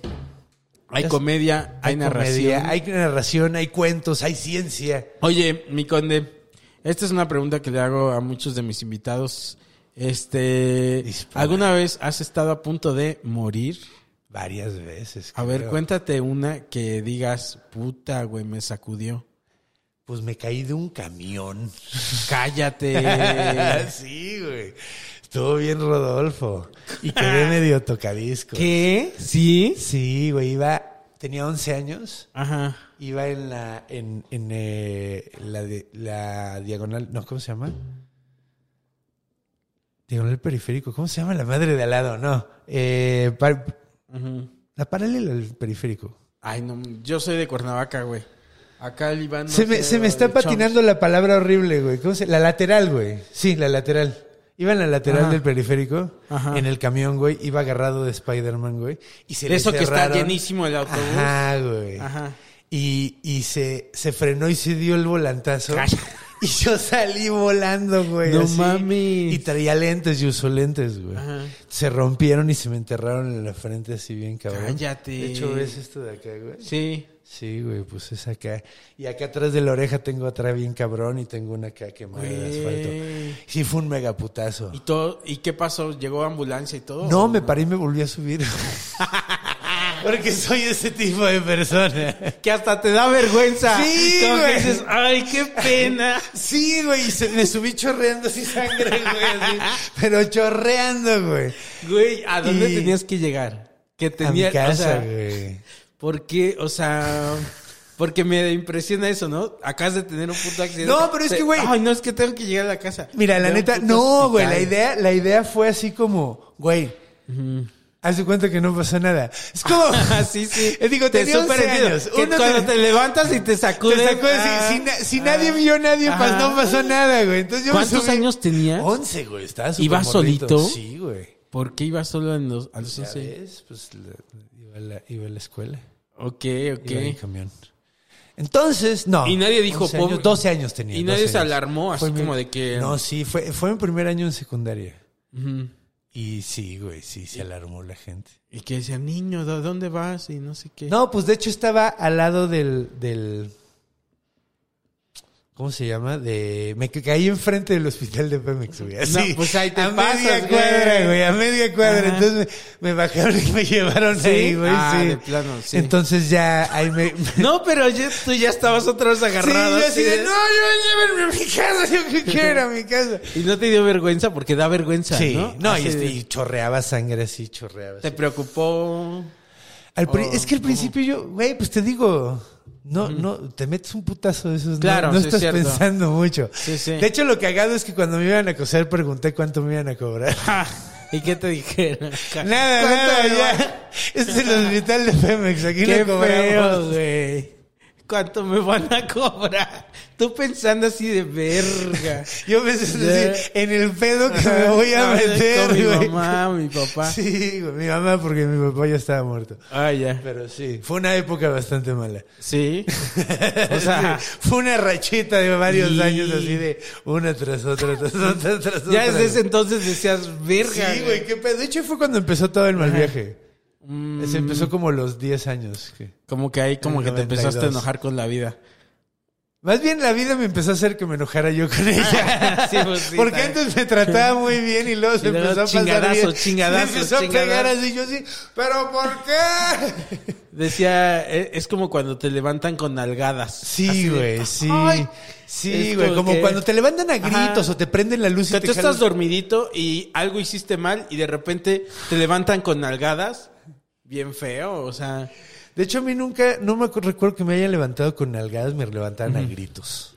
[SPEAKER 3] Hay comedia, hay, narración.
[SPEAKER 2] comedia, hay narración, hay cuentos, hay ciencia.
[SPEAKER 3] Oye, mi conde, esta es una pregunta que le hago a muchos de mis invitados. Este,
[SPEAKER 2] Dispara.
[SPEAKER 3] ¿alguna vez has estado a punto de morir?
[SPEAKER 2] Varias veces.
[SPEAKER 3] A ver,
[SPEAKER 2] creo.
[SPEAKER 3] cuéntate una que digas, puta, güey, me sacudió.
[SPEAKER 2] Pues me caí de un
[SPEAKER 3] [LAUGHS]
[SPEAKER 2] camión. [LAUGHS] Ah,
[SPEAKER 3] Cállate.
[SPEAKER 2] sí, güey. Estuvo bien, Rodolfo. Y
[SPEAKER 3] [LAUGHS]
[SPEAKER 2] quedé medio tocadisco.
[SPEAKER 3] ¿Qué? ¿Sí?
[SPEAKER 2] Sí, güey. Iba, tenía 11 años.
[SPEAKER 3] Ajá.
[SPEAKER 2] Iba en la, en, en, eh, la, de- la diagonal, no, ¿cómo se llama? Diagonal periférico, ¿cómo se llama la madre de al lado? No, eh, par- la paralela al periférico.
[SPEAKER 3] Ay, no, yo soy de Cuernavaca, güey. Acá el Iván. no
[SPEAKER 2] se, me,
[SPEAKER 3] sé,
[SPEAKER 2] se me está
[SPEAKER 3] el chon-
[SPEAKER 2] patinando la palabra horrible, güey. ¿Cómo se- La lateral, güey. Sí, la lateral. Iba en la lateral
[SPEAKER 3] Ajá.
[SPEAKER 2] del periférico,
[SPEAKER 3] Ajá.
[SPEAKER 2] en el camión, güey. Iba agarrado de Spider-Man, güey. Y se
[SPEAKER 3] De
[SPEAKER 2] le
[SPEAKER 3] eso que está
[SPEAKER 2] cerraron.
[SPEAKER 3] llenísimo el autobús.
[SPEAKER 2] Ajá, güey.
[SPEAKER 3] Ajá.
[SPEAKER 2] Y, y se, se frenó y se dio el volantazo.
[SPEAKER 3] Calla.
[SPEAKER 2] [LAUGHS] Y yo salí volando, güey.
[SPEAKER 3] No
[SPEAKER 2] así.
[SPEAKER 3] mames.
[SPEAKER 2] Y traía lentes y usó lentes, güey.
[SPEAKER 3] Ajá.
[SPEAKER 2] Se rompieron y se me enterraron en la frente así bien cabrón.
[SPEAKER 3] Cállate.
[SPEAKER 2] De hecho, ¿ves esto de acá, güey?
[SPEAKER 3] Sí.
[SPEAKER 2] Sí, güey, pues es acá. Y acá atrás de la oreja tengo otra bien cabrón y tengo una acá quemada de
[SPEAKER 3] Güey.
[SPEAKER 2] asfalto. Sí, fue un megaputazo.
[SPEAKER 3] ¿Y, todo, ¿Y qué pasó? ¿Llegó ambulancia y todo?
[SPEAKER 2] No, me paré y me volví a subir. [LAUGHS] Porque soy ese tipo de persona.
[SPEAKER 3] Que hasta te da vergüenza.
[SPEAKER 2] Sí,
[SPEAKER 3] Como que
[SPEAKER 2] güey.
[SPEAKER 3] dices, ay, qué
[SPEAKER 2] [LAUGHS]
[SPEAKER 3] pena.
[SPEAKER 2] Sí, güey, y se- me subí chorreando así sangre, güey, así, [LAUGHS] pero chorreando, güey.
[SPEAKER 3] Güey, ¿a dónde
[SPEAKER 2] Y-
[SPEAKER 3] tenías que llegar? Que
[SPEAKER 2] A mi
[SPEAKER 3] tenía,
[SPEAKER 2] casa,
[SPEAKER 3] o sea,
[SPEAKER 2] güey.
[SPEAKER 3] ¿por qué? O sea, porque me impresiona eso, ¿no? Acabas de tener un puto accidente.
[SPEAKER 2] No, pero es
[SPEAKER 3] Te-
[SPEAKER 2] que, güey-
[SPEAKER 3] Ay, no, es que tengo que llegar a la casa.
[SPEAKER 2] Mira, la
[SPEAKER 3] Era un
[SPEAKER 2] neta,
[SPEAKER 3] puto
[SPEAKER 2] no, güey, la
[SPEAKER 3] hospital.
[SPEAKER 2] idea, la idea fue así como, güey, haz de cuenta que no pasó nada. Es [LAUGHS] como,
[SPEAKER 3] Ah, sí, sí.
[SPEAKER 2] Eh, Digo,
[SPEAKER 3] Te
[SPEAKER 2] tenía 11
[SPEAKER 3] superentiendo.
[SPEAKER 2] años.
[SPEAKER 3] Que
[SPEAKER 2] Uno
[SPEAKER 3] cuando
[SPEAKER 2] te-
[SPEAKER 3] te levantas y te sacudes.
[SPEAKER 2] Te sacó así,
[SPEAKER 3] ah,
[SPEAKER 2] si, na- si
[SPEAKER 3] ah.
[SPEAKER 2] nadie vio, nadie pasó,
[SPEAKER 3] Ajá.
[SPEAKER 2] no pasó nada, güey. Entonces yo me
[SPEAKER 3] ¿Cuántos
[SPEAKER 2] subí-
[SPEAKER 3] años tenías?
[SPEAKER 2] 11, güey, estaba súper
[SPEAKER 3] ¿Ibas
[SPEAKER 2] morrito.
[SPEAKER 3] solito?
[SPEAKER 2] Sí, güey.
[SPEAKER 3] ¿Por qué ibas solo en los, a los
[SPEAKER 2] Ya
[SPEAKER 3] 11?
[SPEAKER 2] ves, pues la- iba, a la, iba a la escuela.
[SPEAKER 3] Ok, ok.
[SPEAKER 2] Iba en camión. Entonces, no.
[SPEAKER 3] Y nadie dijo,
[SPEAKER 2] 11 años,
[SPEAKER 3] pobre-
[SPEAKER 2] 12 años tenía.
[SPEAKER 3] y nadie
[SPEAKER 2] 12
[SPEAKER 3] se
[SPEAKER 2] años.
[SPEAKER 3] alarmó, así
[SPEAKER 2] mi-
[SPEAKER 3] como de que-
[SPEAKER 2] No, sí, fue, fue mi primer año en secundaria. Y sí, güey, sí, se alarmó la gente.
[SPEAKER 3] Y que decían, niño, ¿de dónde vas? Y no sé qué.
[SPEAKER 2] No, pues de hecho estaba al lado del. del ¿Cómo se llama? De. Me ca- caí enfrente del hospital de Pemex, güey. Así,
[SPEAKER 3] No, pues ahí te
[SPEAKER 2] A
[SPEAKER 3] pasas,
[SPEAKER 2] media
[SPEAKER 3] güey.
[SPEAKER 2] cuadra, güey. A media cuadra.
[SPEAKER 3] Ajá.
[SPEAKER 2] Entonces me, me bajaron y me [LAUGHS] llevaron ahí, güey.
[SPEAKER 3] Ah,
[SPEAKER 2] sí.
[SPEAKER 3] de plano, sí.
[SPEAKER 2] Entonces ya ahí me.
[SPEAKER 3] No, pero ya, tú ya estabas otra vez
[SPEAKER 2] Sí,
[SPEAKER 3] agarrado.
[SPEAKER 2] yo así de,
[SPEAKER 3] de-
[SPEAKER 2] no, yo llévenme a mi casa, [LAUGHS] yo quiero ir a mi casa.
[SPEAKER 3] Y no te dio vergüenza porque da vergüenza,
[SPEAKER 2] Sí,
[SPEAKER 3] ¿no?
[SPEAKER 2] no,
[SPEAKER 3] Así
[SPEAKER 2] y, este-
[SPEAKER 3] de-
[SPEAKER 2] y chorreaba sangre así, chorreaba.
[SPEAKER 3] Te
[SPEAKER 2] así.
[SPEAKER 3] preocupó.
[SPEAKER 2] Al pri-
[SPEAKER 3] Oh, Mm.
[SPEAKER 2] es que al principio yo, güey, pues te digo, no, no, te metes un putazo de esos. no-
[SPEAKER 3] Claro,
[SPEAKER 2] no,
[SPEAKER 3] sí, es
[SPEAKER 2] estás
[SPEAKER 3] cierto.
[SPEAKER 2] pensando mucho.
[SPEAKER 3] Sí, sí.
[SPEAKER 2] De hecho, lo cagado es que cuando me iban a coser pregunté cuánto me iban a cobrar.
[SPEAKER 3] Ah. ¿Y qué te dijeron?
[SPEAKER 2] nada,
[SPEAKER 3] ¿Cuánto
[SPEAKER 2] nada,
[SPEAKER 3] me va-
[SPEAKER 2] ya. Este es el hospital de Pemex, aquí
[SPEAKER 3] Qué
[SPEAKER 2] no cobramos.
[SPEAKER 3] feo, güey. ¿Cuánto me van a cobrar? Tú pensando así de verga.
[SPEAKER 2] Yo pensé es decir, en el pedo que [LAUGHS] me
[SPEAKER 3] Ajá.
[SPEAKER 2] voy a
[SPEAKER 3] No,
[SPEAKER 2] meter,
[SPEAKER 3] Con mi
[SPEAKER 2] güey.
[SPEAKER 3] mamá, mi papá.
[SPEAKER 2] Sí, güey, mi mamá porque mi papá ya estaba muerto.
[SPEAKER 3] Ah, ya.
[SPEAKER 2] Pero sí, fue una época bastante mala.
[SPEAKER 3] Sí. O sea,
[SPEAKER 2] [LAUGHS] Sí, fue una rachita de varios
[SPEAKER 3] Y-
[SPEAKER 2] años así de una tras otra, tras otra, tras otra.
[SPEAKER 3] ya desde ese entonces decías verga.
[SPEAKER 2] Sí, güey, qué pedo. De hecho, fue cuando empezó todo el mal viaje.
[SPEAKER 3] Mm.
[SPEAKER 2] Se empezó como los 10 años. que-
[SPEAKER 3] Como que ahí como
[SPEAKER 2] El
[SPEAKER 3] que te
[SPEAKER 2] 92.
[SPEAKER 3] empezaste a enojar con
[SPEAKER 2] [LAUGHS]
[SPEAKER 3] la vida.
[SPEAKER 2] Más bien la vida me empezó a hacer que me enojara yo con ella.
[SPEAKER 3] [LAUGHS] Sí, pues sí,
[SPEAKER 2] Porque
[SPEAKER 3] también.
[SPEAKER 2] antes me trataba muy bien y luego se
[SPEAKER 3] Y luego
[SPEAKER 2] empezó a pasar
[SPEAKER 3] chingadazo,
[SPEAKER 2] bien.
[SPEAKER 3] chingadazo,
[SPEAKER 2] Me empezó a pegar
[SPEAKER 3] chingadazo.
[SPEAKER 2] así, yo así, ¿pero por qué?
[SPEAKER 3] Decía, e- es como cuando te levantan con nalgadas. Así
[SPEAKER 2] Sí,
[SPEAKER 3] de, "Ah,
[SPEAKER 2] güey, sí.
[SPEAKER 3] "Ay".
[SPEAKER 2] Sí,
[SPEAKER 3] Es
[SPEAKER 2] güey, como
[SPEAKER 3] que-
[SPEAKER 2] cuando te levantan a
[SPEAKER 3] Ajá.
[SPEAKER 2] gritos o te prenden la luz
[SPEAKER 3] O sea,
[SPEAKER 2] y te
[SPEAKER 3] tú estás
[SPEAKER 2] jalan-
[SPEAKER 3] dormidito y algo hiciste mal y de repente te levantan con nalgadas. Bien feo, o sea.
[SPEAKER 2] De hecho, a mí nunca, no me acu- recuerdo que me hayan levantado con nalgadas, me levantaban a
[SPEAKER 3] [LAUGHS]
[SPEAKER 2] gritos.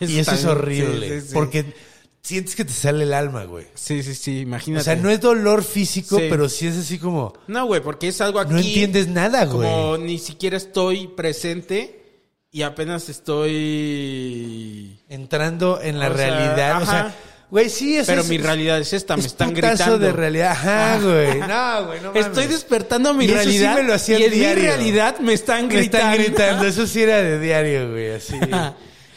[SPEAKER 2] y eso es
[SPEAKER 3] también-
[SPEAKER 2] horrible.
[SPEAKER 3] sí, sí, sí.
[SPEAKER 2] Porque sientes que te sale el alma, güey.
[SPEAKER 3] Sí, sí, sí, imagínate.
[SPEAKER 2] O sea, no es dolor físico,
[SPEAKER 3] Sí.
[SPEAKER 2] pero sí es así como.
[SPEAKER 3] No, güey, porque es algo aquí.
[SPEAKER 2] No entiendes nada, güey.
[SPEAKER 3] Como ni siquiera estoy presente y apenas estoy.
[SPEAKER 2] Entrando en la
[SPEAKER 3] O sea,
[SPEAKER 2] realidad. o
[SPEAKER 3] ajá.
[SPEAKER 2] sea, güey, sí, es
[SPEAKER 3] Pero
[SPEAKER 2] es-
[SPEAKER 3] mi realidad es esta, me
[SPEAKER 2] es
[SPEAKER 3] están
[SPEAKER 2] putazo
[SPEAKER 3] gritando.
[SPEAKER 2] de realidad. Ajá, güey. No, güey, no mames.
[SPEAKER 3] [LAUGHS] Estoy despertando a mi
[SPEAKER 2] Y eso sí
[SPEAKER 3] realidad.
[SPEAKER 2] me lo hacían
[SPEAKER 3] y en
[SPEAKER 2] diario.
[SPEAKER 3] mi realidad me están
[SPEAKER 2] Me
[SPEAKER 3] gritando.
[SPEAKER 2] están gritando. Eso sí era de diario, güey. Así.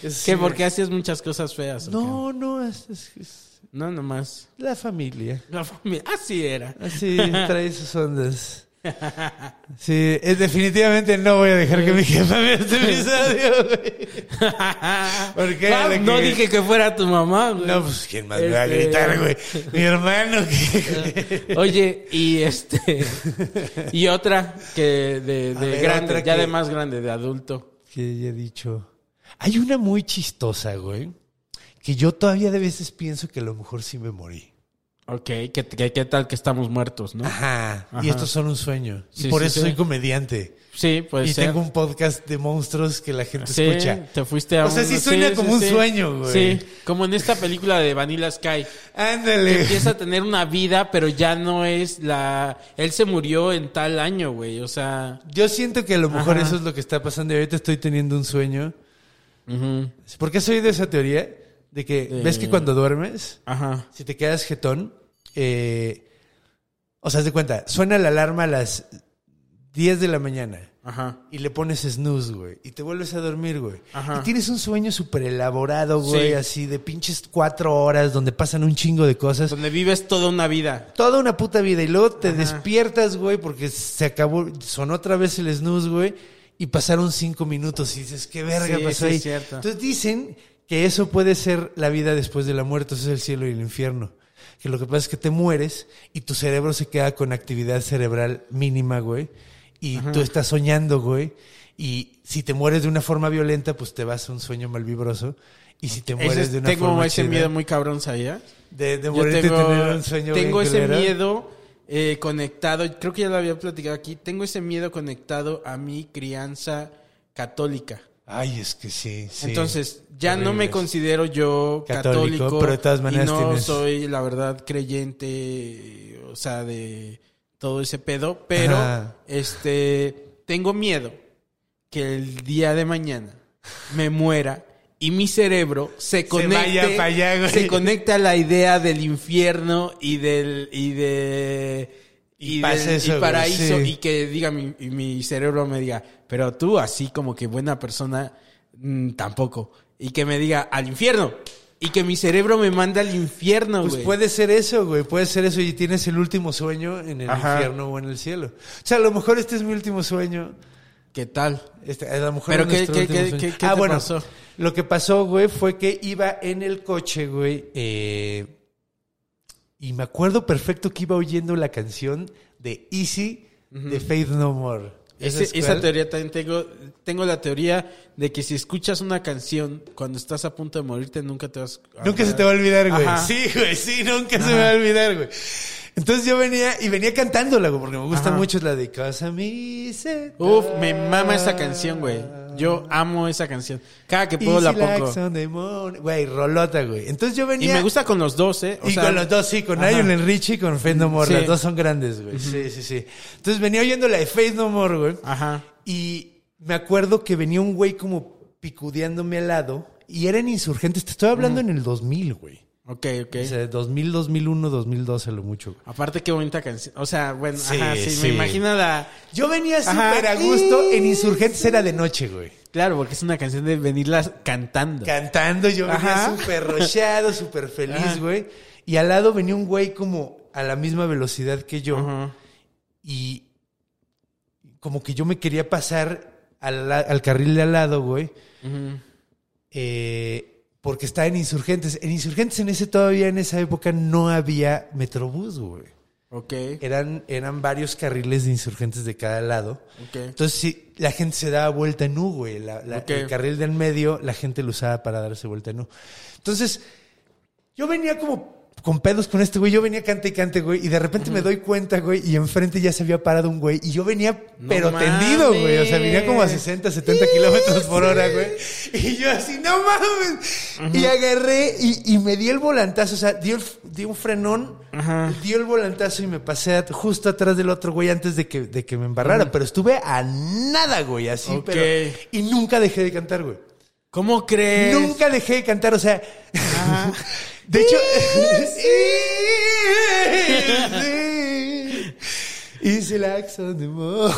[SPEAKER 2] Eso sí,
[SPEAKER 3] [LAUGHS] que
[SPEAKER 2] güey.
[SPEAKER 3] porque hacías muchas cosas feas. ¿o qué?
[SPEAKER 2] No, no, es- es- es
[SPEAKER 3] No, nomás.
[SPEAKER 2] la familia.
[SPEAKER 3] La familia.
[SPEAKER 2] [LAUGHS]
[SPEAKER 3] Así era.
[SPEAKER 2] Así trae sus
[SPEAKER 3] [LAUGHS]
[SPEAKER 2] ondas. Sí, es- definitivamente no voy a dejar que mi jefa vea este episodio, güey. Porque era
[SPEAKER 3] Ah,
[SPEAKER 2] la
[SPEAKER 3] no
[SPEAKER 2] que-
[SPEAKER 3] dije que fuera tu mamá, güey.
[SPEAKER 2] No, pues quién más me va a
[SPEAKER 3] Este-
[SPEAKER 2] gritar, güey. Mi hermano.
[SPEAKER 3] [LAUGHS]
[SPEAKER 2] que- [LAUGHS]
[SPEAKER 3] Oye, y este. Y otra que de, de
[SPEAKER 2] A ver,
[SPEAKER 3] grande,
[SPEAKER 2] otra
[SPEAKER 3] ya
[SPEAKER 2] que-
[SPEAKER 3] de más grande, de adulto.
[SPEAKER 2] que ya he dicho. Hay una muy chistosa, güey, que yo todavía de veces pienso que a lo mejor sí me morí.
[SPEAKER 3] Ok, ¿qué, qué, qué tal que estamos muertos, no?
[SPEAKER 2] Ajá.
[SPEAKER 3] Ajá.
[SPEAKER 2] Y esto es solo un sueño. Y
[SPEAKER 3] Sí,
[SPEAKER 2] por
[SPEAKER 3] sí,
[SPEAKER 2] eso
[SPEAKER 3] sí.
[SPEAKER 2] soy comediante.
[SPEAKER 3] Sí, pues.
[SPEAKER 2] y tengo un podcast de monstruos que la gente
[SPEAKER 3] Sí,
[SPEAKER 2] escucha.
[SPEAKER 3] te fuiste a
[SPEAKER 2] O sea,
[SPEAKER 3] un-
[SPEAKER 2] sí suena como un sueño, güey.
[SPEAKER 3] Sí, como en esta película de Vanilla Sky.
[SPEAKER 2] Ándale.
[SPEAKER 3] Empieza a tener una vida, pero ya no es la... Él se murió en tal año, güey. O sea,
[SPEAKER 2] Yo siento que a lo mejor
[SPEAKER 3] Ajá.
[SPEAKER 2] eso es lo que está pasando. Y ahorita estoy teniendo un sueño. Porque soy de esa teoría de que, ¿ves que cuando duermes,
[SPEAKER 3] ajá.
[SPEAKER 2] si te quedas jetón, eh, o sea, haz de cuenta, suena la alarma a las 10 de la mañana
[SPEAKER 3] Ajá.
[SPEAKER 2] y le pones snooze, güey, y te vuelves a dormir, güey.
[SPEAKER 3] Ajá.
[SPEAKER 2] Y tienes un sueño súper elaborado, güey,
[SPEAKER 3] Sí.
[SPEAKER 2] así de pinches cuatro horas donde pasan un chingo de cosas.
[SPEAKER 3] Donde vives toda una vida.
[SPEAKER 2] toda una puta vida y luego te despiertas, güey, porque se acabó, sonó otra vez el snooze, güey, y pasaron cinco minutos y dices, qué verga
[SPEAKER 3] Sí,
[SPEAKER 2] pasó
[SPEAKER 3] sí, es
[SPEAKER 2] ahí.
[SPEAKER 3] cierto.
[SPEAKER 2] Entonces dicen que eso puede ser la vida después de la muerte, eso es el cielo y el infierno. Que lo que pasa es que te mueres y tu cerebro se queda con actividad cerebral mínima, güey, y tú estás soñando, güey, y si te mueres de una forma violenta, pues te vas a un sueño malvibroso. Y si te mueres
[SPEAKER 3] Ese es-
[SPEAKER 2] de una
[SPEAKER 3] tengo
[SPEAKER 2] forma
[SPEAKER 3] ese
[SPEAKER 2] chida,
[SPEAKER 3] miedo muy cabrón, ¿sabías?
[SPEAKER 2] de, de
[SPEAKER 3] Yo
[SPEAKER 2] morirte y tener
[SPEAKER 3] tengo,
[SPEAKER 2] un sueño
[SPEAKER 3] tengo
[SPEAKER 2] bien
[SPEAKER 3] ese
[SPEAKER 2] culero.
[SPEAKER 3] miedo eh, conectado, creo que ya lo había platicado aquí, tengo ese miedo conectado a mi crianza católica.
[SPEAKER 2] Ay, es que sí. sí.
[SPEAKER 3] Entonces, ya no me
[SPEAKER 2] Horribles.
[SPEAKER 3] considero yo
[SPEAKER 2] Católico,
[SPEAKER 3] católico,
[SPEAKER 2] pero de todas maneras
[SPEAKER 3] y no
[SPEAKER 2] tienes-
[SPEAKER 3] soy la verdad creyente, o sea, de todo ese pedo, pero
[SPEAKER 2] Ajá.
[SPEAKER 3] este tengo miedo que el día de mañana me muera y mi cerebro se conecte
[SPEAKER 2] vaya pa' allá, güey.
[SPEAKER 3] se conecte a la idea del infierno y del y de
[SPEAKER 2] Y pasa
[SPEAKER 3] del-
[SPEAKER 2] eso, güey,
[SPEAKER 3] paraíso
[SPEAKER 2] sí.
[SPEAKER 3] y que diga mi, y mi cerebro me diga, pero tú así como que buena persona, mm, tampoco. Y que me diga, al infierno. Y que mi cerebro me manda al infierno,
[SPEAKER 2] Pues
[SPEAKER 3] güey.
[SPEAKER 2] puede ser eso, güey. Puede ser eso y tienes el último sueño en el
[SPEAKER 3] Ajá.
[SPEAKER 2] infierno o en el cielo. O sea, a lo mejor este es mi último sueño.
[SPEAKER 3] ¿Qué tal?
[SPEAKER 2] Este, a lo mejor
[SPEAKER 3] Pero
[SPEAKER 2] es
[SPEAKER 3] ¿qué-
[SPEAKER 2] nuestro
[SPEAKER 3] qué-
[SPEAKER 2] último
[SPEAKER 3] qué-
[SPEAKER 2] sueño.
[SPEAKER 3] qué- qué
[SPEAKER 2] ah,
[SPEAKER 3] te
[SPEAKER 2] bueno.
[SPEAKER 3] pasó?
[SPEAKER 2] Lo que pasó, güey, fue que iba en el coche, güey. eh, y me acuerdo perfecto que iba oyendo la canción de Easy de Faith No More.
[SPEAKER 3] Ese-
[SPEAKER 2] ¿Sabes
[SPEAKER 3] esa
[SPEAKER 2] cuál?
[SPEAKER 3] teoría también tengo, tengo la teoría de que si escuchas una canción cuando estás a punto de morirte, nunca te vas a
[SPEAKER 2] Nunca se te va a olvidar, güey.
[SPEAKER 3] Ajá.
[SPEAKER 2] Sí, güey, sí, nunca se me va a olvidar, güey. Entonces yo venía y venía cantándola, güey, porque me gusta
[SPEAKER 3] Ajá.
[SPEAKER 2] mucho la de Casa Mi se-
[SPEAKER 3] Uf, me mama esa canción, güey. Yo amo esa canción. Cada que puedo
[SPEAKER 2] Easy
[SPEAKER 3] la
[SPEAKER 2] like
[SPEAKER 3] pongo.
[SPEAKER 2] Sunday morning. Güey, rolota, güey. Entonces yo
[SPEAKER 3] Y
[SPEAKER 2] venía.
[SPEAKER 3] me gusta con los dos, ¿eh? O
[SPEAKER 2] y
[SPEAKER 3] sea,
[SPEAKER 2] con los dos, sí, con
[SPEAKER 3] ajá.
[SPEAKER 2] Lionel Richie y con Faith No More.
[SPEAKER 3] Sí.
[SPEAKER 2] Las dos son grandes, güey. Sí, sí, sí. Entonces venía oyendo la de Faith No More, güey.
[SPEAKER 3] Ajá.
[SPEAKER 2] Y me acuerdo que venía un güey como picudeándome al lado y eran insurgentes. Te estoy hablando en el 2000, güey.
[SPEAKER 3] Ok, ok.
[SPEAKER 2] O sea, 2000, 2001, 2012, lo mucho, güey.
[SPEAKER 3] Aparte, qué bonita canción. O sea, bueno,
[SPEAKER 2] Sí,
[SPEAKER 3] ajá, sí,
[SPEAKER 2] sí.
[SPEAKER 3] me imagino la.
[SPEAKER 2] Yo venía
[SPEAKER 3] Ajá.
[SPEAKER 2] súper a gusto. En Insurgentes era de noche, güey.
[SPEAKER 3] Claro, porque es una canción de venirla
[SPEAKER 2] [LAUGHS]
[SPEAKER 3] cantando.
[SPEAKER 2] Cantando, yo venía
[SPEAKER 3] Ajá.
[SPEAKER 2] súper rocheado, súper
[SPEAKER 3] Ajá.
[SPEAKER 2] feliz, güey. Y al lado venía un güey como a la misma velocidad que yo.
[SPEAKER 3] Ajá.
[SPEAKER 2] Y como que yo me quería pasar al, la- al carril de al lado, güey. Eh, porque estaba en Insurgentes. En Insurgentes en ese todavía, en esa época, no había Metrobús, güey.
[SPEAKER 3] Ok.
[SPEAKER 2] eran, eran varios carriles de insurgentes de cada lado.
[SPEAKER 3] Ok.
[SPEAKER 2] Entonces, sí, la gente se daba vuelta en U, güey. La- la-
[SPEAKER 3] Ok.
[SPEAKER 2] El carril del medio, la gente lo usaba para darse vuelta en U. Entonces, yo venía como con pedos con este güey. Yo venía cante y cante, güey. Y de repente me doy cuenta, güey. Y enfrente ya se había parado un güey. Y yo venía,
[SPEAKER 3] No
[SPEAKER 2] pero
[SPEAKER 3] mames.
[SPEAKER 2] tendido, güey. O sea, venía como a 60, 70 kilómetros por hora, güey. Y yo así, no mames. Y agarré y, y me di el volantazo. O sea, di, el- di un frenón, di el volantazo y me pasé at- justo atrás del otro güey antes de que, de que me embarrara. Pero estuve a nada, güey. Así,
[SPEAKER 3] Ok.
[SPEAKER 2] pero. Y nunca dejé de cantar, güey.
[SPEAKER 3] ¿Cómo crees?
[SPEAKER 2] Nunca dejé de cantar, o sea. De hecho. Y se la acción de amor.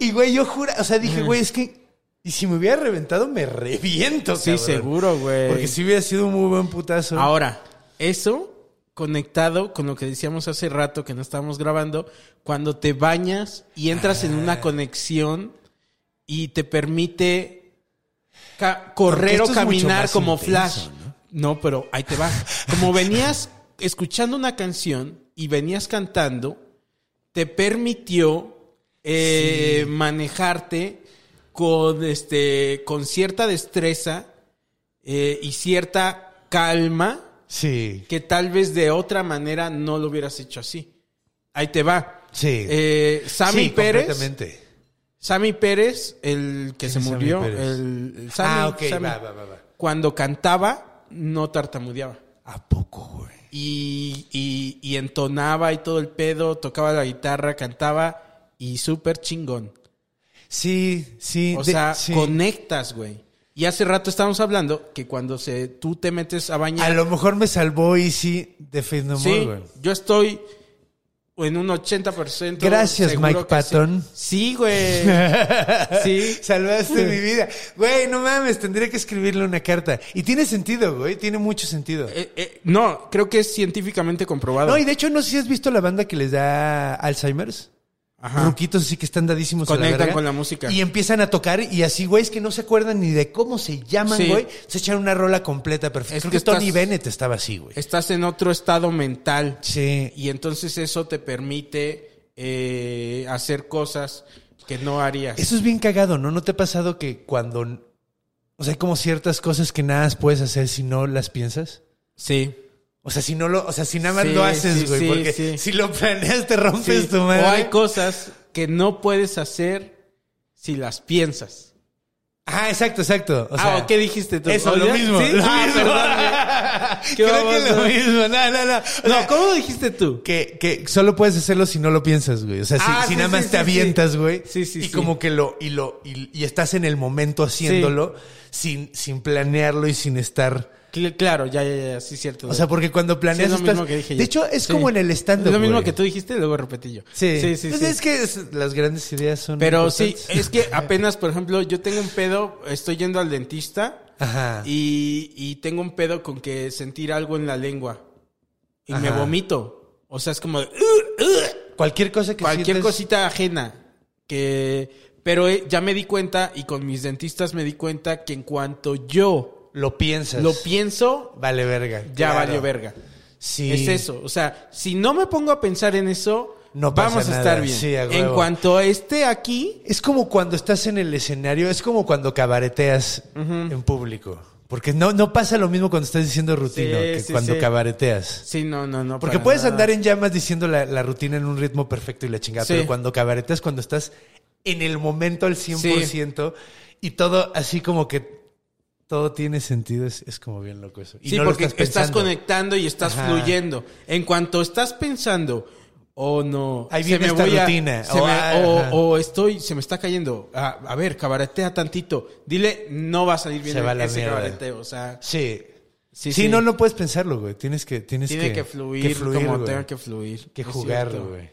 [SPEAKER 2] Y güey, yo jura, o sea, dije, güey, es que. Y si me hubiera reventado, me reviento,
[SPEAKER 3] Sí,
[SPEAKER 2] cabrón.
[SPEAKER 3] seguro, güey.
[SPEAKER 2] Porque si hubiera sido un muy buen putazo.
[SPEAKER 3] Ahora, eso conectado con lo que decíamos hace rato que no estábamos grabando, cuando te bañas y entras en
[SPEAKER 2] Ah.
[SPEAKER 3] una conexión y te permite ca- correr
[SPEAKER 2] esto
[SPEAKER 3] o
[SPEAKER 2] es mucho
[SPEAKER 3] caminar
[SPEAKER 2] más
[SPEAKER 3] como
[SPEAKER 2] intenso,
[SPEAKER 3] flash. ¿no? pero ahí te va. Como venías escuchando una canción y venías cantando, te permitió eh, manejarte con este con cierta destreza eh, y cierta calma
[SPEAKER 2] Sí.
[SPEAKER 3] que tal vez de otra manera no lo hubieras hecho así. Ahí te va.
[SPEAKER 2] Sí.
[SPEAKER 3] Eh, Sammy
[SPEAKER 2] Sí,
[SPEAKER 3] Pérez.
[SPEAKER 2] completamente.
[SPEAKER 3] Sammy Pérez, el que se
[SPEAKER 2] es Sammy
[SPEAKER 3] murió.
[SPEAKER 2] Pérez?
[SPEAKER 3] El, el Sammy,
[SPEAKER 2] Ah, ok,
[SPEAKER 3] Sammy,
[SPEAKER 2] va, va, va, va.
[SPEAKER 3] Cuando cantaba, no tartamudeaba.
[SPEAKER 2] ¿A poco, güey?
[SPEAKER 3] Y, y- y entonaba y todo el pedo, tocaba la guitarra, cantaba y súper chingón.
[SPEAKER 2] Sí, sí.
[SPEAKER 3] O
[SPEAKER 2] de-
[SPEAKER 3] sea,
[SPEAKER 2] sí.
[SPEAKER 3] conectas, güey. Y hace rato estábamos hablando que cuando se, tú te metes a bañar.
[SPEAKER 2] A lo mejor me salvó Easy de Faith No More,
[SPEAKER 3] Sí,
[SPEAKER 2] güey.
[SPEAKER 3] yo estoy en un 80%.
[SPEAKER 2] Gracias,
[SPEAKER 3] seguro
[SPEAKER 2] Mike
[SPEAKER 3] que
[SPEAKER 2] Patton. [LAUGHS]
[SPEAKER 3] Sí, Sí, güey. Sí.
[SPEAKER 2] Salvaste mi vida. Güey, no mames, tendría que escribirle una carta. Y tiene sentido, güey, tiene mucho sentido.
[SPEAKER 3] Eh, eh, no, creo que es científicamente comprobado.
[SPEAKER 2] No, y de hecho, no sé si has visto la banda que les da Alzheimer's.
[SPEAKER 3] Ajá.
[SPEAKER 2] Ruquitos así que están dadísimos a
[SPEAKER 3] Conectan
[SPEAKER 2] verga.
[SPEAKER 3] con la música.
[SPEAKER 2] Y empiezan a tocar y así, güey, es que no se acuerdan ni de cómo se llaman,
[SPEAKER 3] Sí.
[SPEAKER 2] güey. Se echan una rola completa perfecta.
[SPEAKER 3] Es
[SPEAKER 2] Creo que,
[SPEAKER 3] que
[SPEAKER 2] Tony
[SPEAKER 3] estás-
[SPEAKER 2] Bennett estaba así, güey.
[SPEAKER 3] Estás en otro estado mental.
[SPEAKER 2] Sí.
[SPEAKER 3] Y entonces eso te permite eh, hacer cosas que no harías.
[SPEAKER 2] Eso es bien cagado, ¿no? ¿No te ha pasado que cuando... O sea, hay como ciertas cosas que nada más puedes hacer si no las piensas.
[SPEAKER 3] Sí.
[SPEAKER 2] O sea, si no lo, o sea, si nada más
[SPEAKER 3] Sí,
[SPEAKER 2] lo haces,
[SPEAKER 3] sí,
[SPEAKER 2] güey,
[SPEAKER 3] sí,
[SPEAKER 2] porque
[SPEAKER 3] sí.
[SPEAKER 2] si lo planeas te rompes
[SPEAKER 3] Sí.
[SPEAKER 2] tu
[SPEAKER 3] O
[SPEAKER 2] madre.
[SPEAKER 3] hay cosas que no puedes hacer si las piensas.
[SPEAKER 2] ah, exacto, exacto. O sea,
[SPEAKER 3] ah, ¿o ¿qué dijiste tú?
[SPEAKER 2] Eso,
[SPEAKER 3] ¿Oye?
[SPEAKER 2] lo mismo.
[SPEAKER 3] ¿Sí?
[SPEAKER 2] Lo
[SPEAKER 3] Ah,
[SPEAKER 2] mismo.
[SPEAKER 3] perdón, güey. Qué
[SPEAKER 2] Creo que
[SPEAKER 3] baboso.
[SPEAKER 2] lo mismo. No, no, no. [LAUGHS] O
[SPEAKER 3] No,
[SPEAKER 2] sea,
[SPEAKER 3] ¿cómo dijiste tú?
[SPEAKER 2] que, que solo puedes hacerlo si no lo piensas, güey. O sea, si,
[SPEAKER 3] Ah,
[SPEAKER 2] si
[SPEAKER 3] sí,
[SPEAKER 2] nada
[SPEAKER 3] sí,
[SPEAKER 2] más
[SPEAKER 3] sí,
[SPEAKER 2] te
[SPEAKER 3] sí.
[SPEAKER 2] avientas, güey.
[SPEAKER 3] Sí, sí,
[SPEAKER 2] Y
[SPEAKER 3] sí.
[SPEAKER 2] como que lo, y lo, y, y estás en el momento haciéndolo sin, sin planearlo y sin estar.
[SPEAKER 3] Cl- claro, ya, ya, ya, sí, cierto.
[SPEAKER 2] O sea, porque cuando planeas
[SPEAKER 3] Sí, es lo
[SPEAKER 2] estás-
[SPEAKER 3] mismo que dije yo.
[SPEAKER 2] De hecho, es
[SPEAKER 3] Sí.
[SPEAKER 2] como en el stand-up.
[SPEAKER 3] Lo mismo
[SPEAKER 2] güey.
[SPEAKER 3] que tú dijiste, luego repetí yo.
[SPEAKER 2] Sí,
[SPEAKER 3] sí, sí.
[SPEAKER 2] Pues
[SPEAKER 3] sí.
[SPEAKER 2] Es que es- las grandes ideas son.
[SPEAKER 3] Pero sí,
[SPEAKER 2] importantes.
[SPEAKER 3] es que apenas, por ejemplo, yo tengo un pedo, estoy yendo al dentista
[SPEAKER 2] [LAUGHS] Ajá.
[SPEAKER 3] y, y tengo un pedo con que sentir algo en la lengua y me
[SPEAKER 2] Ajá.
[SPEAKER 3] vomito. O sea, es como de,
[SPEAKER 2] Cualquier cosa que
[SPEAKER 3] cualquier
[SPEAKER 2] sientas-
[SPEAKER 3] cosita ajena que Pero eh, ya me di cuenta y con mis dentistas me di cuenta que en cuanto yo
[SPEAKER 2] Lo piensas.
[SPEAKER 3] lo pienso,
[SPEAKER 2] Vale verga.
[SPEAKER 3] ya
[SPEAKER 2] claro.
[SPEAKER 3] valió verga.
[SPEAKER 2] Sí.
[SPEAKER 3] Es eso. O sea, si no me pongo a pensar en eso,
[SPEAKER 2] No pasa
[SPEAKER 3] vamos a
[SPEAKER 2] nada.
[SPEAKER 3] estar bien.
[SPEAKER 2] Sí, a
[SPEAKER 3] en
[SPEAKER 2] huevo.
[SPEAKER 3] cuanto esté aquí,
[SPEAKER 2] Es como cuando estás en el escenario, es como cuando cabareteas en público. Porque no, no pasa lo mismo cuando estás diciendo rutino
[SPEAKER 3] Sí,
[SPEAKER 2] que
[SPEAKER 3] sí,
[SPEAKER 2] cuando
[SPEAKER 3] sí.
[SPEAKER 2] cabareteas.
[SPEAKER 3] sí, no, no, no.
[SPEAKER 2] Porque
[SPEAKER 3] para
[SPEAKER 2] puedes
[SPEAKER 3] nada.
[SPEAKER 2] andar en llamas diciendo la, la rutina en un ritmo perfecto y la chingada,
[SPEAKER 3] Sí.
[SPEAKER 2] pero cuando cabareteas, cuando estás en el momento al 100% y todo así como que todo tiene sentido, es, es como bien loco eso. Y
[SPEAKER 3] sí,
[SPEAKER 2] no lo
[SPEAKER 3] porque estás,
[SPEAKER 2] pensando.
[SPEAKER 3] conectando y estás
[SPEAKER 2] Ajá.
[SPEAKER 3] fluyendo. En cuanto estás pensando, oh no,
[SPEAKER 2] Ahí viene esta
[SPEAKER 3] voy a-
[SPEAKER 2] rutina.
[SPEAKER 3] se
[SPEAKER 2] O,
[SPEAKER 3] me-
[SPEAKER 2] ah,
[SPEAKER 3] o-
[SPEAKER 2] ajá.
[SPEAKER 3] o estoy, se me está cayendo. Ah, a ver, cabaretea tantito. Dile, no va a salir bien
[SPEAKER 2] Se va a la
[SPEAKER 3] ese
[SPEAKER 2] mierda.
[SPEAKER 3] cabareteo. O sea,
[SPEAKER 2] Sí.
[SPEAKER 3] sí,
[SPEAKER 2] Sí,
[SPEAKER 3] sí.
[SPEAKER 2] no, no puedes pensarlo, güey. Tienes que, tienes
[SPEAKER 3] tiene que, fluir, como
[SPEAKER 2] güey.
[SPEAKER 3] tenga que fluir.
[SPEAKER 2] Que
[SPEAKER 3] Es
[SPEAKER 2] jugar,
[SPEAKER 3] cierto.
[SPEAKER 2] güey.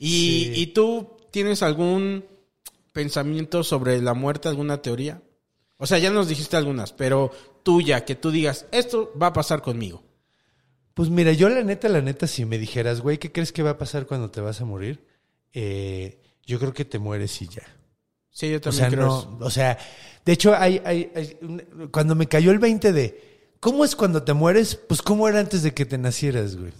[SPEAKER 3] ¿Y,
[SPEAKER 2] Sí.
[SPEAKER 3] ¿Y tú tienes algún pensamiento sobre la muerte, alguna teoría? O sea, ya nos dijiste algunas, pero tuya, que tú digas, esto va a pasar conmigo.
[SPEAKER 2] Pues mira, yo la neta, la neta, si me dijeras, güey, ¿qué crees que va a pasar cuando te vas a morir? Eh, yo creo que te mueres y ya.
[SPEAKER 3] Sí, yo
[SPEAKER 2] O
[SPEAKER 3] también
[SPEAKER 2] sea,
[SPEAKER 3] creo eso.
[SPEAKER 2] no, o sea, de hecho, hay, hay- hay un- cuando me cayó el 20 de, ¿cómo es cuando te mueres? Pues, ¿cómo era antes de que te nacieras,
[SPEAKER 3] [LAUGHS]
[SPEAKER 2] güey?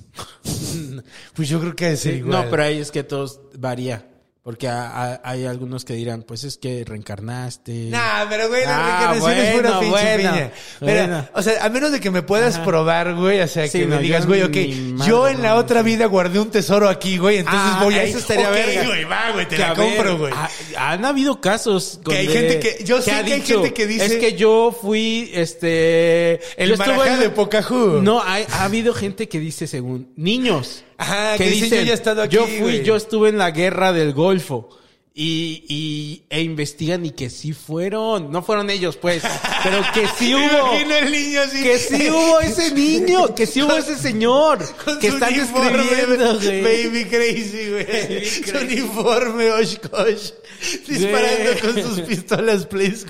[SPEAKER 2] pues yo creo que ha de ser
[SPEAKER 3] Sí,
[SPEAKER 2] igual.
[SPEAKER 3] No, pero ahí es que todos varía. Porque a- a- hay algunos que dirán, pues es que reencarnaste.
[SPEAKER 2] Nah, pero güey, la
[SPEAKER 3] Ah,
[SPEAKER 2] reencarnación es
[SPEAKER 3] bueno,
[SPEAKER 2] pura pinche
[SPEAKER 3] bueno,
[SPEAKER 2] piña. Pero,
[SPEAKER 3] bueno.
[SPEAKER 2] o sea, a menos de que me puedas probar, güey, o sea,
[SPEAKER 3] Sí,
[SPEAKER 2] que me
[SPEAKER 3] no, yo
[SPEAKER 2] digas, güey, ok,
[SPEAKER 3] ni madre,
[SPEAKER 2] yo en la
[SPEAKER 3] no,
[SPEAKER 2] otra
[SPEAKER 3] sí.
[SPEAKER 2] vida guardé un tesoro aquí, güey, entonces
[SPEAKER 3] Ah,
[SPEAKER 2] voy a [LAUGHS]
[SPEAKER 3] eso estaría
[SPEAKER 2] Ok,
[SPEAKER 3] verga.
[SPEAKER 2] güey, va, güey, te
[SPEAKER 3] Que
[SPEAKER 2] la
[SPEAKER 3] a ver,
[SPEAKER 2] compro, güey.
[SPEAKER 3] ha- han habido casos
[SPEAKER 2] Que hay
[SPEAKER 3] donde-
[SPEAKER 2] gente que- yo sé
[SPEAKER 3] ha
[SPEAKER 2] que hay gente que dice-
[SPEAKER 3] Es que yo fui, este...
[SPEAKER 2] El
[SPEAKER 3] yo estuve
[SPEAKER 2] marajá de Pocahú.
[SPEAKER 3] No, hay- ha habido gente que dice según... Niños.
[SPEAKER 2] Ajá, que dicen, "Yo ya he estado aquí,
[SPEAKER 3] Yo fui,
[SPEAKER 2] güey".
[SPEAKER 3] yo estuve en la guerra del Golfo. Y, y- e investigan y que sí fueron. No fueron ellos,
[SPEAKER 2] [LAUGHS]
[SPEAKER 3] pues. Pero que sí
[SPEAKER 2] Me
[SPEAKER 3] hubo.
[SPEAKER 2] imagino el niño así.
[SPEAKER 3] Que
[SPEAKER 2] [LAUGHS]
[SPEAKER 3] sí hubo ese niño, que sí hubo ese señor
[SPEAKER 2] Con
[SPEAKER 3] que
[SPEAKER 2] su
[SPEAKER 3] están
[SPEAKER 2] uniforme,
[SPEAKER 3] escribiendo, güey.
[SPEAKER 2] Baby crazy, güey.
[SPEAKER 3] Baby
[SPEAKER 2] Su
[SPEAKER 3] crazy.
[SPEAKER 2] uniforme, Oshkosh. Disparando
[SPEAKER 3] Güey.
[SPEAKER 2] con sus pistolas, please.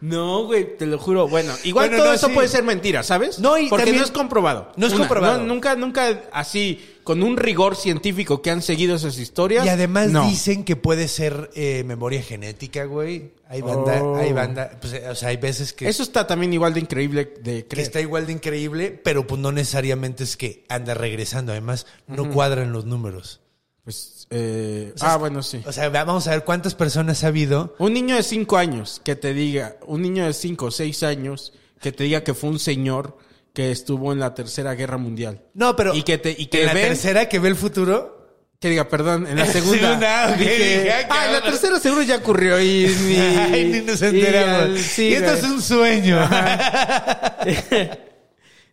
[SPEAKER 3] No, güey, te lo juro. Bueno, igual
[SPEAKER 2] Bueno,
[SPEAKER 3] todo
[SPEAKER 2] no,
[SPEAKER 3] eso
[SPEAKER 2] sí.
[SPEAKER 3] puede ser mentira, ¿sabes?
[SPEAKER 2] No, y
[SPEAKER 3] Porque
[SPEAKER 2] también-
[SPEAKER 3] no es comprobado.
[SPEAKER 2] No es comprobado.
[SPEAKER 3] nunca, nunca así, con un rigor científico que han seguido esas historias.
[SPEAKER 2] Y además
[SPEAKER 3] no.
[SPEAKER 2] dicen que puede ser eh, memoria genética, güey. Hay banda,
[SPEAKER 3] Oh.
[SPEAKER 2] hay banda. pues, eh, o sea, hay veces que, Este,
[SPEAKER 3] Eso está también igual de increíble de
[SPEAKER 2] que
[SPEAKER 3] creer.
[SPEAKER 2] está igual de increíble, pero pues no necesariamente es que anda regresando. Además, no cuadran los números.
[SPEAKER 3] Pues, eh,
[SPEAKER 2] O sea,
[SPEAKER 3] ah,
[SPEAKER 2] es-
[SPEAKER 3] bueno, sí.
[SPEAKER 2] O sea, va- vamos a ver cuántas personas ha habido.
[SPEAKER 3] Un niño de cinco años que te diga, un niño de cinco o seis años que te diga que fue un señor que estuvo en la Tercera Guerra Mundial.
[SPEAKER 2] No, pero.
[SPEAKER 3] Y que te- y que
[SPEAKER 2] en la
[SPEAKER 3] ven-
[SPEAKER 2] tercera que ve el futuro.
[SPEAKER 3] Que diga, perdón, en la segunda.
[SPEAKER 2] Segunda, ok,
[SPEAKER 3] Dije,
[SPEAKER 2] dije, ah,
[SPEAKER 3] ah, en la
[SPEAKER 2] cabrón".
[SPEAKER 3] tercera seguro ya
[SPEAKER 2] [LAUGHS]
[SPEAKER 3] ocurrió y ni,
[SPEAKER 2] Ay, ni nos enteramos.
[SPEAKER 3] al-
[SPEAKER 2] Y,
[SPEAKER 3] sí,
[SPEAKER 2] esto
[SPEAKER 3] güey.
[SPEAKER 2] es un sueño.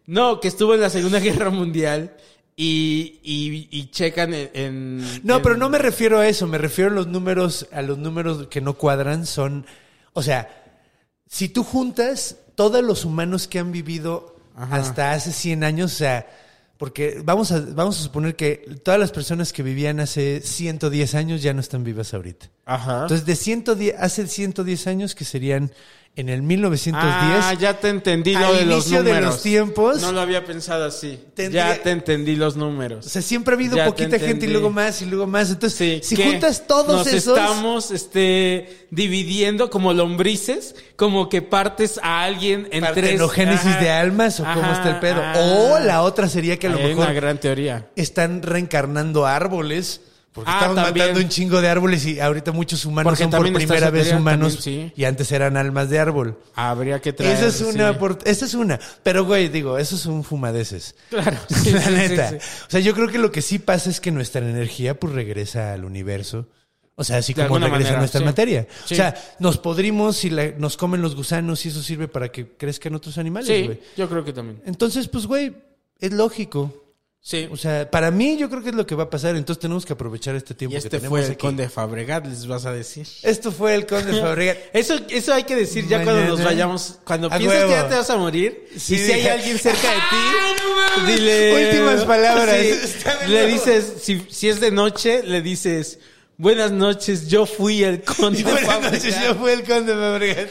[SPEAKER 3] No, que estuvo en la Segunda [LAUGHS] Guerra Mundial y, y, y checan en, en-
[SPEAKER 2] No,
[SPEAKER 3] en-
[SPEAKER 2] pero no me refiero a eso, me refiero a los números, a los números que no cuadran, son, o sea, si tú juntas todos los humanos que han vivido
[SPEAKER 3] Ajá.
[SPEAKER 2] hasta hace 100 años, o sea, porque vamos a, vamos a suponer que todas las personas que vivían hace 110 años ya no están vivas ahorita.
[SPEAKER 3] Ajá.
[SPEAKER 2] Entonces, de 110, hace 110 años que serían en el 1910.
[SPEAKER 3] ah, ya te entendí lo
[SPEAKER 2] al
[SPEAKER 3] de los
[SPEAKER 2] inicio
[SPEAKER 3] números.
[SPEAKER 2] de los tiempos.
[SPEAKER 3] No lo había pensado así.
[SPEAKER 2] Tendría-
[SPEAKER 3] Ya te entendí los
[SPEAKER 2] O
[SPEAKER 3] números.
[SPEAKER 2] sea, siempre ha habido
[SPEAKER 3] Ya te
[SPEAKER 2] poquita gente y
[SPEAKER 3] entendí.
[SPEAKER 2] luego más y luego más.
[SPEAKER 3] Sí,
[SPEAKER 2] Entonces, si
[SPEAKER 3] que
[SPEAKER 2] juntas todos
[SPEAKER 3] nos
[SPEAKER 2] esos...
[SPEAKER 3] estamos este dividiendo como lombrices, como que partes a alguien en tres
[SPEAKER 2] Partenogénesis
[SPEAKER 3] Ajá.
[SPEAKER 2] de almas o cómo
[SPEAKER 3] Ajá,
[SPEAKER 2] está el pedo.
[SPEAKER 3] ah.
[SPEAKER 2] O la otra sería que a lo
[SPEAKER 3] Ahí hay
[SPEAKER 2] mejor
[SPEAKER 3] una gran teoría.
[SPEAKER 2] están reencarnando árboles. Porque
[SPEAKER 3] Ah,
[SPEAKER 2] estamos
[SPEAKER 3] también.
[SPEAKER 2] matando un chingo de árboles y ahorita muchos humanos
[SPEAKER 3] Porque
[SPEAKER 2] son por
[SPEAKER 3] también está
[SPEAKER 2] primera
[SPEAKER 3] esa
[SPEAKER 2] vez
[SPEAKER 3] teoría
[SPEAKER 2] humanos
[SPEAKER 3] también, sí.
[SPEAKER 2] y antes eran almas de árbol.
[SPEAKER 3] Habría que traer.
[SPEAKER 2] Esa es una,
[SPEAKER 3] sí.
[SPEAKER 2] por- esa es una. Pero güey, digo, eso es un fumadeces.
[SPEAKER 3] [LAUGHS]
[SPEAKER 2] [LAUGHS]
[SPEAKER 3] Claro. [LAUGHS] Sí,
[SPEAKER 2] la
[SPEAKER 3] sí, sí,
[SPEAKER 2] neta.
[SPEAKER 3] sí.
[SPEAKER 2] O sea, yo creo que lo que sí pasa es que nuestra energía pues regresa al universo. O sea, así
[SPEAKER 3] De
[SPEAKER 2] como
[SPEAKER 3] alguna
[SPEAKER 2] regresa
[SPEAKER 3] manera,
[SPEAKER 2] nuestra
[SPEAKER 3] sí.
[SPEAKER 2] materia.
[SPEAKER 3] Sí.
[SPEAKER 2] O sea, nos podrimos y la- nos comen los gusanos y eso sirve para que crezcan otros animales,
[SPEAKER 3] Sí,
[SPEAKER 2] güey.
[SPEAKER 3] yo creo que también.
[SPEAKER 2] Entonces, pues güey, es lógico.
[SPEAKER 3] Sí.
[SPEAKER 2] O sea, para mí yo creo que es lo que va a pasar. Entonces tenemos que aprovechar este tiempo
[SPEAKER 3] y
[SPEAKER 2] que
[SPEAKER 3] este
[SPEAKER 2] tenemos
[SPEAKER 3] fue el
[SPEAKER 2] aquí.
[SPEAKER 3] conde Fabregat, les vas a decir.
[SPEAKER 2] Esto fue el
[SPEAKER 3] [LAUGHS]
[SPEAKER 2] Conde Fabregat.
[SPEAKER 3] Eso, eso hay que decir ya cuando nos
[SPEAKER 2] Mañana.
[SPEAKER 3] vayamos. Cuando
[SPEAKER 2] A
[SPEAKER 3] piensas que
[SPEAKER 2] huevo.
[SPEAKER 3] ya te vas a morir,
[SPEAKER 2] Sí,
[SPEAKER 3] y si hay
[SPEAKER 2] dije,
[SPEAKER 3] alguien cerca de ti,
[SPEAKER 2] ¡Ah, no mames!
[SPEAKER 3] dile.
[SPEAKER 2] Últimas palabras.
[SPEAKER 3] Sí,
[SPEAKER 2] [LAUGHS] Está de
[SPEAKER 3] le
[SPEAKER 2] nuevo.
[SPEAKER 3] dices, si, si es de noche, le dices, buenas noches, yo fui el conde
[SPEAKER 2] Y [LAUGHS] buenas
[SPEAKER 3] Fabregat".
[SPEAKER 2] noches, yo fui el conde Fabregat.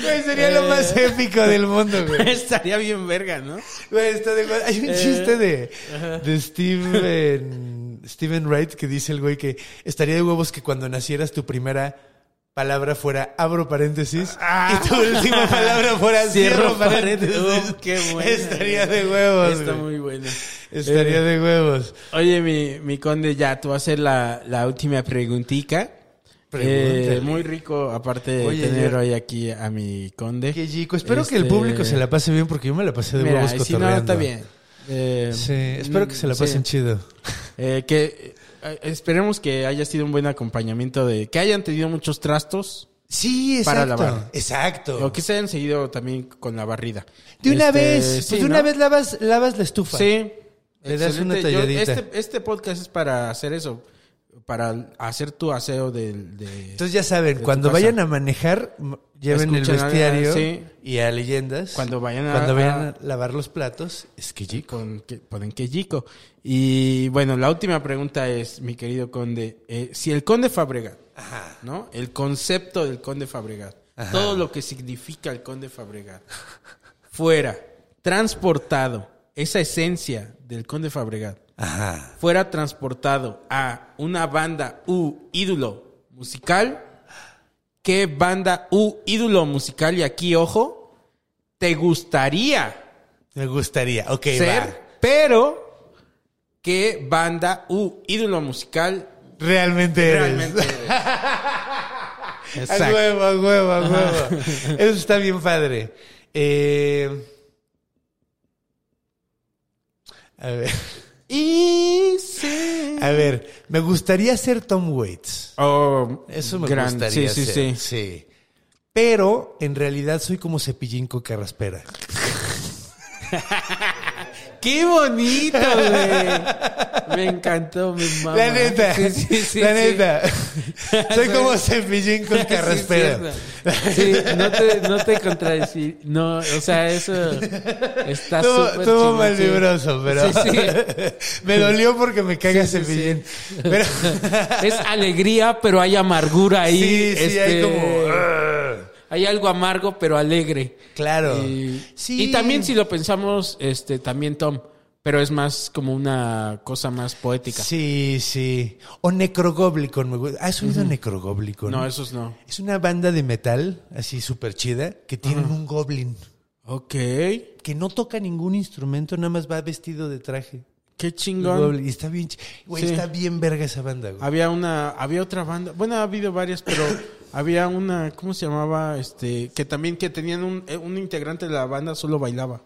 [SPEAKER 2] Güey, sería
[SPEAKER 3] Eh.
[SPEAKER 2] lo más épico del mundo, güey.
[SPEAKER 3] [LAUGHS] Estaría bien verga, ¿no? Eh,
[SPEAKER 2] Güey, está de- Hay un chiste de, de Steven... Steven, Steven Wright que dice el güey que estaría de huevos que cuando nacieras tu primera palabra fuera abro paréntesis
[SPEAKER 3] Ah.
[SPEAKER 2] y tu última palabra
[SPEAKER 3] [LAUGHS]
[SPEAKER 2] fuera cierro, paréntesis.
[SPEAKER 3] Uh, qué buena.
[SPEAKER 2] Oh,
[SPEAKER 3] eh.
[SPEAKER 2] estaría de huevos.
[SPEAKER 3] Está
[SPEAKER 2] güey.
[SPEAKER 3] muy buena.
[SPEAKER 2] Estaría
[SPEAKER 3] Eh,
[SPEAKER 2] de huevos.
[SPEAKER 3] Oye, mi, mi conde, ya, tú vas a hacer la, la última preguntica.
[SPEAKER 2] Pregúntale.
[SPEAKER 3] Eh, muy rico, aparte de
[SPEAKER 2] Oye,
[SPEAKER 3] tener
[SPEAKER 2] yo-
[SPEAKER 3] hoy aquí a mi conde.
[SPEAKER 2] Qué chico. Espero que el
[SPEAKER 3] Este,
[SPEAKER 2] público se la pase bien porque yo me la pasé de
[SPEAKER 3] Mira,
[SPEAKER 2] huevos
[SPEAKER 3] y si
[SPEAKER 2] cotorreando.
[SPEAKER 3] no, está bien. Eh,
[SPEAKER 2] Sí, espero que se la
[SPEAKER 3] sí.
[SPEAKER 2] pasen chido.
[SPEAKER 3] [LAUGHS] Eh, que eh, esperemos que haya sido un buen acompañamiento de que hayan tenido muchos trastos
[SPEAKER 2] Sí,
[SPEAKER 3] Para
[SPEAKER 2] exacto.
[SPEAKER 3] lavar.
[SPEAKER 2] exacto.
[SPEAKER 3] o que se hayan seguido también con la barrida.
[SPEAKER 2] De una
[SPEAKER 3] Este,
[SPEAKER 2] vez, pues
[SPEAKER 3] sí,
[SPEAKER 2] de una
[SPEAKER 3] ¿no?
[SPEAKER 2] vez lavas, lavas la estufa.
[SPEAKER 3] Sí.
[SPEAKER 2] Le das
[SPEAKER 3] Excelente.
[SPEAKER 2] una
[SPEAKER 3] Yo-
[SPEAKER 2] talladita.
[SPEAKER 3] este, este podcast es para hacer eso, para hacer tu aseo del de
[SPEAKER 2] Entonces ya saben,
[SPEAKER 3] tu
[SPEAKER 2] cuando
[SPEAKER 3] casa.
[SPEAKER 2] vayan a manejar, m- lleven el
[SPEAKER 3] Escuchen a-
[SPEAKER 2] bestiario
[SPEAKER 3] sí.
[SPEAKER 2] y a leyendas.
[SPEAKER 3] Cuando vayan a-
[SPEAKER 2] cuando vayan
[SPEAKER 3] a-
[SPEAKER 2] a lavar los platos, es que chico.
[SPEAKER 3] con que, ponen que Yico. Y bueno, la última pregunta es, mi querido conde, eh, si el conde Fabregat, ¿no? El concepto del conde Fabregat, todo lo que significa el conde Fabregat, fuera transportado, esa esencia del conde Fabregat,
[SPEAKER 2] Ajá.
[SPEAKER 3] fuera transportado a una banda u ídolo musical, ¿qué banda u ídolo musical? Y aquí, ojo, te gustaría
[SPEAKER 2] Me gustaría. Ok,
[SPEAKER 3] ser,
[SPEAKER 2] va.
[SPEAKER 3] pero qué banda u ídolo musical
[SPEAKER 2] Realmente eres.
[SPEAKER 3] realmente
[SPEAKER 2] A huevo, a huevo, a huevo.
[SPEAKER 3] [LAUGHS]
[SPEAKER 2] Eso está bien padre. Eh, a ver.
[SPEAKER 3] Y sí.
[SPEAKER 2] A ver, me gustaría ser Tom Waits.
[SPEAKER 3] Oh,
[SPEAKER 2] Eso me
[SPEAKER 3] gran-
[SPEAKER 2] gustaría
[SPEAKER 3] Sí, sí,
[SPEAKER 2] ser.
[SPEAKER 3] sí.
[SPEAKER 2] Sí. Pero en realidad soy como cepillín coca raspera.
[SPEAKER 3] ¡Qué bonito, güey! Me encantó, mi mamá.
[SPEAKER 2] La neta.
[SPEAKER 3] Ah, Sí, sí, sí,
[SPEAKER 2] la
[SPEAKER 3] sí.
[SPEAKER 2] neta.
[SPEAKER 3] [LAUGHS]
[SPEAKER 2] Soy
[SPEAKER 3] Sí.
[SPEAKER 2] como cepillín
[SPEAKER 3] Sí,
[SPEAKER 2] con carraspera. [LAUGHS]
[SPEAKER 3] es cierto. Sí, no te, no te contradecir. No, o sea, eso está
[SPEAKER 2] Estuvo
[SPEAKER 3] súper
[SPEAKER 2] estuvo
[SPEAKER 3] chingón,
[SPEAKER 2] mal
[SPEAKER 3] sí.
[SPEAKER 2] vibroso, pero
[SPEAKER 3] Sí, sí.
[SPEAKER 2] [LAUGHS] me dolió porque me caga
[SPEAKER 3] Sí, sí,
[SPEAKER 2] cepillín. Pero
[SPEAKER 3] Es alegría, pero hay amargura ahí.
[SPEAKER 2] sí, sí, hay
[SPEAKER 3] este,
[SPEAKER 2] como. ¡ah!
[SPEAKER 3] Hay algo amargo, pero alegre.
[SPEAKER 2] Claro.
[SPEAKER 3] Y,
[SPEAKER 2] Sí.
[SPEAKER 3] y también si lo pensamos, este, también Tom, pero es más como una cosa más poética.
[SPEAKER 2] Sí, sí. O Necrogoblicon. me gusta. ¿Has oído Necrogoblicon?
[SPEAKER 3] No, esos no.
[SPEAKER 2] Es una banda de metal, así súper chida, que tienen un goblin
[SPEAKER 3] Ok.
[SPEAKER 2] que no toca ningún instrumento, nada más va vestido de traje.
[SPEAKER 3] Qué
[SPEAKER 2] El
[SPEAKER 3] chingón.
[SPEAKER 2] goblin. Y está bien, ch- güey,
[SPEAKER 3] Sí.
[SPEAKER 2] está bien verga esa banda, güey.
[SPEAKER 3] Había una, había otra banda. Bueno, ha habido varias, [COUGHS] pero había una, ¿cómo se llamaba? Este, que también que tenían un, eh, un integrante de la banda solo bailaba.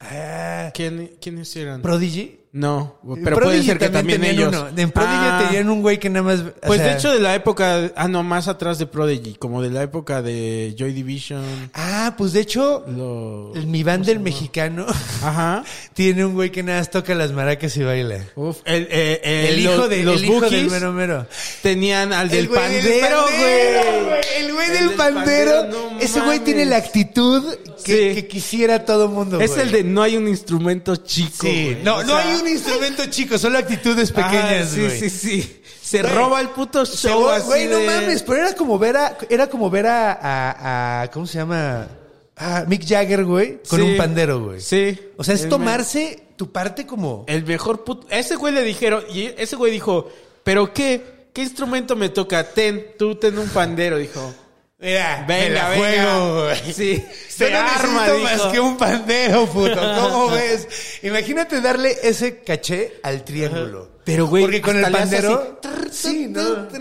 [SPEAKER 2] Ah,
[SPEAKER 3] ¿Quién, ¿Quiénes eran?
[SPEAKER 2] Prodigy.
[SPEAKER 3] no, pero
[SPEAKER 2] Prodigy
[SPEAKER 3] puede ser que también,
[SPEAKER 2] tenían
[SPEAKER 3] ellos.
[SPEAKER 2] uno. En Prodigy
[SPEAKER 3] Ah.
[SPEAKER 2] tenían un güey que nada más. o
[SPEAKER 3] Pues
[SPEAKER 2] sea,
[SPEAKER 3] de hecho de la época, ah no, más atrás de Prodigy, como de la época de Joy Division,
[SPEAKER 2] Ah, pues de hecho,
[SPEAKER 3] lo...
[SPEAKER 2] el- mi banda, el mexicano,
[SPEAKER 3] Ajá.
[SPEAKER 2] [LAUGHS] tiene un güey que nada más toca las maracas y baila.
[SPEAKER 3] Uf, el, eh, eh,
[SPEAKER 2] El,
[SPEAKER 3] los-
[SPEAKER 2] hijo, de,
[SPEAKER 3] los
[SPEAKER 2] el hijo del
[SPEAKER 3] Bukis
[SPEAKER 2] mero mero.
[SPEAKER 3] tenían al del
[SPEAKER 2] El güey del
[SPEAKER 3] pandero,
[SPEAKER 2] pandero,
[SPEAKER 3] güey.
[SPEAKER 2] El güey
[SPEAKER 3] El
[SPEAKER 2] del
[SPEAKER 3] del
[SPEAKER 2] pandero.
[SPEAKER 3] pandero, no
[SPEAKER 2] Ese güey
[SPEAKER 3] mames.
[SPEAKER 2] tiene la actitud que,
[SPEAKER 3] Sí.
[SPEAKER 2] que quisiera todo mundo.
[SPEAKER 3] Es
[SPEAKER 2] güey.
[SPEAKER 3] el de no hay un instrumento chico.
[SPEAKER 2] Sí.
[SPEAKER 3] güey.
[SPEAKER 2] No,
[SPEAKER 3] O
[SPEAKER 2] no
[SPEAKER 3] sea,
[SPEAKER 2] hay un instrumento chico, solo actitudes
[SPEAKER 3] ajá,
[SPEAKER 2] pequeñas,
[SPEAKER 3] sí,
[SPEAKER 2] güey.
[SPEAKER 3] sí, sí. Se
[SPEAKER 2] Güey.
[SPEAKER 3] roba el puto
[SPEAKER 2] Se
[SPEAKER 3] show
[SPEAKER 2] va-
[SPEAKER 3] así
[SPEAKER 2] Güey, no
[SPEAKER 3] de-
[SPEAKER 2] mames, pero era como ver a. Era como ver a. a- a- ¿Cómo se llama? A Mick Jagger, güey, con
[SPEAKER 3] Sí.
[SPEAKER 2] un pandero, güey.
[SPEAKER 3] Sí. Eh,
[SPEAKER 2] O sea, es
[SPEAKER 3] El
[SPEAKER 2] tomarse tu parte como.
[SPEAKER 3] El mejor puto. a Ese güey le dijeron. Y ese güey dijo, ¿pero qué? ¿Qué instrumento me toca? Ten, tú ten un pandero, dijo.
[SPEAKER 2] Mira, me
[SPEAKER 3] Venga,
[SPEAKER 2] la
[SPEAKER 3] venga.
[SPEAKER 2] juego, güey. [LAUGHS]
[SPEAKER 3] Sí.
[SPEAKER 2] Yo
[SPEAKER 3] Se
[SPEAKER 2] no
[SPEAKER 3] arma,
[SPEAKER 2] necesito
[SPEAKER 3] dijo.
[SPEAKER 2] más que un pandero, puto.
[SPEAKER 3] [LAUGHS]
[SPEAKER 2] ¿Cómo ves? Imagínate darle ese caché al triángulo.
[SPEAKER 3] Pero, güey,
[SPEAKER 2] Porque con
[SPEAKER 3] hasta
[SPEAKER 2] el
[SPEAKER 3] le hace
[SPEAKER 2] pandero.
[SPEAKER 3] así,
[SPEAKER 2] Sí, ¿no?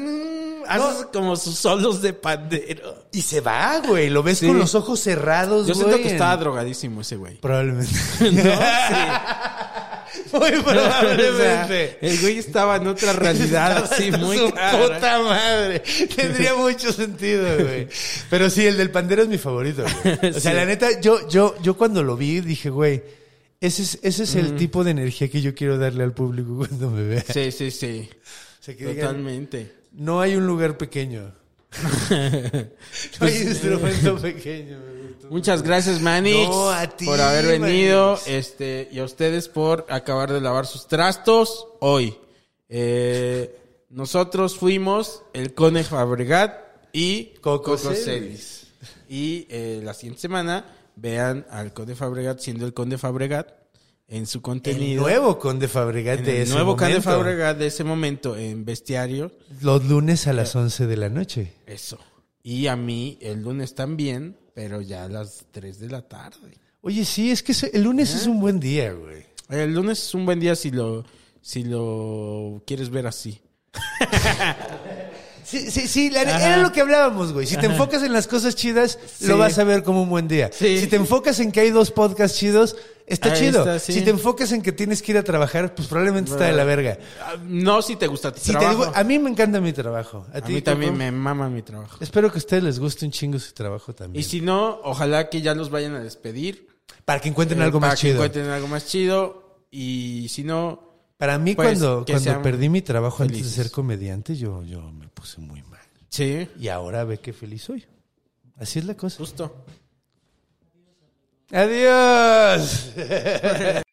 [SPEAKER 3] Haces como sus solos de pandero.
[SPEAKER 2] Y se va, güey. Lo ves
[SPEAKER 3] Sí.
[SPEAKER 2] con los ojos cerrados,
[SPEAKER 3] Yo
[SPEAKER 2] güey.
[SPEAKER 3] siento que estaba drogadísimo ese güey.
[SPEAKER 2] [LAUGHS] Probablemente.
[SPEAKER 3] No, sí.
[SPEAKER 2] Muy
[SPEAKER 3] [LAUGHS] [LAUGHS] O sea,
[SPEAKER 2] probablemente.
[SPEAKER 3] el güey estaba en [LAUGHS] otra realidad
[SPEAKER 2] [LAUGHS]
[SPEAKER 3] así
[SPEAKER 2] Hasta
[SPEAKER 3] muy
[SPEAKER 2] su
[SPEAKER 3] cara.
[SPEAKER 2] puta madre.
[SPEAKER 3] [LAUGHS]
[SPEAKER 2] Tendría mucho sentido, güey. Pero sí, el del pandero es mi favorito. güey. O sea,
[SPEAKER 3] Sí.
[SPEAKER 2] la neta, yo, yo, yo cuando lo vi dije, güey, ese es, ese es
[SPEAKER 3] Mm.
[SPEAKER 2] el tipo de energía que yo quiero darle al público [LAUGHS] cuando me vea.
[SPEAKER 3] Sí, sí, sí.
[SPEAKER 2] O sea, que digan,
[SPEAKER 3] Totalmente.
[SPEAKER 2] no hay un lugar
[SPEAKER 3] [LAUGHS]
[SPEAKER 2] pequeño. No hay instrumento pequeño. me gustó.
[SPEAKER 3] Pues, eh, Muchas gracias, Manix,
[SPEAKER 2] No, a ti,
[SPEAKER 3] por haber venido.
[SPEAKER 2] Manix.
[SPEAKER 3] Este, y a ustedes por acabar de lavar sus trastos hoy. Eh, nosotros fuimos el Cone Fabregat y
[SPEAKER 2] Coco
[SPEAKER 3] Celis.
[SPEAKER 2] Celis.
[SPEAKER 3] Y eh, la siguiente semana vean al Conde Fabregat siendo el Conde Fabregat. en su
[SPEAKER 2] El
[SPEAKER 3] contenido.
[SPEAKER 2] nuevo Conde Fabregat
[SPEAKER 3] en
[SPEAKER 2] de
[SPEAKER 3] el
[SPEAKER 2] ese
[SPEAKER 3] nuevo Conde
[SPEAKER 2] momento.
[SPEAKER 3] Fabregat de ese momento en Bestiario.
[SPEAKER 2] Los lunes a las 11 de la noche.
[SPEAKER 3] Eso. Y a mí el lunes también, pero ya a las 3 de la tarde.
[SPEAKER 2] Oye, sí, es que se- el lunes es un buen día, güey.
[SPEAKER 3] El lunes es un buen día si lo, si lo quieres ver así.
[SPEAKER 2] Sí, sí, sí, la- era lo que hablábamos, güey. Si te enfocas en las cosas chidas, lo vas a ver como un buen día.
[SPEAKER 3] Sí.
[SPEAKER 2] Si te enfocas en que hay dos podcasts chidos, está
[SPEAKER 3] Ahí
[SPEAKER 2] chido.
[SPEAKER 3] está, sí.
[SPEAKER 2] Si te enfocas en que tienes que ir a trabajar, pues probablemente está de la verga.
[SPEAKER 3] Ah, No si te gusta tu
[SPEAKER 2] Si te
[SPEAKER 3] trabajo.
[SPEAKER 2] digo, ah, a mí me encanta mi trabajo. A,
[SPEAKER 3] a
[SPEAKER 2] ti,
[SPEAKER 3] mí también
[SPEAKER 2] Coco?
[SPEAKER 3] me mama mi trabajo.
[SPEAKER 2] Espero que a ustedes les guste un chingo su trabajo
[SPEAKER 3] Y
[SPEAKER 2] también.
[SPEAKER 3] si no, ojalá que ya los vayan a despedir.
[SPEAKER 2] para que encuentren
[SPEAKER 3] eh,
[SPEAKER 2] algo
[SPEAKER 3] para
[SPEAKER 2] más
[SPEAKER 3] que
[SPEAKER 2] chido.
[SPEAKER 3] encuentren algo más chido. Y si no,
[SPEAKER 2] Para mí,
[SPEAKER 3] pues,
[SPEAKER 2] cuando,
[SPEAKER 3] que
[SPEAKER 2] cuando
[SPEAKER 3] sean
[SPEAKER 2] perdí mi trabajo antes de
[SPEAKER 3] felices.
[SPEAKER 2] ser comediante, yo, yo me puse muy mal.
[SPEAKER 3] sí,
[SPEAKER 2] Y ahora ve qué feliz soy. Así es la cosa.
[SPEAKER 3] justo.
[SPEAKER 2] Adiós.